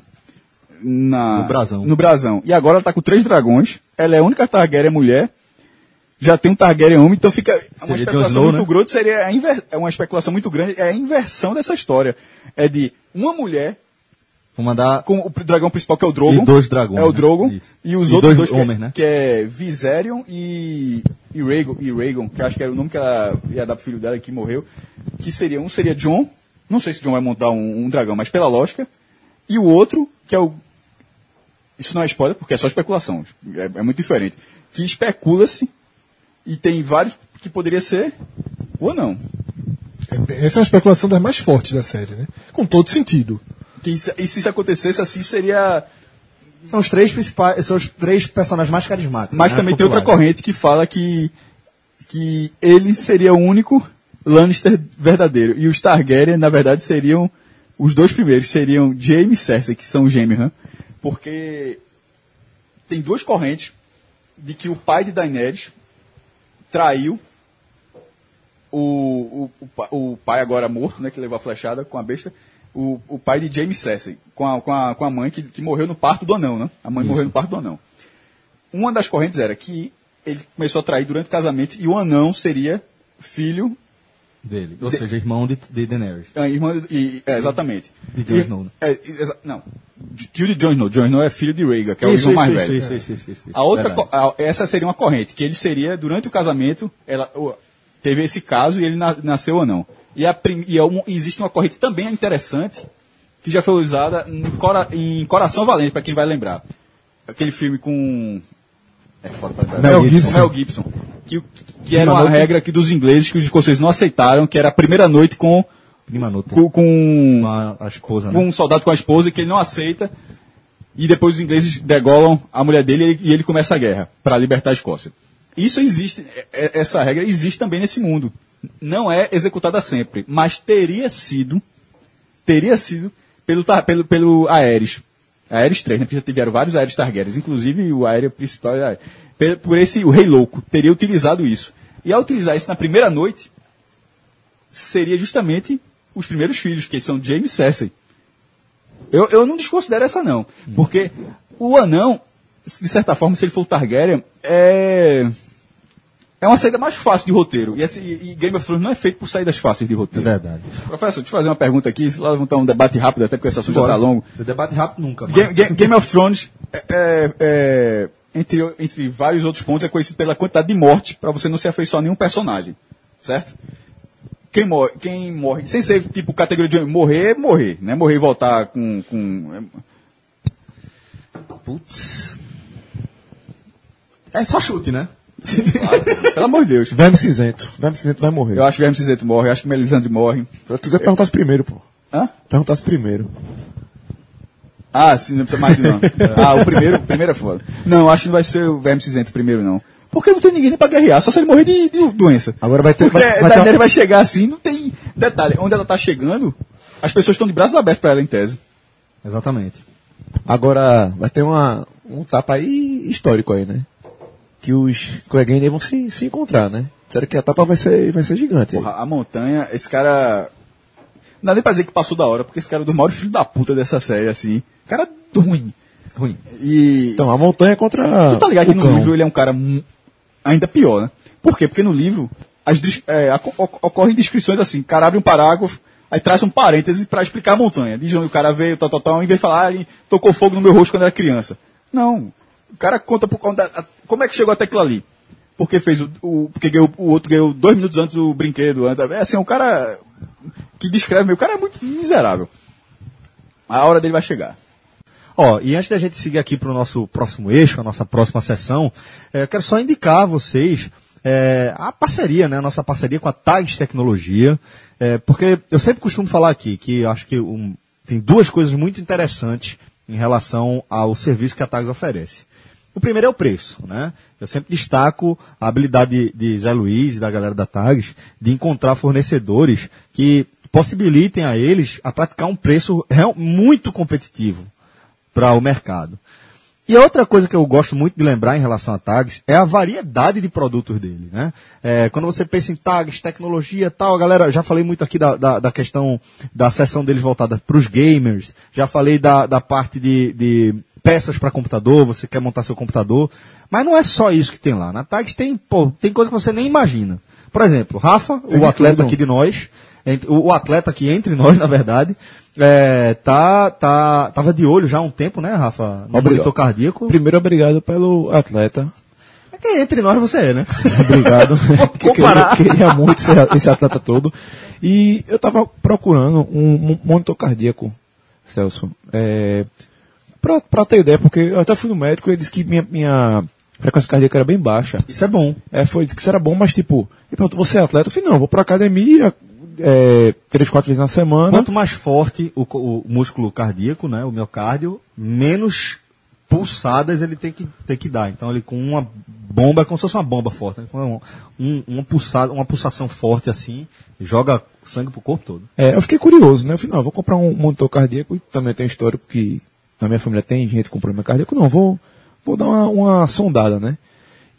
[SPEAKER 3] na-
[SPEAKER 1] No brasão.
[SPEAKER 3] no brasão. E agora ela tá com três dragões, ela é a única Targaryen mulher, já tem um Targaryen homem, então fica uma
[SPEAKER 1] Seria Jon
[SPEAKER 3] especulação
[SPEAKER 1] Snow,
[SPEAKER 3] muito
[SPEAKER 1] né?
[SPEAKER 3] grande, seria a inver- é uma especulação muito grande, é a inversão dessa história. É de uma mulher
[SPEAKER 1] Vou mandar
[SPEAKER 3] com o dragão principal que é o Drogon.
[SPEAKER 1] E dois dragões,
[SPEAKER 3] É o
[SPEAKER 1] né?
[SPEAKER 3] Drogon.
[SPEAKER 1] Isso.
[SPEAKER 3] E os
[SPEAKER 1] E
[SPEAKER 3] outros
[SPEAKER 1] dois
[SPEAKER 3] dois, que,
[SPEAKER 1] homens, né?
[SPEAKER 3] que é Viserion e e Rhaegon, e Rhaegon, que eu acho que era o nome que ela ia dar pro filho dela que morreu, que seria um seria John, não sei se John vai montar um, um dragão, mas pela lógica, e o outro que é o isso não é spoiler porque é só especulação, é, é muito diferente, que especula-se e tem vários que poderia ser ou não.
[SPEAKER 2] Essa é uma especulação das mais fortes da série, né? Com todo sentido.
[SPEAKER 3] Que isso- e se isso acontecesse assim seria
[SPEAKER 1] São os três principais, são os três personagens mais carismáticos.
[SPEAKER 3] Mas
[SPEAKER 1] né,
[SPEAKER 3] também tem outra
[SPEAKER 1] populares.
[SPEAKER 3] corrente que fala que, que ele seria o único Lannister verdadeiro. E os Targaryen, na verdade, seriam os dois primeiros, seriam Jaime e Cersei, que são gêmeos, né? Porque tem duas correntes de que o pai de Daenerys traiu o, o, o pa- o pai agora morto, né, que levou a flechada com a besta, o, o pai de Jaime Cersei, com a, com a, com a mãe que, que morreu no parto do anão, né? A mãe morreu no parto do anão uma das correntes era que ele começou a trair durante o casamento e o anão seria filho
[SPEAKER 1] Dele. Ou seja, irmão de, de Daenerys.
[SPEAKER 3] ah, irmã e, é, exatamente
[SPEAKER 1] De Jon
[SPEAKER 3] E-
[SPEAKER 1] Snow, né?
[SPEAKER 3] é, e- exa- não de- tio de Jon Snow Jon Snow é filho de Rhaegar que é o
[SPEAKER 1] Isso,
[SPEAKER 3] irmão mais
[SPEAKER 1] isso,
[SPEAKER 3] velho
[SPEAKER 1] isso, isso, isso, isso, isso.
[SPEAKER 3] a outra
[SPEAKER 1] Verdade.
[SPEAKER 3] co- a- essa seria uma corrente que ele seria durante o casamento ela o- teve esse caso e ele na- nasceu anão e, a prim- e é um- existe uma corrente também interessante que já foi usada em, Cora- em Coração Valente para quem vai lembrar aquele filme com é foda pra lembrar.
[SPEAKER 2] Mel Gibson.
[SPEAKER 3] Com Mel Gibson. Que, o- que era uma regra que dos ingleses, que os escoceses não aceitaram, que era a primeira noite com,
[SPEAKER 1] Prima Nuta.
[SPEAKER 3] com, com,
[SPEAKER 1] Com a, a esposa,
[SPEAKER 3] com
[SPEAKER 1] né?
[SPEAKER 3] um soldado com a esposa, que ele não aceita. E depois os ingleses degolam a mulher dele e ele- e ele começa a guerra para libertar a Escócia. Isso existe, é- é- essa regra existe também nesse mundo. não é executada sempre, mas teria sido, teria sido pelo, Tar- pelo, pelo Aeres. Aeres 3, né? Porque já tiveram vários Aeres Targaryen, inclusive o Aéreo principal é Aerys. Pe- Por esse, o Rei Louco, teria utilizado isso. E ao utilizar isso na primeira noite, seria justamente os primeiros filhos, que são Jaime e Cersei. Eu, eu não desconsidero essa, não. Porque o anão, de certa forma, se ele for o Targaryen, é. É uma saída mais fácil de roteiro. E, esse, e Game of Thrones não é feito por saídas fáceis de
[SPEAKER 4] É
[SPEAKER 3] roteiro.
[SPEAKER 1] verdade.
[SPEAKER 3] Professor, deixa eu fazer uma pergunta aqui, lá levantar um debate rápido, até porque esse assunto já está longo.
[SPEAKER 1] Debate rápido nunca.
[SPEAKER 3] Game, Game- Game of Thrones, é- é- é, entre, entre vários outros pontos, é conhecido pela quantidade de morte para você não se afeiçoar a nenhum personagem. Certo? Quem morre, quem morre, sem ser tipo categoria de morrer, morrer, né? Morrer e voltar com. com é,
[SPEAKER 1] Putz. É só chute, né?
[SPEAKER 3] é, pelo amor de Deus.
[SPEAKER 4] Verme cinzento. Verme cinzento vai morrer.
[SPEAKER 3] Eu acho que Verme Cinzento morre, eu acho que Melisandre morre.
[SPEAKER 4] Tu já perguntasse primeiro, pô.
[SPEAKER 3] Hã?
[SPEAKER 4] Perguntasse primeiro.
[SPEAKER 3] Ah, sim, não precisa mais de não. Ah, o primeiro, o primeiro é foda. Não, acho que não vai ser o Verme Cinzento primeiro, não. Porque não tem ninguém nem pra guerrear, só se ele morrer de, de doença.
[SPEAKER 4] Agora vai ter-
[SPEAKER 3] Porque
[SPEAKER 4] vai- vai ter
[SPEAKER 3] Daenerys
[SPEAKER 4] uma-
[SPEAKER 3] vai chegar assim, não tem... Detalhe, onde ela tá chegando, as pessoas estão de braços abertos pra ela, em tese.
[SPEAKER 1] Exatamente.
[SPEAKER 4] Agora vai ter uma, um tapa aí histórico aí, né? Que os Clegane vão se, se encontrar, né? Sério que a tapa vai ser, vai ser gigante. aí.
[SPEAKER 3] Porra, a montanha, esse cara... Não dá nem pra dizer que passou da hora, porque esse cara é do maior filho da puta dessa série, assim. Cara ruim.
[SPEAKER 1] Ruim.
[SPEAKER 3] E...
[SPEAKER 4] Então, a montanha contra.
[SPEAKER 3] Tu tá ligado
[SPEAKER 4] o
[SPEAKER 3] que no
[SPEAKER 4] cão.
[SPEAKER 3] livro ele é um cara mu- ainda pior, né? Por quê? Porque no livro as dis- é, aco- oc- ocorrem descrições assim, o cara abre um parágrafo, aí traz um parêntese pra explicar a montanha. Diz onde o cara veio, tal, tal, tal, em vez de falar, ah, ele tocou fogo no meu rosto quando era criança. Não. O cara conta por conta da- a- como é que chegou até aquilo ali. Porque fez o. o- porque ganhou- o outro ganhou dois minutos antes o brinquedo. antes- É assim, o cara que descreve meio. O cara é muito miserável. A hora dele vai chegar.
[SPEAKER 1] Ó, e antes da gente seguir aqui para o nosso próximo eixo, a nossa próxima sessão, eh, eu quero só indicar a vocês eh, a parceria, né? A nossa parceria com a Tags Tecnologia, eh, porque eu sempre costumo falar aqui que eu acho que um- tem duas coisas muito interessantes em relação ao serviço que a Tags oferece. O primeiro é o preço, né? Eu sempre destaco a habilidade de, de Zé Luiz e da galera da Tags de encontrar fornecedores que possibilitem a eles a praticar um preço real- muito competitivo para o mercado. E a outra coisa que eu gosto muito de lembrar em relação a tags é a variedade de produtos dele, né? É, quando você pensa em tags, tecnologia, tal, a galera, já falei muito aqui da, da, da questão da sessão deles voltada para os gamers, já falei da, da parte de, de peças para computador, você quer montar seu computador, mas não é só isso que tem lá. Na tags tem, pô, tem coisa que você nem imagina. Por exemplo, Rafa, o atleta aqui de nós, ent- o, o atleta aqui entre nós, na verdade, é, tá, tá, tava de olho já há um tempo, né, Rafa? No
[SPEAKER 4] Obrigado.
[SPEAKER 1] monitor cardíaco.
[SPEAKER 4] Primeiro, obrigado pelo atleta.
[SPEAKER 1] É que entre nós você é, né?
[SPEAKER 4] Obrigado.
[SPEAKER 1] Vou comparar.
[SPEAKER 4] Eu queria, queria muito ser esse atleta todo. E eu tava procurando um mo- monitor cardíaco, Celso. É, pra, pra ter ideia, porque eu até fui no médico e ele disse que minha, minha frequência cardíaca era bem baixa.
[SPEAKER 1] Isso é bom.
[SPEAKER 4] É, foi, disse que isso era bom, mas tipo, e pronto, você é atleta? Eu falei, não, vou pra academia é, três, quatro vezes na semana.
[SPEAKER 1] Quanto mais forte o, co- o músculo cardíaco, né, o miocárdio, menos pulsadas ele tem que, tem que dar. Então ele com uma bomba, é como se fosse uma bomba forte, né? Com um- uma, pulsada, uma pulsação forte assim, joga sangue pro corpo todo.
[SPEAKER 4] É, eu fiquei curioso, né? Eu falei, não, eu vou comprar um monitor cardíaco, e também tem um histórico que na minha família tem gente com problema cardíaco, não, vou, vou dar uma, uma sondada, né?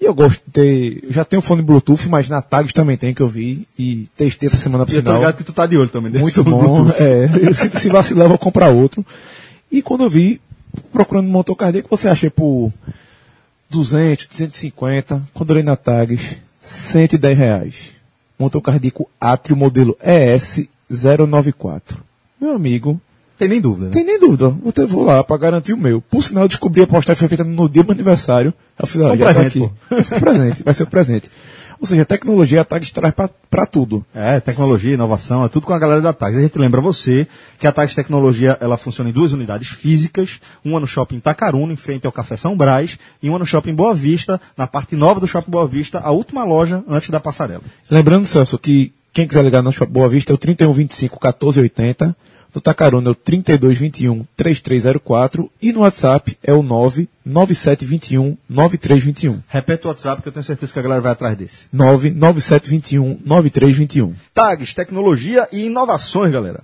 [SPEAKER 4] E eu gosto de ter, eu já tenho fone Bluetooth, mas na Tags também tem que eu vi e testei essa semana por
[SPEAKER 1] E eu tô
[SPEAKER 4] sinal.
[SPEAKER 1] ligado que tu tá de olho também. nesse
[SPEAKER 4] Muito
[SPEAKER 1] sobre o
[SPEAKER 4] bom,
[SPEAKER 1] Bluetooth.
[SPEAKER 4] é, eu, se, se vacilar eu vou comprar outro. E quando eu vi, procurando um monitor cardíaco, você achei por 200, 250, quando eu olhei na Tags, 110 reais. Monitor cardíaco Atrio modelo ES094. Meu amigo,
[SPEAKER 1] Tem nem dúvida, né?
[SPEAKER 4] tem nem dúvida, vou, ter, vou lá pra garantir o meu. Por sinal, eu descobri a postagem que foi feita no dia do meu aniversário. Eu fiz, ah,
[SPEAKER 1] É um
[SPEAKER 4] já tá
[SPEAKER 1] presente,
[SPEAKER 4] aqui. Vai ser um presente, vai ser um presente. Ou seja, a tecnologia a Tags traz pra, pra tudo.
[SPEAKER 1] É, tecnologia, inovação, é tudo com a galera da Tags. A gente lembra você que a Tags Tecnologia ela funciona em duas unidades físicas, uma no shopping Itacaruna, em frente ao Café São Brás, e uma no shopping Boa Vista, na parte nova do shopping Boa Vista, a última loja antes da passarela.
[SPEAKER 4] Lembrando, Celso, que quem quiser ligar na Shop Boa Vista é o 3125 1480, no Tacarona é o 3221 3304 e um, no WhatsApp é o 9 9721 9321.
[SPEAKER 1] Repete o WhatsApp que eu tenho certeza que a galera vai atrás desse.
[SPEAKER 4] 99721 9321.
[SPEAKER 1] Tags, tecnologia e inovações, galera.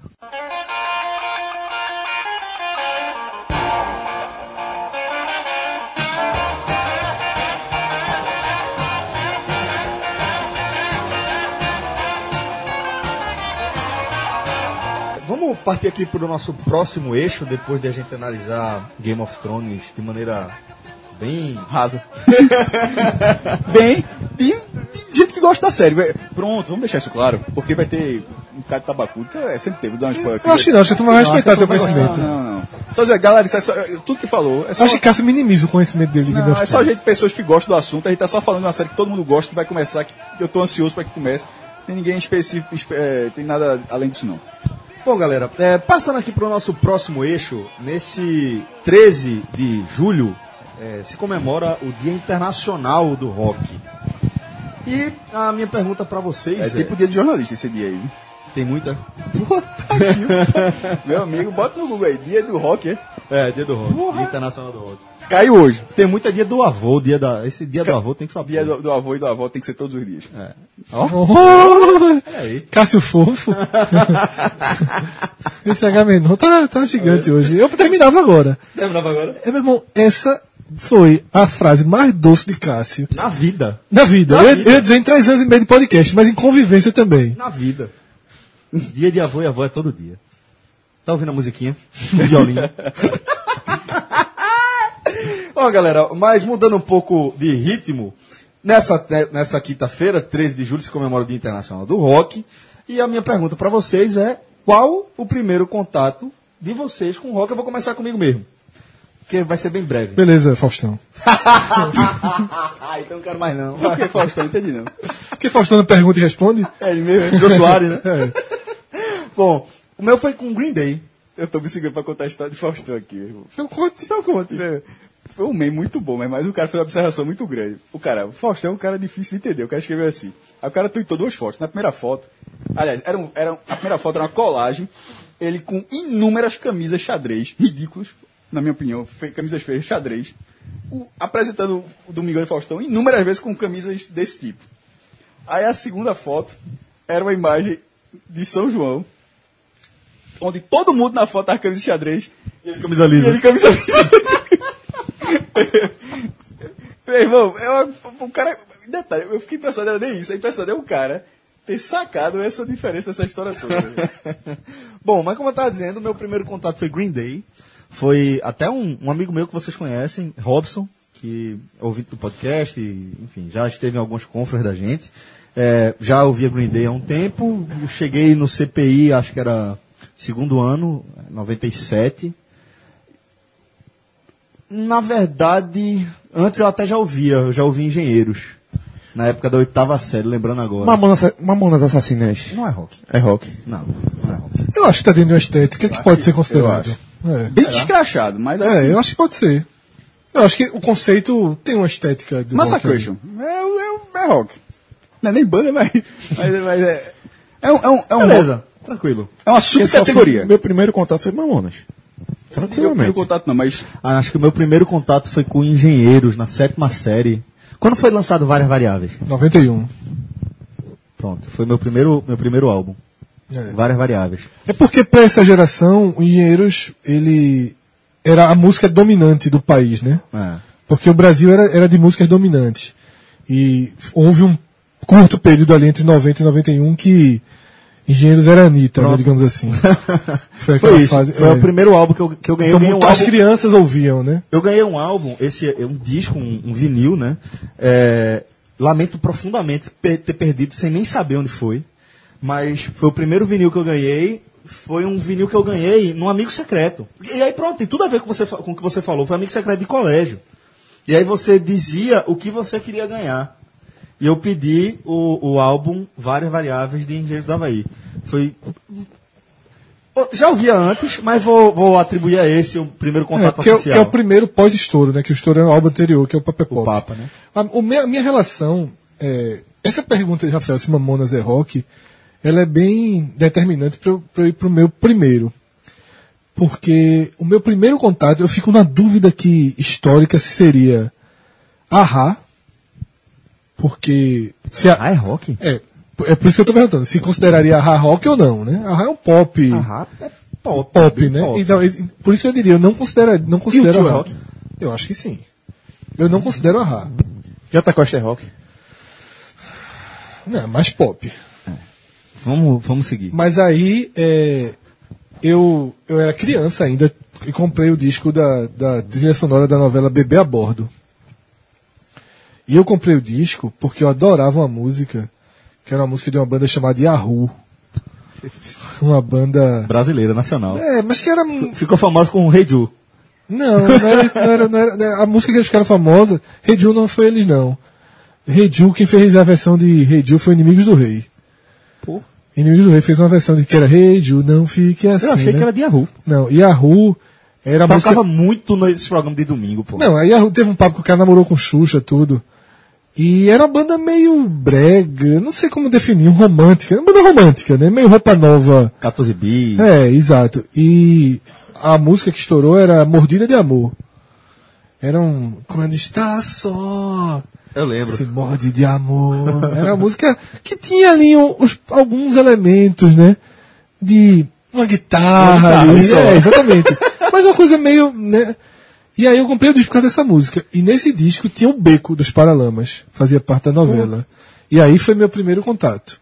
[SPEAKER 1] Vamos partir aqui para o nosso próximo eixo, depois de a gente analisar Game of Thrones de maneira bem
[SPEAKER 3] Rasa. Bem, e de gente que gosta da série. Vai- Pronto, vamos deixar isso claro. Porque vai ter um cara de tabacu, que é, sempre teve, dá uma spoiler aqui.
[SPEAKER 2] Eu acho que não, acho que tu vai respeitar
[SPEAKER 3] Não,
[SPEAKER 2] teu conhecimento.
[SPEAKER 3] não, não. Só dizer, galera, isso é só- tudo que falou. É só,
[SPEAKER 2] Acho que Cássio minimiza o conhecimento dele. de Game
[SPEAKER 3] não,
[SPEAKER 2] of
[SPEAKER 3] é só
[SPEAKER 2] Thrones.
[SPEAKER 3] gente, pessoas que gostam do assunto. A gente tá só falando de uma série que todo mundo gosta, que vai começar, que eu tô ansioso pra que comece. Tem ninguém específico, espe- é, tem nada além disso não.
[SPEAKER 1] Bom, galera, é, passando aqui para o nosso próximo eixo, nesse 13 de julho é, se comemora o Dia Internacional do Rock. E a minha pergunta para vocês
[SPEAKER 3] É
[SPEAKER 1] é,
[SPEAKER 3] tipo dia de jornalista esse dia aí. viu?
[SPEAKER 1] tem muita?
[SPEAKER 3] Meu amigo, bota no Google aí, dia do rock, é?
[SPEAKER 1] É, Dia do Rock, Dia Internacional do Rock.
[SPEAKER 3] Caiu hoje.
[SPEAKER 1] Tem muita Dia do Avô, dia da, esse Dia do Avô tem que É. falar.
[SPEAKER 3] Dia do, do avô e do avó tem que ser todos os dias.
[SPEAKER 2] Cássio Fofo. Esse H-Menon tá, tá gigante hoje. Eu terminava agora.
[SPEAKER 1] É. Terminava agora?
[SPEAKER 2] É, meu irmão, essa foi a frase mais doce de Cássio
[SPEAKER 1] Na vida.
[SPEAKER 2] na vida.
[SPEAKER 1] Na
[SPEAKER 2] eu,
[SPEAKER 1] vida.
[SPEAKER 2] eu ia dizer em três anos e meio de podcast, mas em convivência também.
[SPEAKER 1] Na vida. Dia de avô e avó é todo dia. Tá ouvindo a musiquinha? O violinho. Ó, galera, mas mudando um pouco de ritmo, nessa, né, nessa quinta-feira, 13 de julho, se comemora o Dia Internacional do Rock. E a minha pergunta pra vocês é: qual o primeiro contato de vocês com o rock? Eu vou começar comigo mesmo. Porque vai ser bem breve.
[SPEAKER 2] Beleza, Faustão.
[SPEAKER 1] Ah, então não quero mais não.
[SPEAKER 3] Por que, Faustão? Entendi não.
[SPEAKER 2] Porque Faustão não pergunta e responde?
[SPEAKER 1] É ele mesmo, Jô Soares, né?
[SPEAKER 2] É, então.
[SPEAKER 1] Bom, o meu foi com Green Day.
[SPEAKER 3] Eu tô me segurando pra contar a história de Faustão aqui. irmão.
[SPEAKER 2] Então conte.
[SPEAKER 3] Então conta, né? Foi um meme muito bom, mas- mas o cara fez uma observação muito grande. O cara, o Faustão é um cara difícil de entender. O cara escreveu assim. Aí o cara tweetou duas fotos. Na primeira foto, aliás, era um- era, um- a primeira foto era uma colagem, ele com inúmeras camisas xadrez, ridículos, na minha opinião, fe- camisas feias, xadrez, o- apresentando o Domingão e Faustão inúmeras vezes com camisas desse tipo. Aí a segunda foto era uma imagem de São João, onde todo mundo na foto tava com camisa de xadrez. E ele camisa lisa. E ele camisa lisa. Meu irmão, é uma- o cara. Detalhe, eu fiquei impressionado, era nem isso. A impressão é o cara ter sacado essa diferença, essa história toda.
[SPEAKER 1] Bom, mas como eu estava dizendo, meu primeiro contato foi Green Day. Foi até um, um amigo meu que vocês conhecem, Robson, que é ouvinte do podcast, e, enfim, já esteve em algumas confras da gente. É, já ouvia Green Day há um tempo. Eu cheguei no CPI, acho que era segundo ano, 97. Na verdade, antes eu até já ouvia, eu já ouvia Engenheiros. Na época da oitava série, lembrando agora.
[SPEAKER 4] Mamonas, Mamonas Assassinas.
[SPEAKER 1] Não é rock.
[SPEAKER 4] É rock.
[SPEAKER 1] Não, não é rock.
[SPEAKER 2] Eu acho que tá dentro de uma estética que pode ser considerado. É.
[SPEAKER 3] Bem descrachado, mas acho
[SPEAKER 1] assim,
[SPEAKER 2] É, eu acho que pode ser. Eu acho que o conceito tem uma estética do
[SPEAKER 3] Massacration. É, é, é rock. Não é nem banda, mas, mas, mas é. É um, é um, é um
[SPEAKER 1] Beleza, tranquilo.
[SPEAKER 3] É uma
[SPEAKER 4] Esse é o
[SPEAKER 3] subcategoria.
[SPEAKER 4] seu- Meu primeiro contato foi Mamonas.
[SPEAKER 3] Não tenho
[SPEAKER 4] Tranquilamente.
[SPEAKER 3] contato não, mas
[SPEAKER 1] Ah, Acho que o meu primeiro contato foi com engenheiros na sétima série. Quando foi lançado Várias Variáveis?
[SPEAKER 2] rock. 91.
[SPEAKER 1] Pronto, foi meu primeiro, meu primeiro álbum.
[SPEAKER 2] É.
[SPEAKER 1] Várias Variáveis.
[SPEAKER 2] É porque para essa geração, o Engenheiros, ele era a música dominante do país, né?
[SPEAKER 1] É.
[SPEAKER 2] Porque o Brasil era, era de músicas dominantes. E houve um curto período ali entre 90 e 91 que Engenheiros era Anitta, né,
[SPEAKER 1] Pronto.
[SPEAKER 2] digamos assim. Foi aquela
[SPEAKER 1] Foi isso.
[SPEAKER 2] fase.
[SPEAKER 1] foi
[SPEAKER 2] é.
[SPEAKER 1] o primeiro álbum que eu, que eu ganhei. Eu
[SPEAKER 2] Então,
[SPEAKER 1] ganhei, um
[SPEAKER 2] as
[SPEAKER 1] álbum,
[SPEAKER 2] crianças ouviam, né?
[SPEAKER 1] eu ganhei um álbum, esse é um disco, um, um vinil, né? É, lamento profundamente per- ter perdido sem nem saber onde foi. Mas foi o primeiro vinil que eu ganhei. Foi um vinil que eu ganhei num amigo secreto. E aí pronto, tem tudo a ver com, você, fa- com o que você falou. Foi um amigo secreto de colégio. E aí você dizia o que você queria ganhar. E eu pedi o, o álbum Várias Variáveis de Engenheiros do Havaí. Foi. Eu Já ouvia antes, mas vou, vou atribuir a esse o primeiro
[SPEAKER 2] É,
[SPEAKER 1] contato
[SPEAKER 2] que, é, o- que é
[SPEAKER 1] oficial.
[SPEAKER 2] o primeiro pós-estouro, né? Que o estouro é o álbum anterior, que é o Papel Pop.
[SPEAKER 1] Papa, né?
[SPEAKER 2] A o minha, minha relação. é, essa pergunta de Rafael se Mamonas é rock, ela é bem determinante para eu, pra eu ir pro meu primeiro. Porque o meu primeiro contato, eu fico na dúvida que histórica se seria Ahá, porque se a,
[SPEAKER 8] Ah, é rock?
[SPEAKER 2] é, é por isso que eu tô perguntando, se consideraria Ahá rock ou não, né? Ahá é um pop,
[SPEAKER 8] Ah, é pop.
[SPEAKER 2] pop, né?
[SPEAKER 8] Pop.
[SPEAKER 2] Então, e- por isso que eu diria, eu não considero, não considero
[SPEAKER 8] U2 é
[SPEAKER 2] Ahá.
[SPEAKER 8] rock?
[SPEAKER 2] Eu acho que sim. tá Eu não considero Ahá.
[SPEAKER 8] Jota Costa é rock.
[SPEAKER 2] Não, é mais pop.
[SPEAKER 8] Vamos, vamos seguir.
[SPEAKER 2] Mas aí é, eu, eu era criança ainda e comprei o disco da, da trilha sonora da novela Bebê a Bordo. E eu comprei o disco porque eu adorava uma música, que era uma música de uma banda chamada Yahoo. Uma banda.
[SPEAKER 1] Brasileira, nacional.
[SPEAKER 2] É, mas que era.
[SPEAKER 1] Ficou famoso com o Rei Ju.
[SPEAKER 2] Não, não era, não era, não era- não era- A música que eles ficaram famosa, Reju não foi eles, não. Reju, quem fez a versão de Reju foi Inimigos do Rei. Inimigos do Rei fez uma versão de que era Reju, não fique assim.
[SPEAKER 1] Eu achei
[SPEAKER 2] né?
[SPEAKER 1] que era de Yahoo.
[SPEAKER 2] Não, Yahoo era a música.
[SPEAKER 1] Tocava muito nesses programas de domingo, pô.
[SPEAKER 2] Não, a Yahoo teve um papo que o cara namorou com Xuxa, tudo. E era uma banda meio brega, não sei como definir, romântica. Uma banda romântica, né? Meio roupa nova.
[SPEAKER 1] 14 bi.
[SPEAKER 2] É, exato. E a música que estourou era Mordida de Amor. Era um. Quando está só.
[SPEAKER 1] Eu lembro.
[SPEAKER 2] Se morde de amor. Era uma música que tinha ali um- os- alguns elementos, né? De uma guitarra.
[SPEAKER 1] Uma guitarra,
[SPEAKER 2] ali,
[SPEAKER 1] só.
[SPEAKER 2] é, exatamente. Mas uma coisa meio, né? E aí eu comprei o disco por causa dessa música. E nesse disco tinha o Beco dos Paralamas. Fazia parte da novela. E aí foi meu primeiro contato.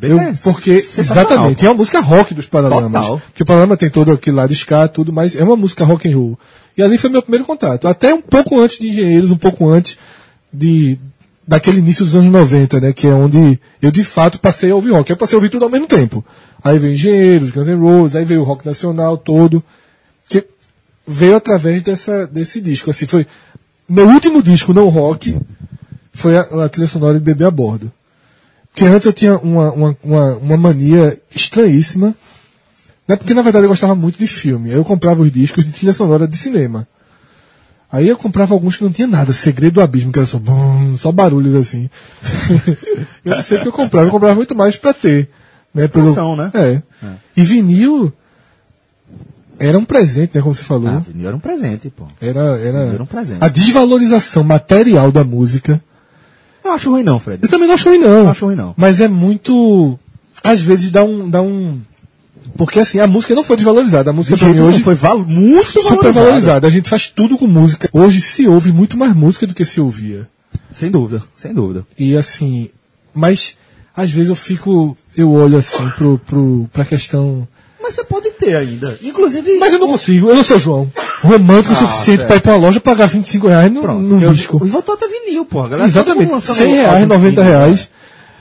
[SPEAKER 2] Eu,
[SPEAKER 1] É,
[SPEAKER 2] porque,
[SPEAKER 1] sensacional,
[SPEAKER 2] exatamente, é uma música rock dos Paralamas.
[SPEAKER 1] Total.
[SPEAKER 2] Porque o Paralama tem todo aquele lado ska, tudo, mas é uma música rock and roll. E ali foi meu primeiro contato. Até um pouco antes de Engenheiros, um pouco antes de daquele início dos anos 90, né? Que é onde eu de fato passei a ouvir rock. Eu passei a ouvir tudo ao mesmo tempo. Aí veio Engenheiros, Guns N' Roses, aí veio o rock nacional todo. Que veio através dessa, desse disco. Assim, foi meu último disco não rock foi a, a trilha sonora de Bebê a Bordo. Porque antes eu tinha uma, uma, uma, uma mania estranhíssima. Né? Porque na verdade eu gostava muito de filme. Aí eu comprava os discos de trilha sonora de cinema. Aí eu comprava alguns que não tinha nada, Segredo do Abismo, que era só, bum, só barulhos assim. eu não sei o que eu comprava, eu comprava muito mais pra ter. Né? Pelo,
[SPEAKER 1] Coleção, né?
[SPEAKER 2] É. E vinil era um presente, né? Como você falou.
[SPEAKER 1] Ah, vinil era um presente, pô.
[SPEAKER 2] Era, era,
[SPEAKER 1] Era um presente.
[SPEAKER 2] A desvalorização material da música.
[SPEAKER 1] Não acho ruim não, Fred.
[SPEAKER 2] Eu também não acho ruim, não.
[SPEAKER 1] Não acho ruim, não.
[SPEAKER 2] Mas é muito. Às vezes dá um. Dá um... Porque assim, a música não foi desvalorizada. A música pra mim hoje
[SPEAKER 1] foi val- muito
[SPEAKER 2] super valorizada. A gente faz tudo com música. Hoje se ouve muito mais música do que se ouvia.
[SPEAKER 1] Sem dúvida, sem dúvida.
[SPEAKER 2] E assim. Mas às vezes eu fico. Eu olho assim pro, pro, pra questão.
[SPEAKER 1] Mas você pode ter ainda. Inclusive.
[SPEAKER 2] Mas eu não consigo, eu não sou João. Romântico o suficiente pra ir pra loja pagar 25 reais no,
[SPEAKER 1] Ah, Pronto.
[SPEAKER 2] num
[SPEAKER 1] eu-
[SPEAKER 2] disco.
[SPEAKER 1] E voltou até vinil, pô. A galera todo mundo
[SPEAKER 2] Exatamente,
[SPEAKER 1] lançando
[SPEAKER 2] 100
[SPEAKER 1] álbum assim, né?
[SPEAKER 2] reais,
[SPEAKER 1] de
[SPEAKER 2] 90
[SPEAKER 1] vinil.
[SPEAKER 2] reais.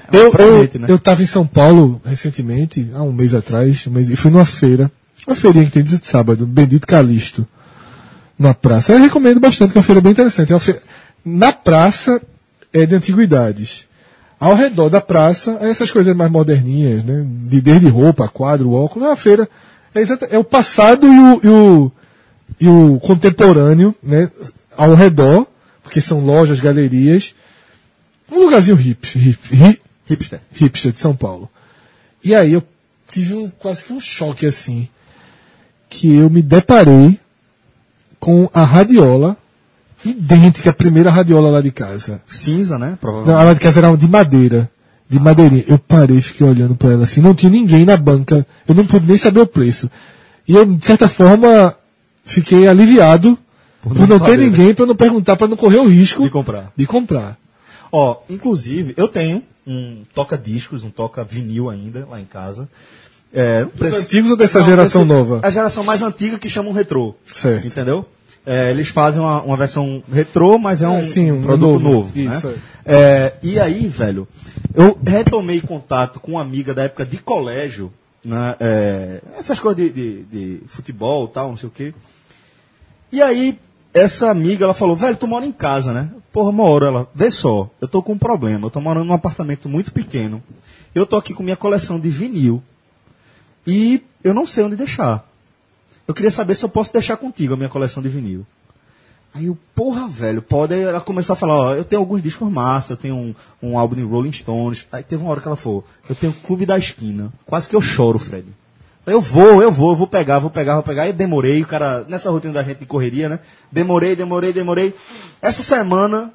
[SPEAKER 1] É um
[SPEAKER 2] Eu,
[SPEAKER 1] presente,
[SPEAKER 2] eu,
[SPEAKER 1] né?
[SPEAKER 2] eu tava em São Paulo recentemente, há um mês atrás, um mês, e fui numa feira, uma feirinha que tem dia de sábado, Bendito Calixto, na praça. Eu recomendo bastante, que é uma feira bem interessante. É uma feira- Na praça é de antiguidades. Ao redor da praça, é essas coisas mais moderninhas, né? De, desde roupa, quadro, óculos, é uma feira. É, exata- é o passado e o- e o, e o contemporâneo, né, ao redor, porque são lojas, galerias, um lugarzinho hip, hip, hip,
[SPEAKER 1] Hipster.
[SPEAKER 2] hipster de São Paulo. E aí eu tive um, quase que um choque assim, que eu me deparei com a radiola idêntica à primeira radiola lá de casa.
[SPEAKER 1] Cinza, né?
[SPEAKER 2] Não,
[SPEAKER 1] Provavelmente.
[SPEAKER 2] a lá de casa era uma de madeira. De madeirinha. Eu parei, fiquei olhando pra ela assim. Não tinha ninguém na banca. Eu não pude nem saber o preço. E eu, de certa forma, fiquei aliviado por não,
[SPEAKER 1] não
[SPEAKER 2] ter
[SPEAKER 1] saber, né?
[SPEAKER 2] ninguém, pra não perguntar, pra não correr o risco
[SPEAKER 1] De comprar.
[SPEAKER 2] de comprar.
[SPEAKER 1] Ó, inclusive, eu tenho um toca-discos, um toca-vinil ainda lá em casa. É, um preço-
[SPEAKER 2] antigos ou dessa geração nova?
[SPEAKER 1] é A geração mais antiga que chamam retrô.
[SPEAKER 2] Certo.
[SPEAKER 1] Entendeu? É, eles fazem uma, uma versão retrô, mas é um,
[SPEAKER 2] É, sim, um
[SPEAKER 1] produto
[SPEAKER 2] novo.
[SPEAKER 1] novo.
[SPEAKER 2] Isso,
[SPEAKER 1] né? É, e aí, velho, eu retomei contato com uma amiga da época de colégio, né, é, essas coisas de, de, de futebol e tal, não sei o quê. E aí, essa amiga, ela falou, velho, tu mora em casa, né? Porra, moro. Ela, vê só, eu tô com um problema. Eu tô morando num apartamento muito pequeno. Eu tô aqui com minha coleção de vinil. E eu não sei onde deixar. Eu queria saber se eu posso deixar contigo a minha coleção de vinil. Aí eu, porra, velho, pode. Aí Ela começou a falar, ó, eu tenho alguns discos massa, eu tenho um, um álbum de Rolling Stones. Aí teve uma hora que ela falou, eu tenho Clube da Esquina. Quase que eu choro, Fred. Eu vou, eu vou, eu vou pegar, vou pegar, vou pegar. E demorei, o cara, nessa rotina da gente de correria, né? Demorei, demorei, demorei. Essa semana,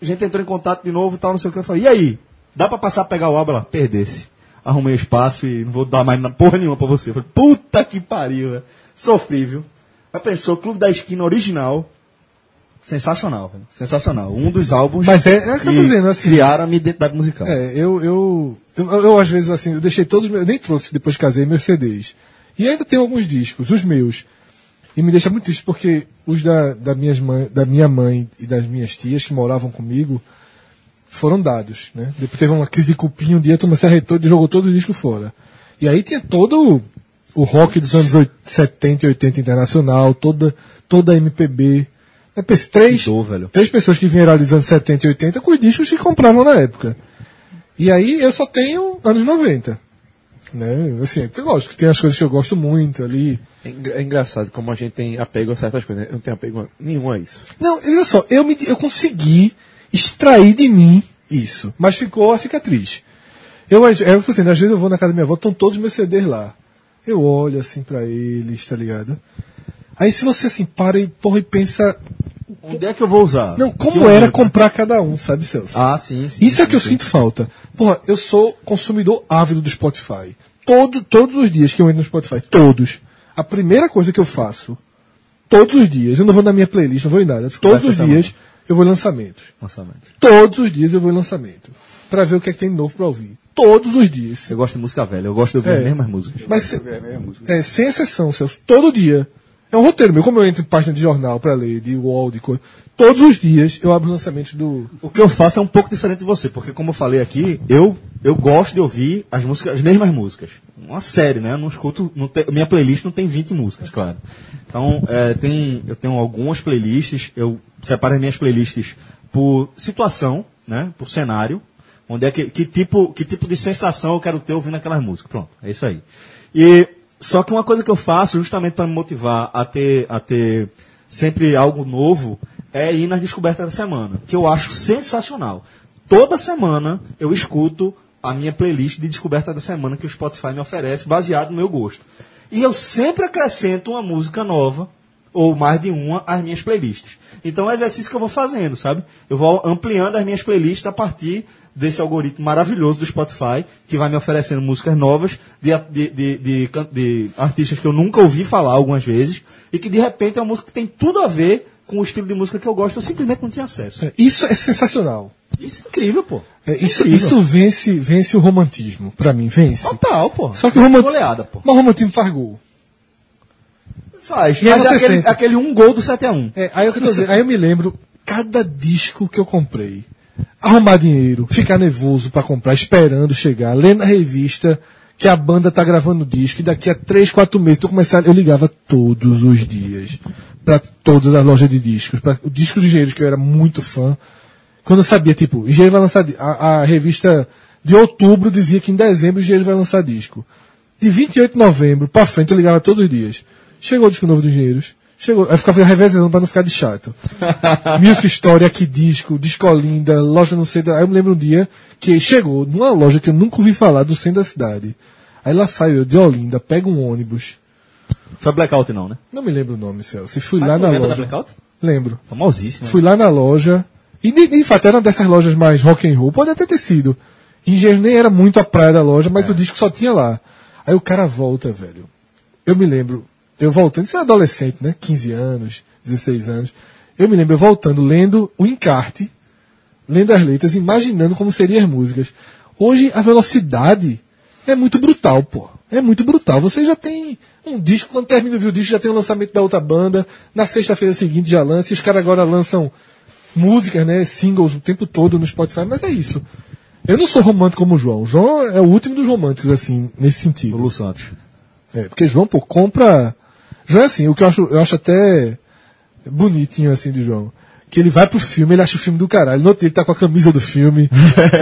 [SPEAKER 1] a gente entrou em contato de novo e tal, não sei o que. Eu falei, e aí? Dá pra passar a pegar o aba lá? Perdesse. Arrumei o espaço e não vou dar mais na- porra nenhuma pra você. Eu falei, puta que pariu, velho. Sofri, viu? Mas pensou, Clube da Esquina original. Sensacional, velho. Sensacional. Um dos álbuns
[SPEAKER 2] Mas é- é o que eu tô dizendo, assim.
[SPEAKER 1] criaram a minha identidade musical.
[SPEAKER 2] É, eu, eu, eu, eu, às vezes assim, eu deixei todos, os meus- eu nem trouxe depois que casei meus CDs. E ainda tenho alguns discos, os meus. E me deixa muito triste porque os da, da, minhas mãe, da minha mãe e das minhas tias que moravam comigo foram dados, né? Depois teve uma crise de cupim um dia, a turma se arretou e jogou todo o disco fora. E aí tinha todo o, o rock dos anos oit- 70 e 80 internacional, toda, toda a MPB. Né? Pes- Três,
[SPEAKER 1] dor, velho.
[SPEAKER 2] três pessoas que vieram dos anos 70 e 80 com os discos que compravam na época. E aí eu só tenho anos 90. Né? Assim, tem- lógico, tem as coisas que eu gosto muito ali.
[SPEAKER 4] É, engra- é engraçado como a gente tem apego a certas coisas. né? Eu não tenho apego a- nenhum a isso.
[SPEAKER 2] Não, olha só, eu, me, eu consegui extrair de mim isso, mas ficou a cicatriz. Eu, às- é, o que eu tô dizendo, às vezes eu vou na casa da minha avó, estão todos meus CDs lá. Eu olho assim pra eles, tá ligado? Aí se você assim para e, porra, e pensa,
[SPEAKER 1] Onde é que eu vou usar?
[SPEAKER 2] não, como era comprar cada um, sabe, Celso?
[SPEAKER 1] Ah, sim, sim.
[SPEAKER 2] Isso é que eu sinto falta. Porra, eu sou consumidor ávido do Spotify. Todo, todos os dias que eu entro no Spotify, todos. A primeira coisa que eu faço, todos os dias, eu não vou na minha playlist, não vou em nada, todos os dias eu vou em lançamentos.
[SPEAKER 1] Lançamento.
[SPEAKER 2] Todos os dias eu vou em lançamento. Pra ver o que é que tem de novo pra ouvir. Todos os dias.
[SPEAKER 1] Eu gosto de música velha, eu gosto de ouvir
[SPEAKER 2] É.
[SPEAKER 1] as mesmas músicas.
[SPEAKER 2] Mas se- é, sem exceção, Celso, todo dia. É um roteiro meu, como eu entro em página de jornal pra ler, de wall, de coisa. Todos os dias eu abro o lançamento do.
[SPEAKER 1] O que eu faço é um pouco diferente de você, porque como eu falei aqui, eu, eu gosto de ouvir as músicas, as mesmas músicas. Uma série, né? Eu não escuto, não tem- minha playlist não tem 20 músicas, claro. Então, é, tem, eu tenho algumas playlists, eu separo as minhas playlists por situação, né? Por cenário, onde é que, que tipo, que tipo de sensação eu quero ter ouvindo aquelas músicas. Pronto, é isso aí. E só que uma coisa que eu faço justamente para me motivar a ter, a ter sempre algo novo é ir nas descobertas da semana, que eu acho sensacional. Toda semana eu escuto a minha playlist de descoberta da semana que o Spotify me oferece, baseado no meu gosto. E eu sempre acrescento uma música nova, ou mais de uma, às minhas playlists. Então é um exercício que eu vou fazendo, sabe? Eu vou ampliando as minhas playlists a partir desse algoritmo maravilhoso do Spotify, que vai me oferecendo músicas novas de, de, de, de can- de artistas que eu nunca ouvi falar algumas vezes, e que de repente é uma música que tem tudo a ver com o estilo de música que eu gosto, eu simplesmente não tinha acesso.
[SPEAKER 2] É, Isso é sensacional.
[SPEAKER 1] Isso é incrível, pô.
[SPEAKER 2] É, isso,
[SPEAKER 1] incrível.
[SPEAKER 2] isso vence, vence o romantismo, pra mim, vence.
[SPEAKER 1] Total, pô.
[SPEAKER 2] Só que o romantismo.
[SPEAKER 1] Goleada, pô.
[SPEAKER 2] Mas o romantismo faz gol.
[SPEAKER 1] Faz.
[SPEAKER 2] E aí
[SPEAKER 1] Mas
[SPEAKER 2] você
[SPEAKER 1] aquele,
[SPEAKER 2] sente.
[SPEAKER 1] aquele um gol do 7x1.
[SPEAKER 2] É, aí, é o que eu tô dizendo, aí eu me lembro, cada disco que eu comprei, arrumar dinheiro, ficar nervoso pra comprar, esperando chegar, lendo a revista que a banda tá gravando o disco e daqui a 3, 4 meses eu começar, eu ligava todos os dias pra todas as lojas de discos, para o disco de engenheiros que eu era muito fã. Quando eu sabia, tipo, engenheiro vai lançar di- a, a revista de outubro dizia que em dezembro o engenheiro vai lançar disco. De 28 de novembro pra frente eu ligava todos os dias. Chegou o disco novo dos engenheiros. Chegou. Aí eu ficava revezando pra não ficar de chato. Music Story, aqui disco, disco linda, loja não sei da. Aí eu me lembro um dia que chegou numa loja que eu nunca ouvi falar do centro da cidade. Aí lá saio eu de Olinda, pego um ônibus.
[SPEAKER 1] Foi blackout, não, né?
[SPEAKER 2] Não me lembro o nome, Celso. E fui lá na
[SPEAKER 1] lembra da
[SPEAKER 2] loja.
[SPEAKER 1] blackout?
[SPEAKER 2] Lembro.
[SPEAKER 1] Famosíssimo.
[SPEAKER 2] Fui lá na loja. E de, de fato era uma dessas lojas mais rock and roll. Pode até ter sido. Engenheiro nem era muito a praia da loja, mas o disco só tinha lá. Aí o cara volta, velho. Eu me lembro, eu voltando, isso é adolescente, né? 15 anos, 16 anos. Eu me lembro eu voltando, lendo o encarte, lendo as letras, imaginando como seriam as músicas. Hoje a velocidade é muito brutal, pô. É muito brutal. Você já tem um disco, quando termina de ouvir o disco, já tem o lançamento da outra banda. Na sexta-feira seguinte já lança. E os caras agora lançam músicas, né? Singles o tempo todo no Spotify, mas é isso. Eu não sou romântico como o João. O João é o último dos românticos, assim, nesse sentido.
[SPEAKER 1] O Lu Santos.
[SPEAKER 2] É, porque João, pô, compra. João é assim, o que eu acho, eu acho até bonitinho assim de João. Que ele vai pro filme, ele acha o filme do caralho. No outro dia ele tá com a camisa do filme.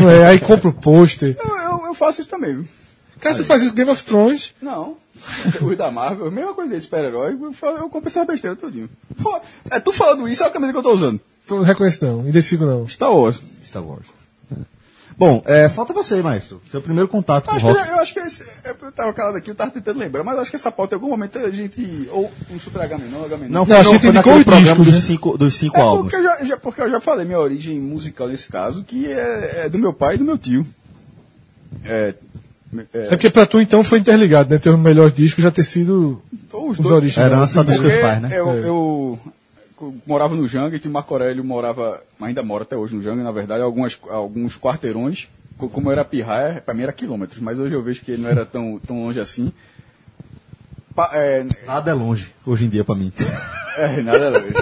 [SPEAKER 2] não é? Aí compra o pôster.
[SPEAKER 3] Eu, eu- eu faço isso também, viu?
[SPEAKER 2] Cara, você faz isso com Game of Thrones.
[SPEAKER 3] Não. Os da Marvel, a mesma coisa de super-herói, eu, falo- eu compro essa besteira todinho. Pô, é tu falando isso, olha a camisa que eu tô usando.
[SPEAKER 2] Tu não reconhece não, identifico não.
[SPEAKER 3] Star Wars.
[SPEAKER 1] Star Wars. Bom, é, falta você, maestro. Seu primeiro contato com o
[SPEAKER 3] Acho que,
[SPEAKER 1] rock.
[SPEAKER 3] eu acho que esse, é, eu tava calado aqui, eu tava tentando lembrar, mas acho que essa pauta em algum momento a gente. Ou um Super H menor, H menor.
[SPEAKER 1] Não,
[SPEAKER 2] a
[SPEAKER 1] foi, não,
[SPEAKER 2] gente
[SPEAKER 1] foi
[SPEAKER 2] indicou
[SPEAKER 1] naquele
[SPEAKER 2] o
[SPEAKER 1] programa
[SPEAKER 2] disco, né?
[SPEAKER 1] dos cinco, dos cinco
[SPEAKER 3] é
[SPEAKER 1] álbuns.
[SPEAKER 3] porque eu, já, já- porque eu já falei minha origem musical nesse caso, que é, é do meu pai e do meu tio. É.
[SPEAKER 2] É porque pra tu então foi interligado, né? Teu melhor disco já ter sido
[SPEAKER 3] Ou
[SPEAKER 2] os originais.
[SPEAKER 1] Herança dos
[SPEAKER 3] Porque
[SPEAKER 1] teus pais, né?
[SPEAKER 3] Eu,
[SPEAKER 2] É.
[SPEAKER 3] eu co- morava no Janga e que o Marco Aurélio morava, ainda mora até hoje no Janga, na verdade, algumas, alguns quarteirões. Co- Como eu era pirraia, para mim era quilômetros, mas hoje eu vejo que ele não era tão, tão longe assim. Pa- é,
[SPEAKER 1] Nada é longe, hoje em dia, pra mim.
[SPEAKER 3] é, nada a ver.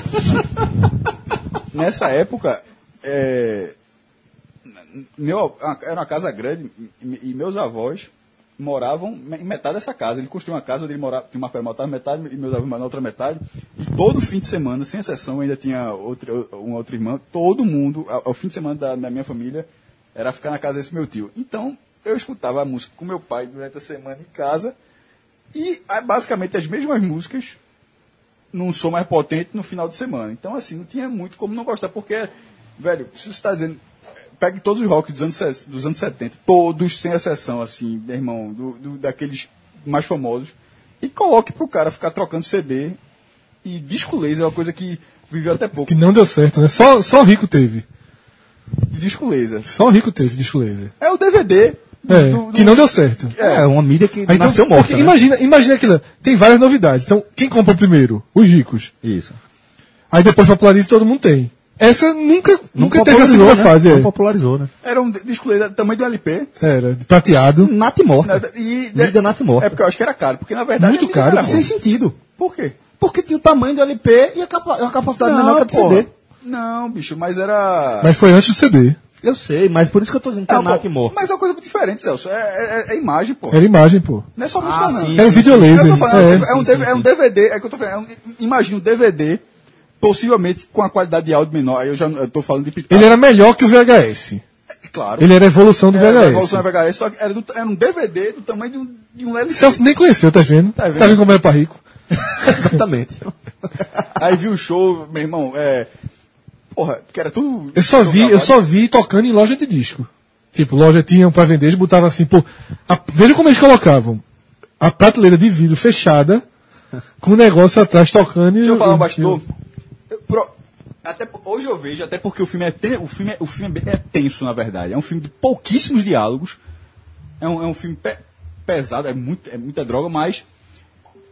[SPEAKER 3] Nessa época, é, n- meu, a- era uma casa grande e- e meus avós moravam me- em metade dessa casa. Ele construiu uma casa onde ele morava, tinha um uma perna morava metade e meus avós moravam na outra metade. E todo fim de semana, sem exceção, ainda tinha outra, uma outra irmã, todo mundo, ao, ao fim de semana da, da minha família, era ficar na casa desse meu tio. Então, eu escutava a música com meu pai durante a semana em casa e ah, basicamente as mesmas músicas num som mais potente no final de semana. Então, assim, não tinha muito como não gostar, porque, velho, se você está dizendo. Pegue todos os rocks dos anos, se- dos anos 70, todos, sem exceção, assim, meu irmão, do, do- daqueles mais famosos, e coloque pro cara ficar trocando CD. E disco laser é uma coisa que viveu até pouco.
[SPEAKER 2] Que não deu certo, né? Só, só rico teve.
[SPEAKER 3] Disco laser.
[SPEAKER 2] Só rico teve disco laser.
[SPEAKER 3] É o DVD. do-
[SPEAKER 2] É,
[SPEAKER 3] do-
[SPEAKER 2] que
[SPEAKER 3] do-
[SPEAKER 2] não deu certo.
[SPEAKER 1] É, uma mídia que
[SPEAKER 2] Aí, então,
[SPEAKER 1] nasceu
[SPEAKER 2] porque
[SPEAKER 1] morta. né?
[SPEAKER 2] imagina, imagina aquilo. Tem várias novidades. Então, quem compra primeiro? Os ricos.
[SPEAKER 1] Isso.
[SPEAKER 2] Aí depois populariza e todo mundo tem. Essa nunca, nunca teve a segunda
[SPEAKER 1] né?
[SPEAKER 2] fase.
[SPEAKER 1] Não
[SPEAKER 2] é.
[SPEAKER 1] popularizou, né?
[SPEAKER 3] Era um disco laser do tamanho do LP.
[SPEAKER 2] Era, de prateado.
[SPEAKER 1] Nath morta.
[SPEAKER 3] né, E,
[SPEAKER 1] Mídia Nath
[SPEAKER 3] é
[SPEAKER 1] morta.
[SPEAKER 3] porque eu acho que era caro, porque na verdade.
[SPEAKER 2] Muito
[SPEAKER 3] a mídia
[SPEAKER 2] caro,
[SPEAKER 3] era ruim.
[SPEAKER 2] pô.
[SPEAKER 1] Sem sentido.
[SPEAKER 3] Por quê?
[SPEAKER 1] Porque tinha o tamanho do LP e a, capa- a capacidade menor que a do
[SPEAKER 3] pô.
[SPEAKER 1] CD.
[SPEAKER 3] Não, bicho, mas era.
[SPEAKER 2] Mas foi antes do CD.
[SPEAKER 1] Eu sei, mas por isso que eu tô dizendo que é,
[SPEAKER 3] Não,
[SPEAKER 1] a Nath
[SPEAKER 3] pô,
[SPEAKER 1] morta.
[SPEAKER 3] Mas é uma coisa muito diferente, Celso. É, é- é imagem, pô.
[SPEAKER 2] Era imagem, pô.
[SPEAKER 3] Não é só música, não.
[SPEAKER 2] Era um vídeo
[SPEAKER 3] Eu
[SPEAKER 2] laser.
[SPEAKER 3] tô falando,
[SPEAKER 2] é.
[SPEAKER 3] é, um DV- é um DVD, é que eu tô falando. é um- imagina um DVD, possivelmente com a qualidade de áudio menor. Aí eu já eu tô falando de pitaco.
[SPEAKER 2] Ele era melhor que o VHS.
[SPEAKER 3] É, claro.
[SPEAKER 2] Ele era um a evolução do
[SPEAKER 3] É, a
[SPEAKER 2] VHS.
[SPEAKER 3] evolução do VHS, só que era, do- era um DVD do tamanho de um, de um LC.
[SPEAKER 2] Celso nem conheceu, tá vendo?
[SPEAKER 3] Tá vendo?
[SPEAKER 2] como é pra rico?
[SPEAKER 1] Exatamente.
[SPEAKER 3] Aí vi o show, meu irmão, é. Porra, que era tudo.
[SPEAKER 2] Eu só vi, eu só vi tocando em loja de disco. Tipo, loja tinha pra vender, eles botavam assim, pô. a- veja como eles colocavam. A prateleira de vidro fechada, com o negócio atrás tocando e.
[SPEAKER 3] Deixa eu falar um
[SPEAKER 2] e-
[SPEAKER 3] bastidor. Eu- pro- até po- hoje eu vejo, até porque o filme, é ten- o filme, é, o filme é bem- é tenso, na verdade. É um filme de pouquíssimos diálogos. É um, é um filme pe- pesado, é, muito, é muita droga, mas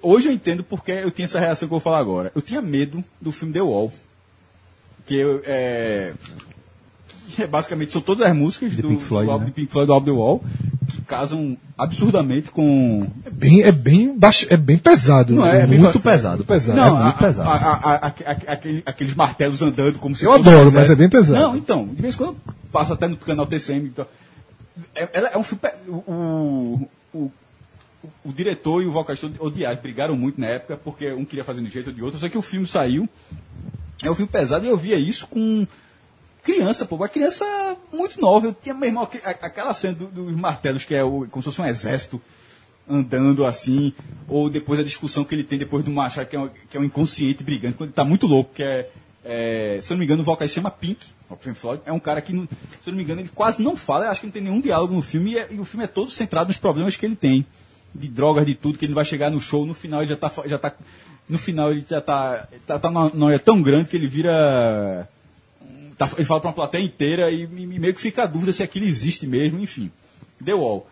[SPEAKER 3] hoje eu entendo porque eu tinha essa reação que eu vou falar agora. Eu tinha medo do filme The Wall. Que eu, é, que é basicamente são todas as músicas do,
[SPEAKER 1] Pink Floyd,
[SPEAKER 3] do álbum
[SPEAKER 1] né?
[SPEAKER 3] de Pink Floyd, do álbum The Wall, que casam absurdamente com
[SPEAKER 2] É bem, é bem baixo, é bem pesado.
[SPEAKER 3] Não,
[SPEAKER 2] né?
[SPEAKER 3] é bem
[SPEAKER 2] muito
[SPEAKER 3] baixo.
[SPEAKER 1] pesado.
[SPEAKER 2] pesado.
[SPEAKER 3] Não,
[SPEAKER 1] é muito
[SPEAKER 3] a-
[SPEAKER 1] pesado.
[SPEAKER 3] a- a- a- aque- aque- aquele- aqueles martelos andando como se
[SPEAKER 2] Eu
[SPEAKER 3] fosse
[SPEAKER 2] adoro,
[SPEAKER 3] um exército.
[SPEAKER 2] mas é bem pesado.
[SPEAKER 3] Não, então, de vez em quando passa até no canal TCM. Então, é, ela é um filme. pe- O, o, o, o diretor e o vocalista odiaram, brigaram muito na época, porque um queria fazer de um jeito ou de outro, só que o filme saiu. É um filme pesado e eu via isso com criança, pô, uma criança muito nova. Eu tinha, meu irmão, aque- a- aquela cena do- dos martelos, que é o- como se fosse um exército andando assim, ou depois a discussão que ele tem depois do Machado, que é um, que é um inconsciente brigando, quando ele tá muito louco, que é, é, se eu não me engano, o vocalista chama Pink, o Pink Floyd, é um cara que, não- se eu não me engano, ele quase não fala, eu acho que não tem nenhum diálogo no filme, e, é- e o filme é todo centrado nos problemas que ele tem, de drogas, de tudo, que ele vai chegar no show, no final ele já tá, fa- já tá no final ele já tá, tá, tá numa noia tão grande que ele vira tá- ele fala pra uma plateia inteira e, e meio que fica a dúvida se aquilo existe mesmo, enfim. Deu all.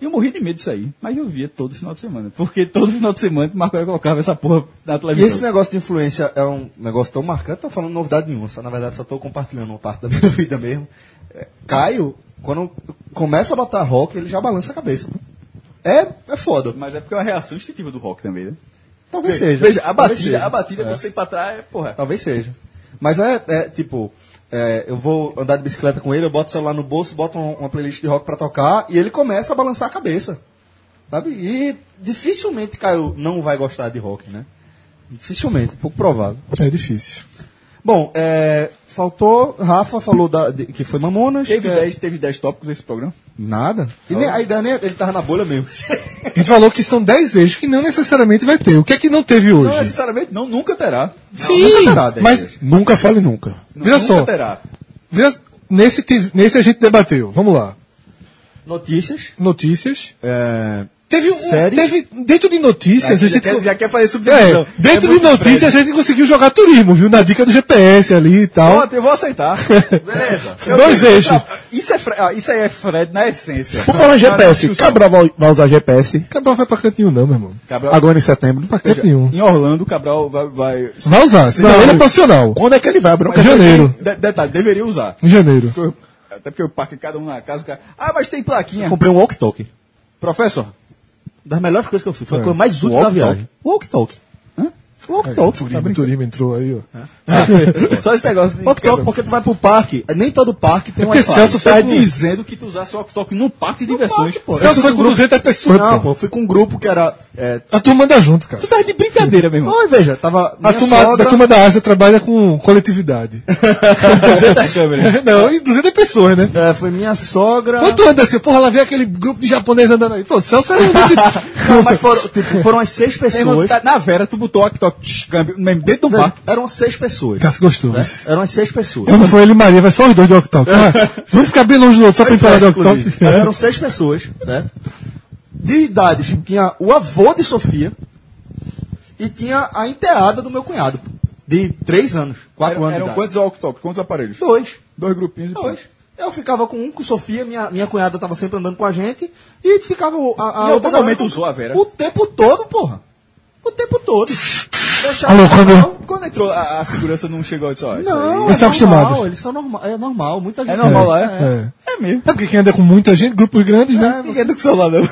[SPEAKER 3] E eu morri de medo disso aí, mas eu via todo final de semana. Porque todo final de semana o Marco Aurélio colocava essa porra na
[SPEAKER 1] E
[SPEAKER 3] televisão.
[SPEAKER 1] esse negócio de influência é um negócio tão marcante, não tô falando novidade nenhuma, só, na verdade só tô compartilhando uma parte da minha vida mesmo. É, Caio, quando começa a botar rock, ele já balança a cabeça. É, é foda.
[SPEAKER 3] Mas é porque é uma reação instintiva do rock também, né?
[SPEAKER 1] Talvez seja.
[SPEAKER 3] Veja, a
[SPEAKER 1] Talvez
[SPEAKER 3] batida,
[SPEAKER 1] seja.
[SPEAKER 3] a batida,
[SPEAKER 1] É.
[SPEAKER 3] você ir pra trás, porra.
[SPEAKER 1] Talvez seja. Mas é, é, tipo, é, eu vou andar de bicicleta com ele, eu boto o celular no bolso, boto um- uma playlist de rock pra tocar e ele começa a balançar a cabeça. Sabe? E dificilmente Caio não vai gostar de rock, né? Dificilmente, pouco provável.
[SPEAKER 2] É difícil.
[SPEAKER 1] Bom, é, faltou. Rafa falou da- de- que foi Mamonas.
[SPEAKER 3] Teve
[SPEAKER 1] que é-
[SPEAKER 3] 10 teve dez tópicos nesse programa?
[SPEAKER 1] Nada. E nem, a ideia nem é, ele tava na bolha mesmo.
[SPEAKER 2] A gente falou que são 10 eixos que não necessariamente vai ter. O que é que não teve hoje?
[SPEAKER 3] Não, necessariamente não, nunca terá.
[SPEAKER 2] Sim,
[SPEAKER 1] nunca terá dez
[SPEAKER 2] mas
[SPEAKER 1] eixos.
[SPEAKER 2] nunca fale nunca. Veja
[SPEAKER 3] nunca
[SPEAKER 2] só,
[SPEAKER 3] terá.
[SPEAKER 2] veja- nesse, tive- nesse a gente debateu. Vamos lá.
[SPEAKER 1] Notícias.
[SPEAKER 2] Notícias.
[SPEAKER 1] É,
[SPEAKER 2] Teve um.
[SPEAKER 1] Séries?
[SPEAKER 2] Teve, dentro de notícias, a gente. co-
[SPEAKER 3] quer fazer
[SPEAKER 2] É, dentro de notícias a gente conseguiu jogar turismo, viu? Na dica do GPS ali e tal.
[SPEAKER 3] eu vou aceitar. Beleza.
[SPEAKER 2] Dois eixos.
[SPEAKER 3] Isso, é Fre- ah, isso aí é Fred na essência.
[SPEAKER 4] Por falar em GPS, Cabral vai- vai usar GPS
[SPEAKER 2] Cabral vai pra canto nenhum, não, meu irmão.
[SPEAKER 3] Cabral,
[SPEAKER 4] agora em setembro.
[SPEAKER 2] Pra canto nenhum.
[SPEAKER 3] Em Orlando, o Cabral vai. vai-
[SPEAKER 2] Vai usar, senão
[SPEAKER 4] Não,
[SPEAKER 2] ele é
[SPEAKER 4] eu-
[SPEAKER 2] profissional.
[SPEAKER 4] Quando é que ele vai, Bruno?
[SPEAKER 2] Mas- Janeiro.
[SPEAKER 3] De- detalhe, deveria usar.
[SPEAKER 2] Em janeiro.
[SPEAKER 3] Porque eu- Até porque eu parquei cada um na casa. o Cara... Ah, mas tem plaquinha.
[SPEAKER 1] comprei um walk-talk.
[SPEAKER 3] Professor,
[SPEAKER 1] Das melhores coisas que eu fiz. Foi a
[SPEAKER 2] É.
[SPEAKER 1] coisa mais útil da
[SPEAKER 3] Walk-talk?
[SPEAKER 1] viagem. Walk-talk. Walk-talk. tá
[SPEAKER 2] O
[SPEAKER 1] brincando?
[SPEAKER 2] turismo entrou aí, ó.
[SPEAKER 3] só esse negócio de.
[SPEAKER 1] Walk-talk É. porque tu vai pro parque. é, Nem todo parque tem um
[SPEAKER 2] porque Celso
[SPEAKER 1] Tá
[SPEAKER 2] foi com-
[SPEAKER 1] dizendo que
[SPEAKER 3] que tu usasse o Octoque num parque de diversões.
[SPEAKER 1] pô.
[SPEAKER 2] Celso
[SPEAKER 1] Eu fui
[SPEAKER 2] foi com 200 pessoas,
[SPEAKER 1] Não,
[SPEAKER 2] pô.
[SPEAKER 1] pô. eu Fui com um grupo que era... É,
[SPEAKER 2] A turma anda junto, cara.
[SPEAKER 3] tá de brincadeira, meu irmão.
[SPEAKER 1] Oi, veja, tava
[SPEAKER 2] A
[SPEAKER 1] minha
[SPEAKER 2] turma,
[SPEAKER 1] sogra-
[SPEAKER 2] da turma da Ásia trabalha com coletividade.
[SPEAKER 1] tá
[SPEAKER 3] é,
[SPEAKER 2] Não, e 200 pessoas, né?
[SPEAKER 1] É, foi minha sogra...
[SPEAKER 2] Quanto anda assim? Porra, lá vem aquele grupo de japonês andando aí. Pô, Celso era um desse...
[SPEAKER 1] Não, mas foram, tipo, foram as seis
[SPEAKER 3] Meu irmão,
[SPEAKER 1] pessoas.
[SPEAKER 3] tá- na Vera, tu botou o Octoque tch, câmbio, mesmo dentro do
[SPEAKER 1] Velho,
[SPEAKER 3] parque.
[SPEAKER 1] Eram seis pessoas.
[SPEAKER 2] Cássio gostou.
[SPEAKER 1] né? Eram as seis pessoas.
[SPEAKER 2] Quando for ele e Maria, vai só os dois de Octal. Ah, Vamos ficar bem longe do outro, só pra entrar de Octal.
[SPEAKER 1] Inclusive. Mas Eram seis pessoas, certo? De idades, tinha o avô de Sofia e tinha a enteada do meu cunhado, de três anos, quatro
[SPEAKER 3] Eram,
[SPEAKER 1] anos. de
[SPEAKER 3] eram
[SPEAKER 1] idade.
[SPEAKER 3] quantos Octoque? Quantos aparelhos?
[SPEAKER 1] Dois.
[SPEAKER 3] Dois grupinhos e
[SPEAKER 1] Dois.
[SPEAKER 3] pronto.
[SPEAKER 1] Eu ficava com um, com Sofia, minha, minha cunhada tava sempre andando com a gente, e ficava o- a, a
[SPEAKER 3] Em algum
[SPEAKER 1] outra galera
[SPEAKER 3] momento
[SPEAKER 1] com-
[SPEAKER 3] usou a Vera?
[SPEAKER 1] O tempo todo, porra. O tempo todo. Deixava
[SPEAKER 2] Alô, câmbio.
[SPEAKER 3] Quando entrou a, a segurança não chegou e disse, ó, isso
[SPEAKER 1] Não,
[SPEAKER 2] Eles
[SPEAKER 1] é
[SPEAKER 2] são acostumados.
[SPEAKER 1] normal, eles são normal, é normal, muita
[SPEAKER 3] aí-
[SPEAKER 1] gente.
[SPEAKER 3] É normal lá, é?
[SPEAKER 2] É.
[SPEAKER 3] É mesmo.
[SPEAKER 2] É porque quem anda com muita gente, grupos grandes, né?
[SPEAKER 3] Ninguém é do que celular, não.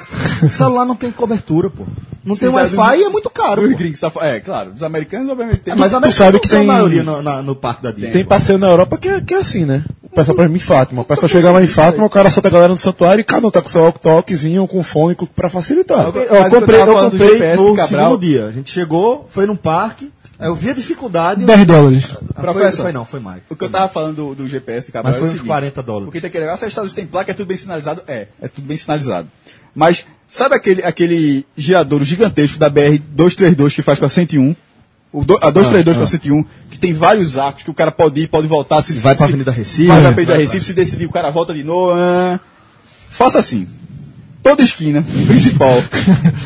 [SPEAKER 1] O celular não tem cobertura, pô. Não tem
[SPEAKER 3] Cidade-
[SPEAKER 1] Wi-Fi e é muito caro.
[SPEAKER 3] Os
[SPEAKER 1] pô.
[SPEAKER 3] gringos safo- É, claro, os americanos obviamente tem.
[SPEAKER 1] É, mas a
[SPEAKER 4] tu
[SPEAKER 1] América
[SPEAKER 4] sabe
[SPEAKER 1] não
[SPEAKER 4] que
[SPEAKER 1] tem a
[SPEAKER 4] tem-
[SPEAKER 1] maioria no, na- no parque da Disney.
[SPEAKER 4] Tem passeio na Europa que é, que é assim, né? O pessoal pra mim em Fátima. O pessoal chega lá em Fátima, o cara solta a galera no santuário e cada um tá com seu walk-talkzinho, com fone, com- pra facilitar.
[SPEAKER 3] Agora-
[SPEAKER 1] Eu
[SPEAKER 3] Mas eu
[SPEAKER 1] comprei,
[SPEAKER 3] tava
[SPEAKER 1] eu
[SPEAKER 3] falando do
[SPEAKER 1] comprei
[SPEAKER 3] GPS
[SPEAKER 1] no
[SPEAKER 3] Cabral.
[SPEAKER 1] segundo dia. A gente chegou, foi num parque, aí eu vi a dificuldade.
[SPEAKER 2] 10 dólares.
[SPEAKER 1] Ah, foi-
[SPEAKER 3] Professor.
[SPEAKER 1] foi não, foi mais.
[SPEAKER 3] O que eu tava falando do, do GPS de Cabral
[SPEAKER 1] Mas foi
[SPEAKER 3] é o
[SPEAKER 1] uns
[SPEAKER 3] seguinte,
[SPEAKER 1] 40 dólares.
[SPEAKER 3] Porque tem aquele negócio, ah, os Estados Unidos tem placa, é tudo bem sinalizado? É, é tudo bem sinalizado. Mas sabe aquele, aquele giradouro gigantesco da BR-232 que faz com a 101? O do, a 232
[SPEAKER 1] Ah,
[SPEAKER 3] com a 101, que tem vários arcos que o cara pode ir, pode voltar. Se,
[SPEAKER 1] Vai pra
[SPEAKER 3] se-
[SPEAKER 1] Avenida Recife.
[SPEAKER 3] Vai pra
[SPEAKER 1] É.
[SPEAKER 3] Avenida Recife, se decidir, o cara volta de novo. ah. Faça assim. Toda esquina, principal,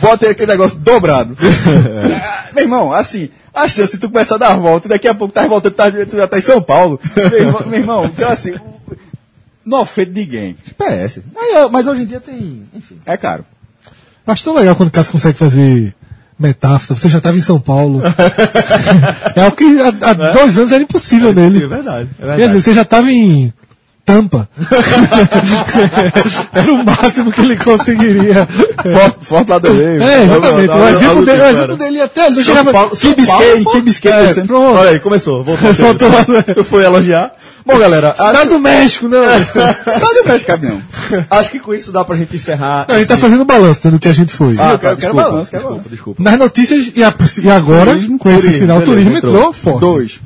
[SPEAKER 3] bota aquele negócio dobrado. Ah, Meu irmão, assim, a chance de tu começar a dar a volta, daqui a pouco tá voltando, tá, tu já tá em São Paulo. Meu irmão, meu irmão, então assim, o- não ofende ninguém.
[SPEAKER 1] PS. Aí, ó, mas hoje em dia tem. Enfim.
[SPEAKER 3] É caro.
[SPEAKER 2] Acho tão legal quando o Cássio consegue fazer metáfora. Você já estava em São Paulo. é o que há, há dois anos era impossível
[SPEAKER 1] É
[SPEAKER 2] é nele.
[SPEAKER 1] verdade.
[SPEAKER 2] Quer dizer, você já estava em Tampa. era o máximo que ele conseguiria.
[SPEAKER 3] Forte, lá do meio.
[SPEAKER 2] É, exatamente. O
[SPEAKER 1] um
[SPEAKER 2] exemplo dele, o exemplo dele ia até ali. Ele chegava-
[SPEAKER 1] Que
[SPEAKER 3] Biscay, que Biscay,
[SPEAKER 1] É, pronto. Olha aí, começou. Voltou.
[SPEAKER 2] Voltou lá no-
[SPEAKER 1] Eu fui elogiar. Bom, galera,
[SPEAKER 2] Lá do México, né? não.
[SPEAKER 3] Só de mais caminhão.
[SPEAKER 1] acho que com isso dá pra gente encerrar. Ah, tá,
[SPEAKER 2] Não, ele tá fazendo balanço né, do que a gente foi.
[SPEAKER 3] eu quero- eu quero balanço, quero
[SPEAKER 1] desculpa,
[SPEAKER 3] balanço.
[SPEAKER 1] desculpa.
[SPEAKER 2] Nas notícias, e, a- e agora, com esse final, o turismo entrou, forte.
[SPEAKER 3] Dois.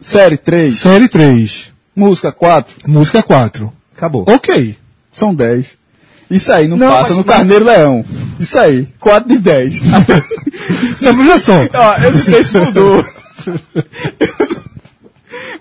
[SPEAKER 3] Série, três.
[SPEAKER 2] Série 3,
[SPEAKER 3] Música, quatro.
[SPEAKER 2] música 4.
[SPEAKER 1] Acabou.
[SPEAKER 2] Ok.
[SPEAKER 3] São 10. Isso aí, não,
[SPEAKER 1] Não,
[SPEAKER 3] passa
[SPEAKER 1] mas-
[SPEAKER 2] é.
[SPEAKER 3] no Carneiro Leão. Isso aí, 4 de 10.
[SPEAKER 2] Não, mas olha só.
[SPEAKER 3] Ó, eu não sei se mudou.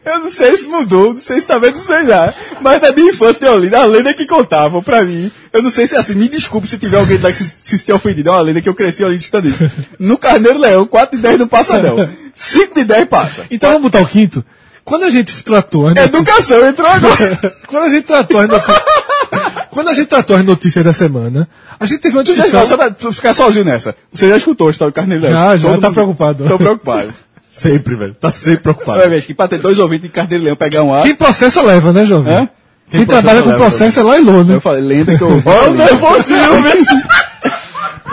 [SPEAKER 3] Eu não sei se mudou, não sei se também não sei já. Mas na minha infância tem uma lenda, a lenda que contavam pra mim. Eu não sei se é assim, me desculpe se tiver alguém lá que se, se tenha ofendido. É uma lenda que eu cresci ali de isso. No Carneiro Leão, 4 de 10 não passa não. 5 de 10 passa.
[SPEAKER 2] Então vamos botar o quinto. Quando a gente tratou
[SPEAKER 3] É
[SPEAKER 2] as notícias,
[SPEAKER 3] Educação entrou agora.
[SPEAKER 2] quando a gente tratou as notícias, quando a gente tratou as notícias da semana, a gente teve uma
[SPEAKER 3] Tu já
[SPEAKER 2] discussão.
[SPEAKER 3] só pra, pra ficar sozinho nessa. Você já escutou a história do Carneiro Leão?
[SPEAKER 2] Já, já,
[SPEAKER 3] Todo
[SPEAKER 2] tá
[SPEAKER 3] mundo-
[SPEAKER 2] preocupado.
[SPEAKER 3] Tô preocupado.
[SPEAKER 1] Sempre, velho. Tá sempre preocupado.
[SPEAKER 3] Olha, veja, que pra ter dois ouvintes de Carneiro Leão pegar um ar.
[SPEAKER 2] Quem processa leva, né, jovem?
[SPEAKER 3] Hã?
[SPEAKER 2] Quem, trabalha com
[SPEAKER 1] leva,
[SPEAKER 2] processo é lá e lô, né?
[SPEAKER 3] Eu falei, lenda que eu ouvi. Olha o nervosismo,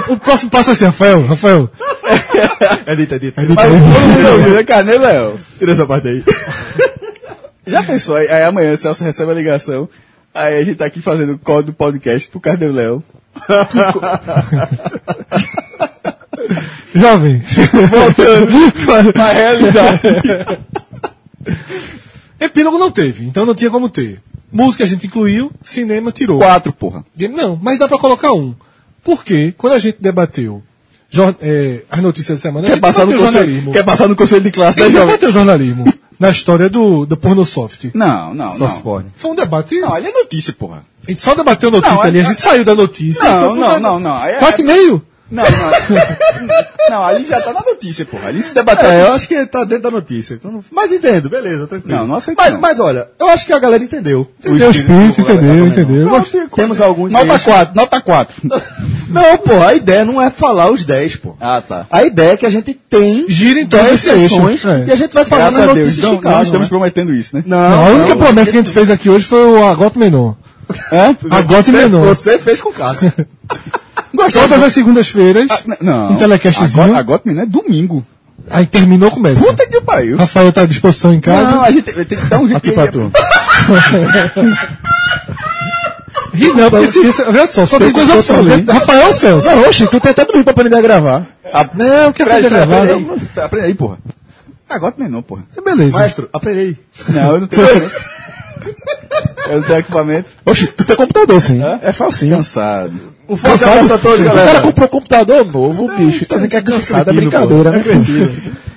[SPEAKER 2] O próximo passo é assim, Rafael, Rafael.
[SPEAKER 1] Edita, edita.
[SPEAKER 3] Mas todo mundo ouviu, né? Carneiro Leão.
[SPEAKER 1] é Tira essa parte aí.
[SPEAKER 3] Já pensou? Aí, aí amanhã o Celso recebe a ligação. Aí a gente tá aqui fazendo o código do podcast pro Carneiro Leão.
[SPEAKER 2] Jovem. Voltando.
[SPEAKER 3] Na realidade.
[SPEAKER 2] Epílogo não teve, então não tinha como ter. Música a gente incluiu, cinema tirou.
[SPEAKER 3] Quatro, porra.
[SPEAKER 2] Game Não, mas dá pra colocar um. Porque quando a gente debateu jor- eh, as notícias da semana, a
[SPEAKER 3] Quer
[SPEAKER 2] gente
[SPEAKER 3] passar, no
[SPEAKER 2] bateu
[SPEAKER 3] conselho,
[SPEAKER 2] jornalismo.
[SPEAKER 3] quer passar no conselho de classe,
[SPEAKER 2] A
[SPEAKER 3] né,
[SPEAKER 2] gente
[SPEAKER 3] jovem?
[SPEAKER 2] bateu jornalismo. na história do, do pornosoft.
[SPEAKER 3] Não, não,
[SPEAKER 1] Soft
[SPEAKER 3] não.
[SPEAKER 1] porn.
[SPEAKER 2] Foi um debate.
[SPEAKER 3] Não, ali é notícia, porra.
[SPEAKER 2] A gente só debateu a notícia
[SPEAKER 3] Não,
[SPEAKER 2] ali, a
[SPEAKER 3] é-
[SPEAKER 2] gente saiu da notícia.
[SPEAKER 3] Não,
[SPEAKER 2] Foi-
[SPEAKER 3] não, não, não. Aí é-
[SPEAKER 2] Quatro e meio?
[SPEAKER 3] Não, não. não, ali já tá na notícia, porra. Ali se debateu.
[SPEAKER 1] É, eu acho que tá dentro da notícia. Então não- Mas entendo, beleza, tranquilo.
[SPEAKER 3] Não, não aceito
[SPEAKER 1] Mas,
[SPEAKER 3] não.
[SPEAKER 1] mas olha, eu acho que a galera entendeu.
[SPEAKER 2] Entendeu o espírito,
[SPEAKER 1] do-
[SPEAKER 2] entendeu, entendeu.
[SPEAKER 1] Não, tem- Temos alguns.
[SPEAKER 3] Nota
[SPEAKER 1] aí.
[SPEAKER 3] 4, nota 4.
[SPEAKER 1] Não, pô, a ideia não é falar os 10, pô.
[SPEAKER 3] Ah, tá.
[SPEAKER 1] A ideia é que a gente tem
[SPEAKER 2] Gira em torno
[SPEAKER 1] 10
[SPEAKER 2] desse eixo.
[SPEAKER 1] sessões
[SPEAKER 2] então, É.
[SPEAKER 1] e a gente vai falar
[SPEAKER 3] Graças
[SPEAKER 1] das
[SPEAKER 3] a Deus.
[SPEAKER 1] notícias
[SPEAKER 3] Não,
[SPEAKER 1] de cada,
[SPEAKER 3] não estamos
[SPEAKER 1] né?
[SPEAKER 3] prometendo isso, né?
[SPEAKER 1] não,
[SPEAKER 2] Não, a única
[SPEAKER 1] não.
[SPEAKER 2] promessa que a gente fez aqui hoje foi o Agote Menor.
[SPEAKER 3] É?
[SPEAKER 2] Agote Menor.
[SPEAKER 1] Você fez com o Cássio.
[SPEAKER 2] Todas as segundas-feiras,
[SPEAKER 3] Ah, não.
[SPEAKER 2] um telecastzinho.
[SPEAKER 3] Agora, agora menino, é domingo.
[SPEAKER 2] aí terminou com o mestre.
[SPEAKER 3] Puta que pariu.
[SPEAKER 2] Rafael tá à disposição em
[SPEAKER 3] Não,
[SPEAKER 2] casa. Tá
[SPEAKER 3] a gente tem tem que dar um jeito.
[SPEAKER 4] Aqui pra tu.
[SPEAKER 2] Ri não, porque se isso, olha só, só tem duas opções. né? Rafael é ou Celso?
[SPEAKER 4] né? Não, oxe, tu tem até domingo pra aprender a gravar.
[SPEAKER 3] Ah,
[SPEAKER 2] Não, quer
[SPEAKER 3] Peraí,
[SPEAKER 2] aprender a gravar?
[SPEAKER 3] peraí, peraí. Aprende aí, porra. Agora menor, porra.
[SPEAKER 2] É beleza.
[SPEAKER 1] Maestro, aprende aí.
[SPEAKER 3] Não, eu não tenho equipamento. Eu não tenho equipamento.
[SPEAKER 4] Oxe, tu tem computador sim. É, falsinho.
[SPEAKER 3] Cansado.
[SPEAKER 1] Um forte abraço a todos,
[SPEAKER 4] O
[SPEAKER 1] galera.
[SPEAKER 4] cara comprou um computador novo, bicho. Tá dizendo que é cansado, é brincadeira, né?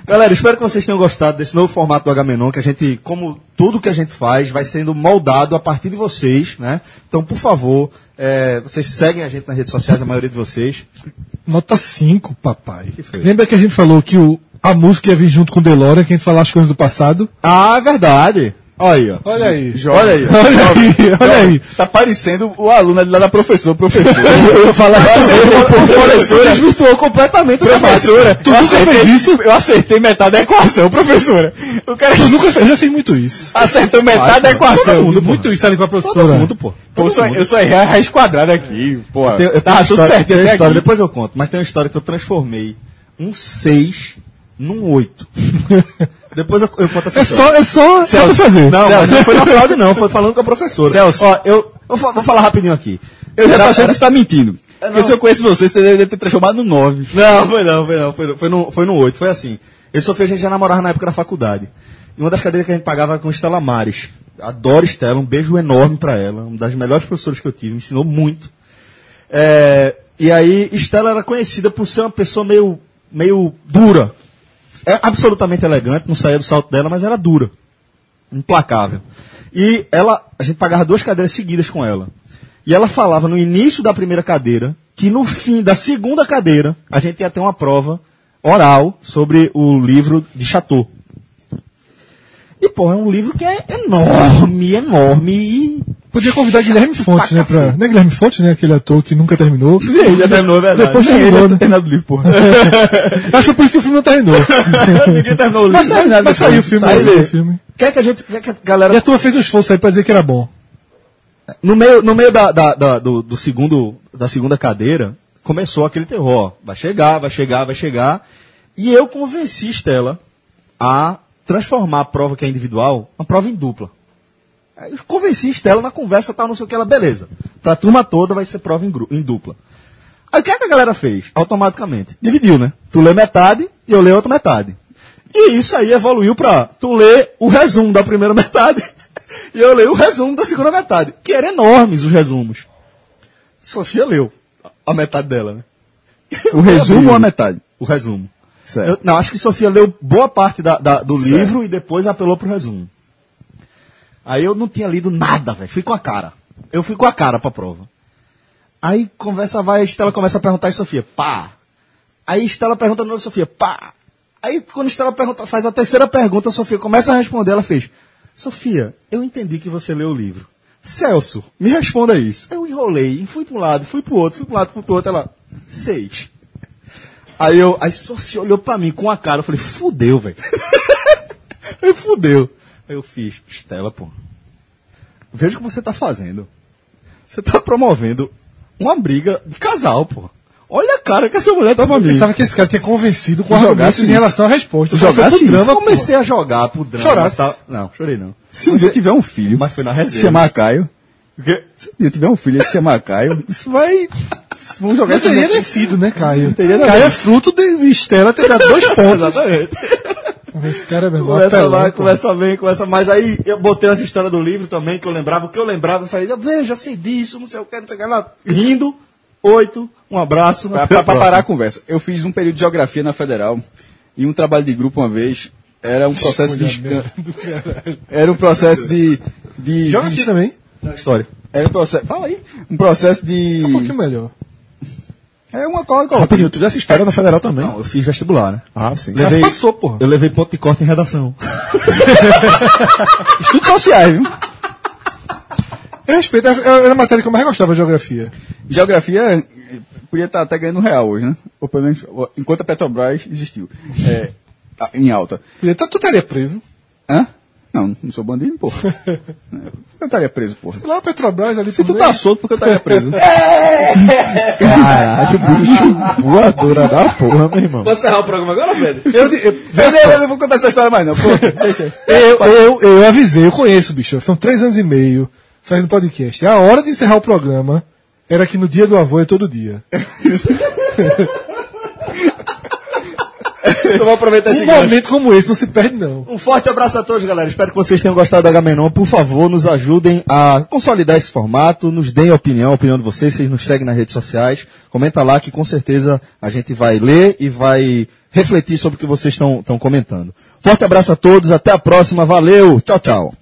[SPEAKER 1] Galera, espero que vocês tenham gostado desse novo formato do Agamenon, que a gente, como tudo que a gente faz, vai sendo moldado a partir de vocês, né? Então, por favor, eh, vocês seguem a gente nas redes sociais, a maioria de vocês.
[SPEAKER 2] Nota 5, papai. Lembra que a gente falou que o, a música ia vir junto com o DeLorean, que a gente falou as coisas do passado?
[SPEAKER 1] Ah,
[SPEAKER 3] é
[SPEAKER 1] verdade. Olha aí, ó.
[SPEAKER 2] Olha aí.
[SPEAKER 1] Olha aí.
[SPEAKER 2] Olha aí, olha aí.
[SPEAKER 3] Tá parecendo o aluno ali lá da professora. Professor.
[SPEAKER 4] Eu ia falar
[SPEAKER 3] professora.
[SPEAKER 1] Desvirtuou completamente o debate.
[SPEAKER 3] Professora, tu acertei isso? Eu acertei metade da equação, professora. O cara
[SPEAKER 2] Eu nunca eu já fiz muito isso.
[SPEAKER 3] acertou metade da equação.
[SPEAKER 2] muito isso ali com a professora.
[SPEAKER 1] pô.
[SPEAKER 3] Pô, eu só, eu só errei a raiz quadrada aqui, pô.
[SPEAKER 1] Tem- eu tenho
[SPEAKER 3] Tá
[SPEAKER 1] uma
[SPEAKER 3] tudo
[SPEAKER 1] história,
[SPEAKER 3] certo
[SPEAKER 1] tem uma
[SPEAKER 3] até
[SPEAKER 1] história,
[SPEAKER 3] aqui.
[SPEAKER 1] depois eu conto, mas tem uma história que eu transformei um 6 num 8. depois eu, eu conto essa
[SPEAKER 2] É
[SPEAKER 1] história.
[SPEAKER 2] só, é só, só pra fazer.
[SPEAKER 1] Não, mas não foi na fraude, não, foi falando com a professora.
[SPEAKER 3] Celso.
[SPEAKER 1] Ó, eu, eu fa- vou falar rapidinho aqui. É,
[SPEAKER 3] Eu já tô achando que você tá mentindo.
[SPEAKER 1] não.
[SPEAKER 3] Porque se eu conheço você, você deve ter transformado no 9.
[SPEAKER 1] Não, foi não, foi não. Foi, no- foi, no, foi no 8, foi assim. Eu sofri, a gente já namorava na época da faculdade. E uma das cadeiras que a gente pagava era com Estela Mares. Adoro Estela, um beijo enorme pra ela. Uma das melhores professoras que eu tive, me ensinou muito. É, e aí, Estela era conhecida por ser uma pessoa meio, meio dura. É absolutamente elegante, não saía do salto dela, mas era dura. Implacável. E ela, a gente pagava duas cadeiras seguidas com ela. E ela falava no início da primeira cadeira que no fim da segunda cadeira a gente ia ter uma prova oral sobre o livro de Chateau. E, pô, é um livro que é enorme, enorme e.
[SPEAKER 2] Podia convidar Guilherme Fontes, né? Pra, não é Guilherme Fontes, né? Aquele ator que nunca terminou.
[SPEAKER 1] Ele já terminou, é verdade.
[SPEAKER 2] Depois terminou, né? terminado o livro, porra. Acho que por isso que o filme não terminou.
[SPEAKER 1] Ninguém terminou o livro.
[SPEAKER 2] Mas,
[SPEAKER 3] né?
[SPEAKER 2] terminado, mas saiu o filme.
[SPEAKER 1] Saiu.
[SPEAKER 2] saiu o filme.
[SPEAKER 1] Quer que a gente. Quer que a
[SPEAKER 2] E
[SPEAKER 1] galera.
[SPEAKER 2] a tua fez um esforço aí pra dizer que era bom.
[SPEAKER 1] No meio, no meio da, da- da- do, do segundo, da segunda cadeira, começou aquele terror. ó, Vai chegar, vai chegar, vai chegar. E eu convenci Estela a transformar a prova que é individual, uma prova em dupla. Aí eu convenci Estela na conversa, tal, não sei o que, ela, beleza. Pra turma toda vai ser prova em, gru- em dupla. Aí o que, é que a galera fez? Automaticamente. Dividiu, né? Tu lê metade e eu leio a outra metade. E isso aí evoluiu pra tu ler o resumo da primeira metade e eu leio o resumo da segunda metade. Que eram enormes os resumos. Sofia leu a metade dela, né?
[SPEAKER 3] O resumo ou a metade?
[SPEAKER 1] O resumo.
[SPEAKER 3] Certo.
[SPEAKER 1] Eu- não, acho que Sofia leu boa parte da- da- do livro e depois apelou pro resumo. Aí eu não tinha lido nada, velho. Fui com a cara. Eu fui com a cara pra prova. Aí conversa vai, a Estela começa a perguntar e Sofia, pá. Aí Estela pergunta de novo, Sofia, pá. Aí quando Estela pergunta, faz a terceira pergunta, a Sofia começa a responder, ela fez, Sofia, eu entendi que você leu o livro. Celso, me responda isso. Eu enrolei, fui para um lado, fui pro outro, fui para um lado, fui pro outro, ela, seis. Aí eu, aí Sofia olhou pra mim com a cara, eu falei, fudeu, velho. aí fudeu. Aí eu fiz, Estela, pô. Veja o que você tá fazendo. Você tá promovendo uma briga de casal, pô. Olha a cara que essa mulher tá pra
[SPEAKER 2] Eu
[SPEAKER 1] mim.
[SPEAKER 2] pensava que esse cara tinha convencido com
[SPEAKER 1] Jogasse
[SPEAKER 2] argumentos em
[SPEAKER 1] isso.
[SPEAKER 2] relação à resposta.
[SPEAKER 1] Jogasse
[SPEAKER 2] Foi pro drama,
[SPEAKER 1] isso.
[SPEAKER 2] pô.
[SPEAKER 1] comecei a jogar pro drama. tá?
[SPEAKER 2] Chorasse.
[SPEAKER 1] tal. Não, chorei não.
[SPEAKER 3] Se um dia tiver um filho,
[SPEAKER 1] Mas foi na
[SPEAKER 3] se
[SPEAKER 1] resenha.
[SPEAKER 3] chamar Caio,
[SPEAKER 1] O quê?
[SPEAKER 3] se um dia tiver um filho e se chamar Caio, isso vai... Vamos jogar
[SPEAKER 2] Mas
[SPEAKER 3] esse
[SPEAKER 2] teria
[SPEAKER 3] monte-
[SPEAKER 2] nascido, né, Caio?
[SPEAKER 3] Teria
[SPEAKER 2] Caio é fruto de Estela ter dado dois pontos.
[SPEAKER 1] Exatamente.
[SPEAKER 2] Esse cara é meu irmão,
[SPEAKER 1] Começa
[SPEAKER 2] apelão,
[SPEAKER 1] lá,
[SPEAKER 2] pô.
[SPEAKER 1] começa bem, começa. Mas aí eu botei essa história do livro também, que eu lembrava, o que eu lembrava, eu falei, veja, eu sei disso, não sei o que, não sei o que lá. Rindo, oito, um abraço.
[SPEAKER 2] Tá.
[SPEAKER 3] Pra,
[SPEAKER 1] até
[SPEAKER 3] pra- pra
[SPEAKER 1] a próxima.
[SPEAKER 3] parar a conversa. Eu fiz um período de geografia na Federal e um trabalho de grupo uma vez Era um processo de. esca- Era um processo de. de
[SPEAKER 2] Joga
[SPEAKER 3] de-
[SPEAKER 2] aqui também.
[SPEAKER 1] História.
[SPEAKER 3] Era um processo. Fala aí. Um processo de.
[SPEAKER 1] Tá
[SPEAKER 2] É um pouquinho melhor.
[SPEAKER 3] É uma cola cola.
[SPEAKER 4] Rapidinho, tu viu essa história da Federal também?
[SPEAKER 1] Não, eu fiz vestibular, né?
[SPEAKER 4] Ah, sim.
[SPEAKER 1] Levei,
[SPEAKER 2] passou, porra.
[SPEAKER 1] eu levei ponto de corte em redação.
[SPEAKER 3] Estudos sociais, viu?
[SPEAKER 2] Eu respeito, era era a matéria que eu mais gostava, geografia.
[SPEAKER 3] Geografia eh, podia estar até ganhando um real hoje, né? Ou pelo menos, ou- enquanto a Petrobras existiu. É, a- em alta.
[SPEAKER 2] E até tá, tu estaria preso.
[SPEAKER 3] Hã? Não, não sou bandido, porra. Eu estaria preso, porra.
[SPEAKER 2] Lá a Petrobras ali
[SPEAKER 3] Se tu tá solto, porque eu estaria preso.
[SPEAKER 4] É Voadora da porra, meu irmão.
[SPEAKER 7] Posso encerrar o programa agora, velho?
[SPEAKER 3] Eu, eu, eu não vou contar essa história mais, não. Pô, deixa aí.
[SPEAKER 2] Eu, eu, eu avisei, eu conheço, bicho. São três anos e meio fazendo podcast. A hora de encerrar o programa era que no dia do avô é todo dia.
[SPEAKER 1] Eu vou aproveitar
[SPEAKER 2] Um momento como esse não se perde, não.
[SPEAKER 1] Um forte abraço a todos, galera. Espero que vocês tenham gostado do Agamenon. Por favor, nos ajudem a consolidar esse formato, nos deem a opinião, a opinião de vocês. Vocês nos seguem nas redes sociais. Comenta lá que com certeza a gente vai ler e vai refletir sobre o que vocês estão estão comentando. Forte abraço a todos, até a próxima. Valeu, tchau, tchau.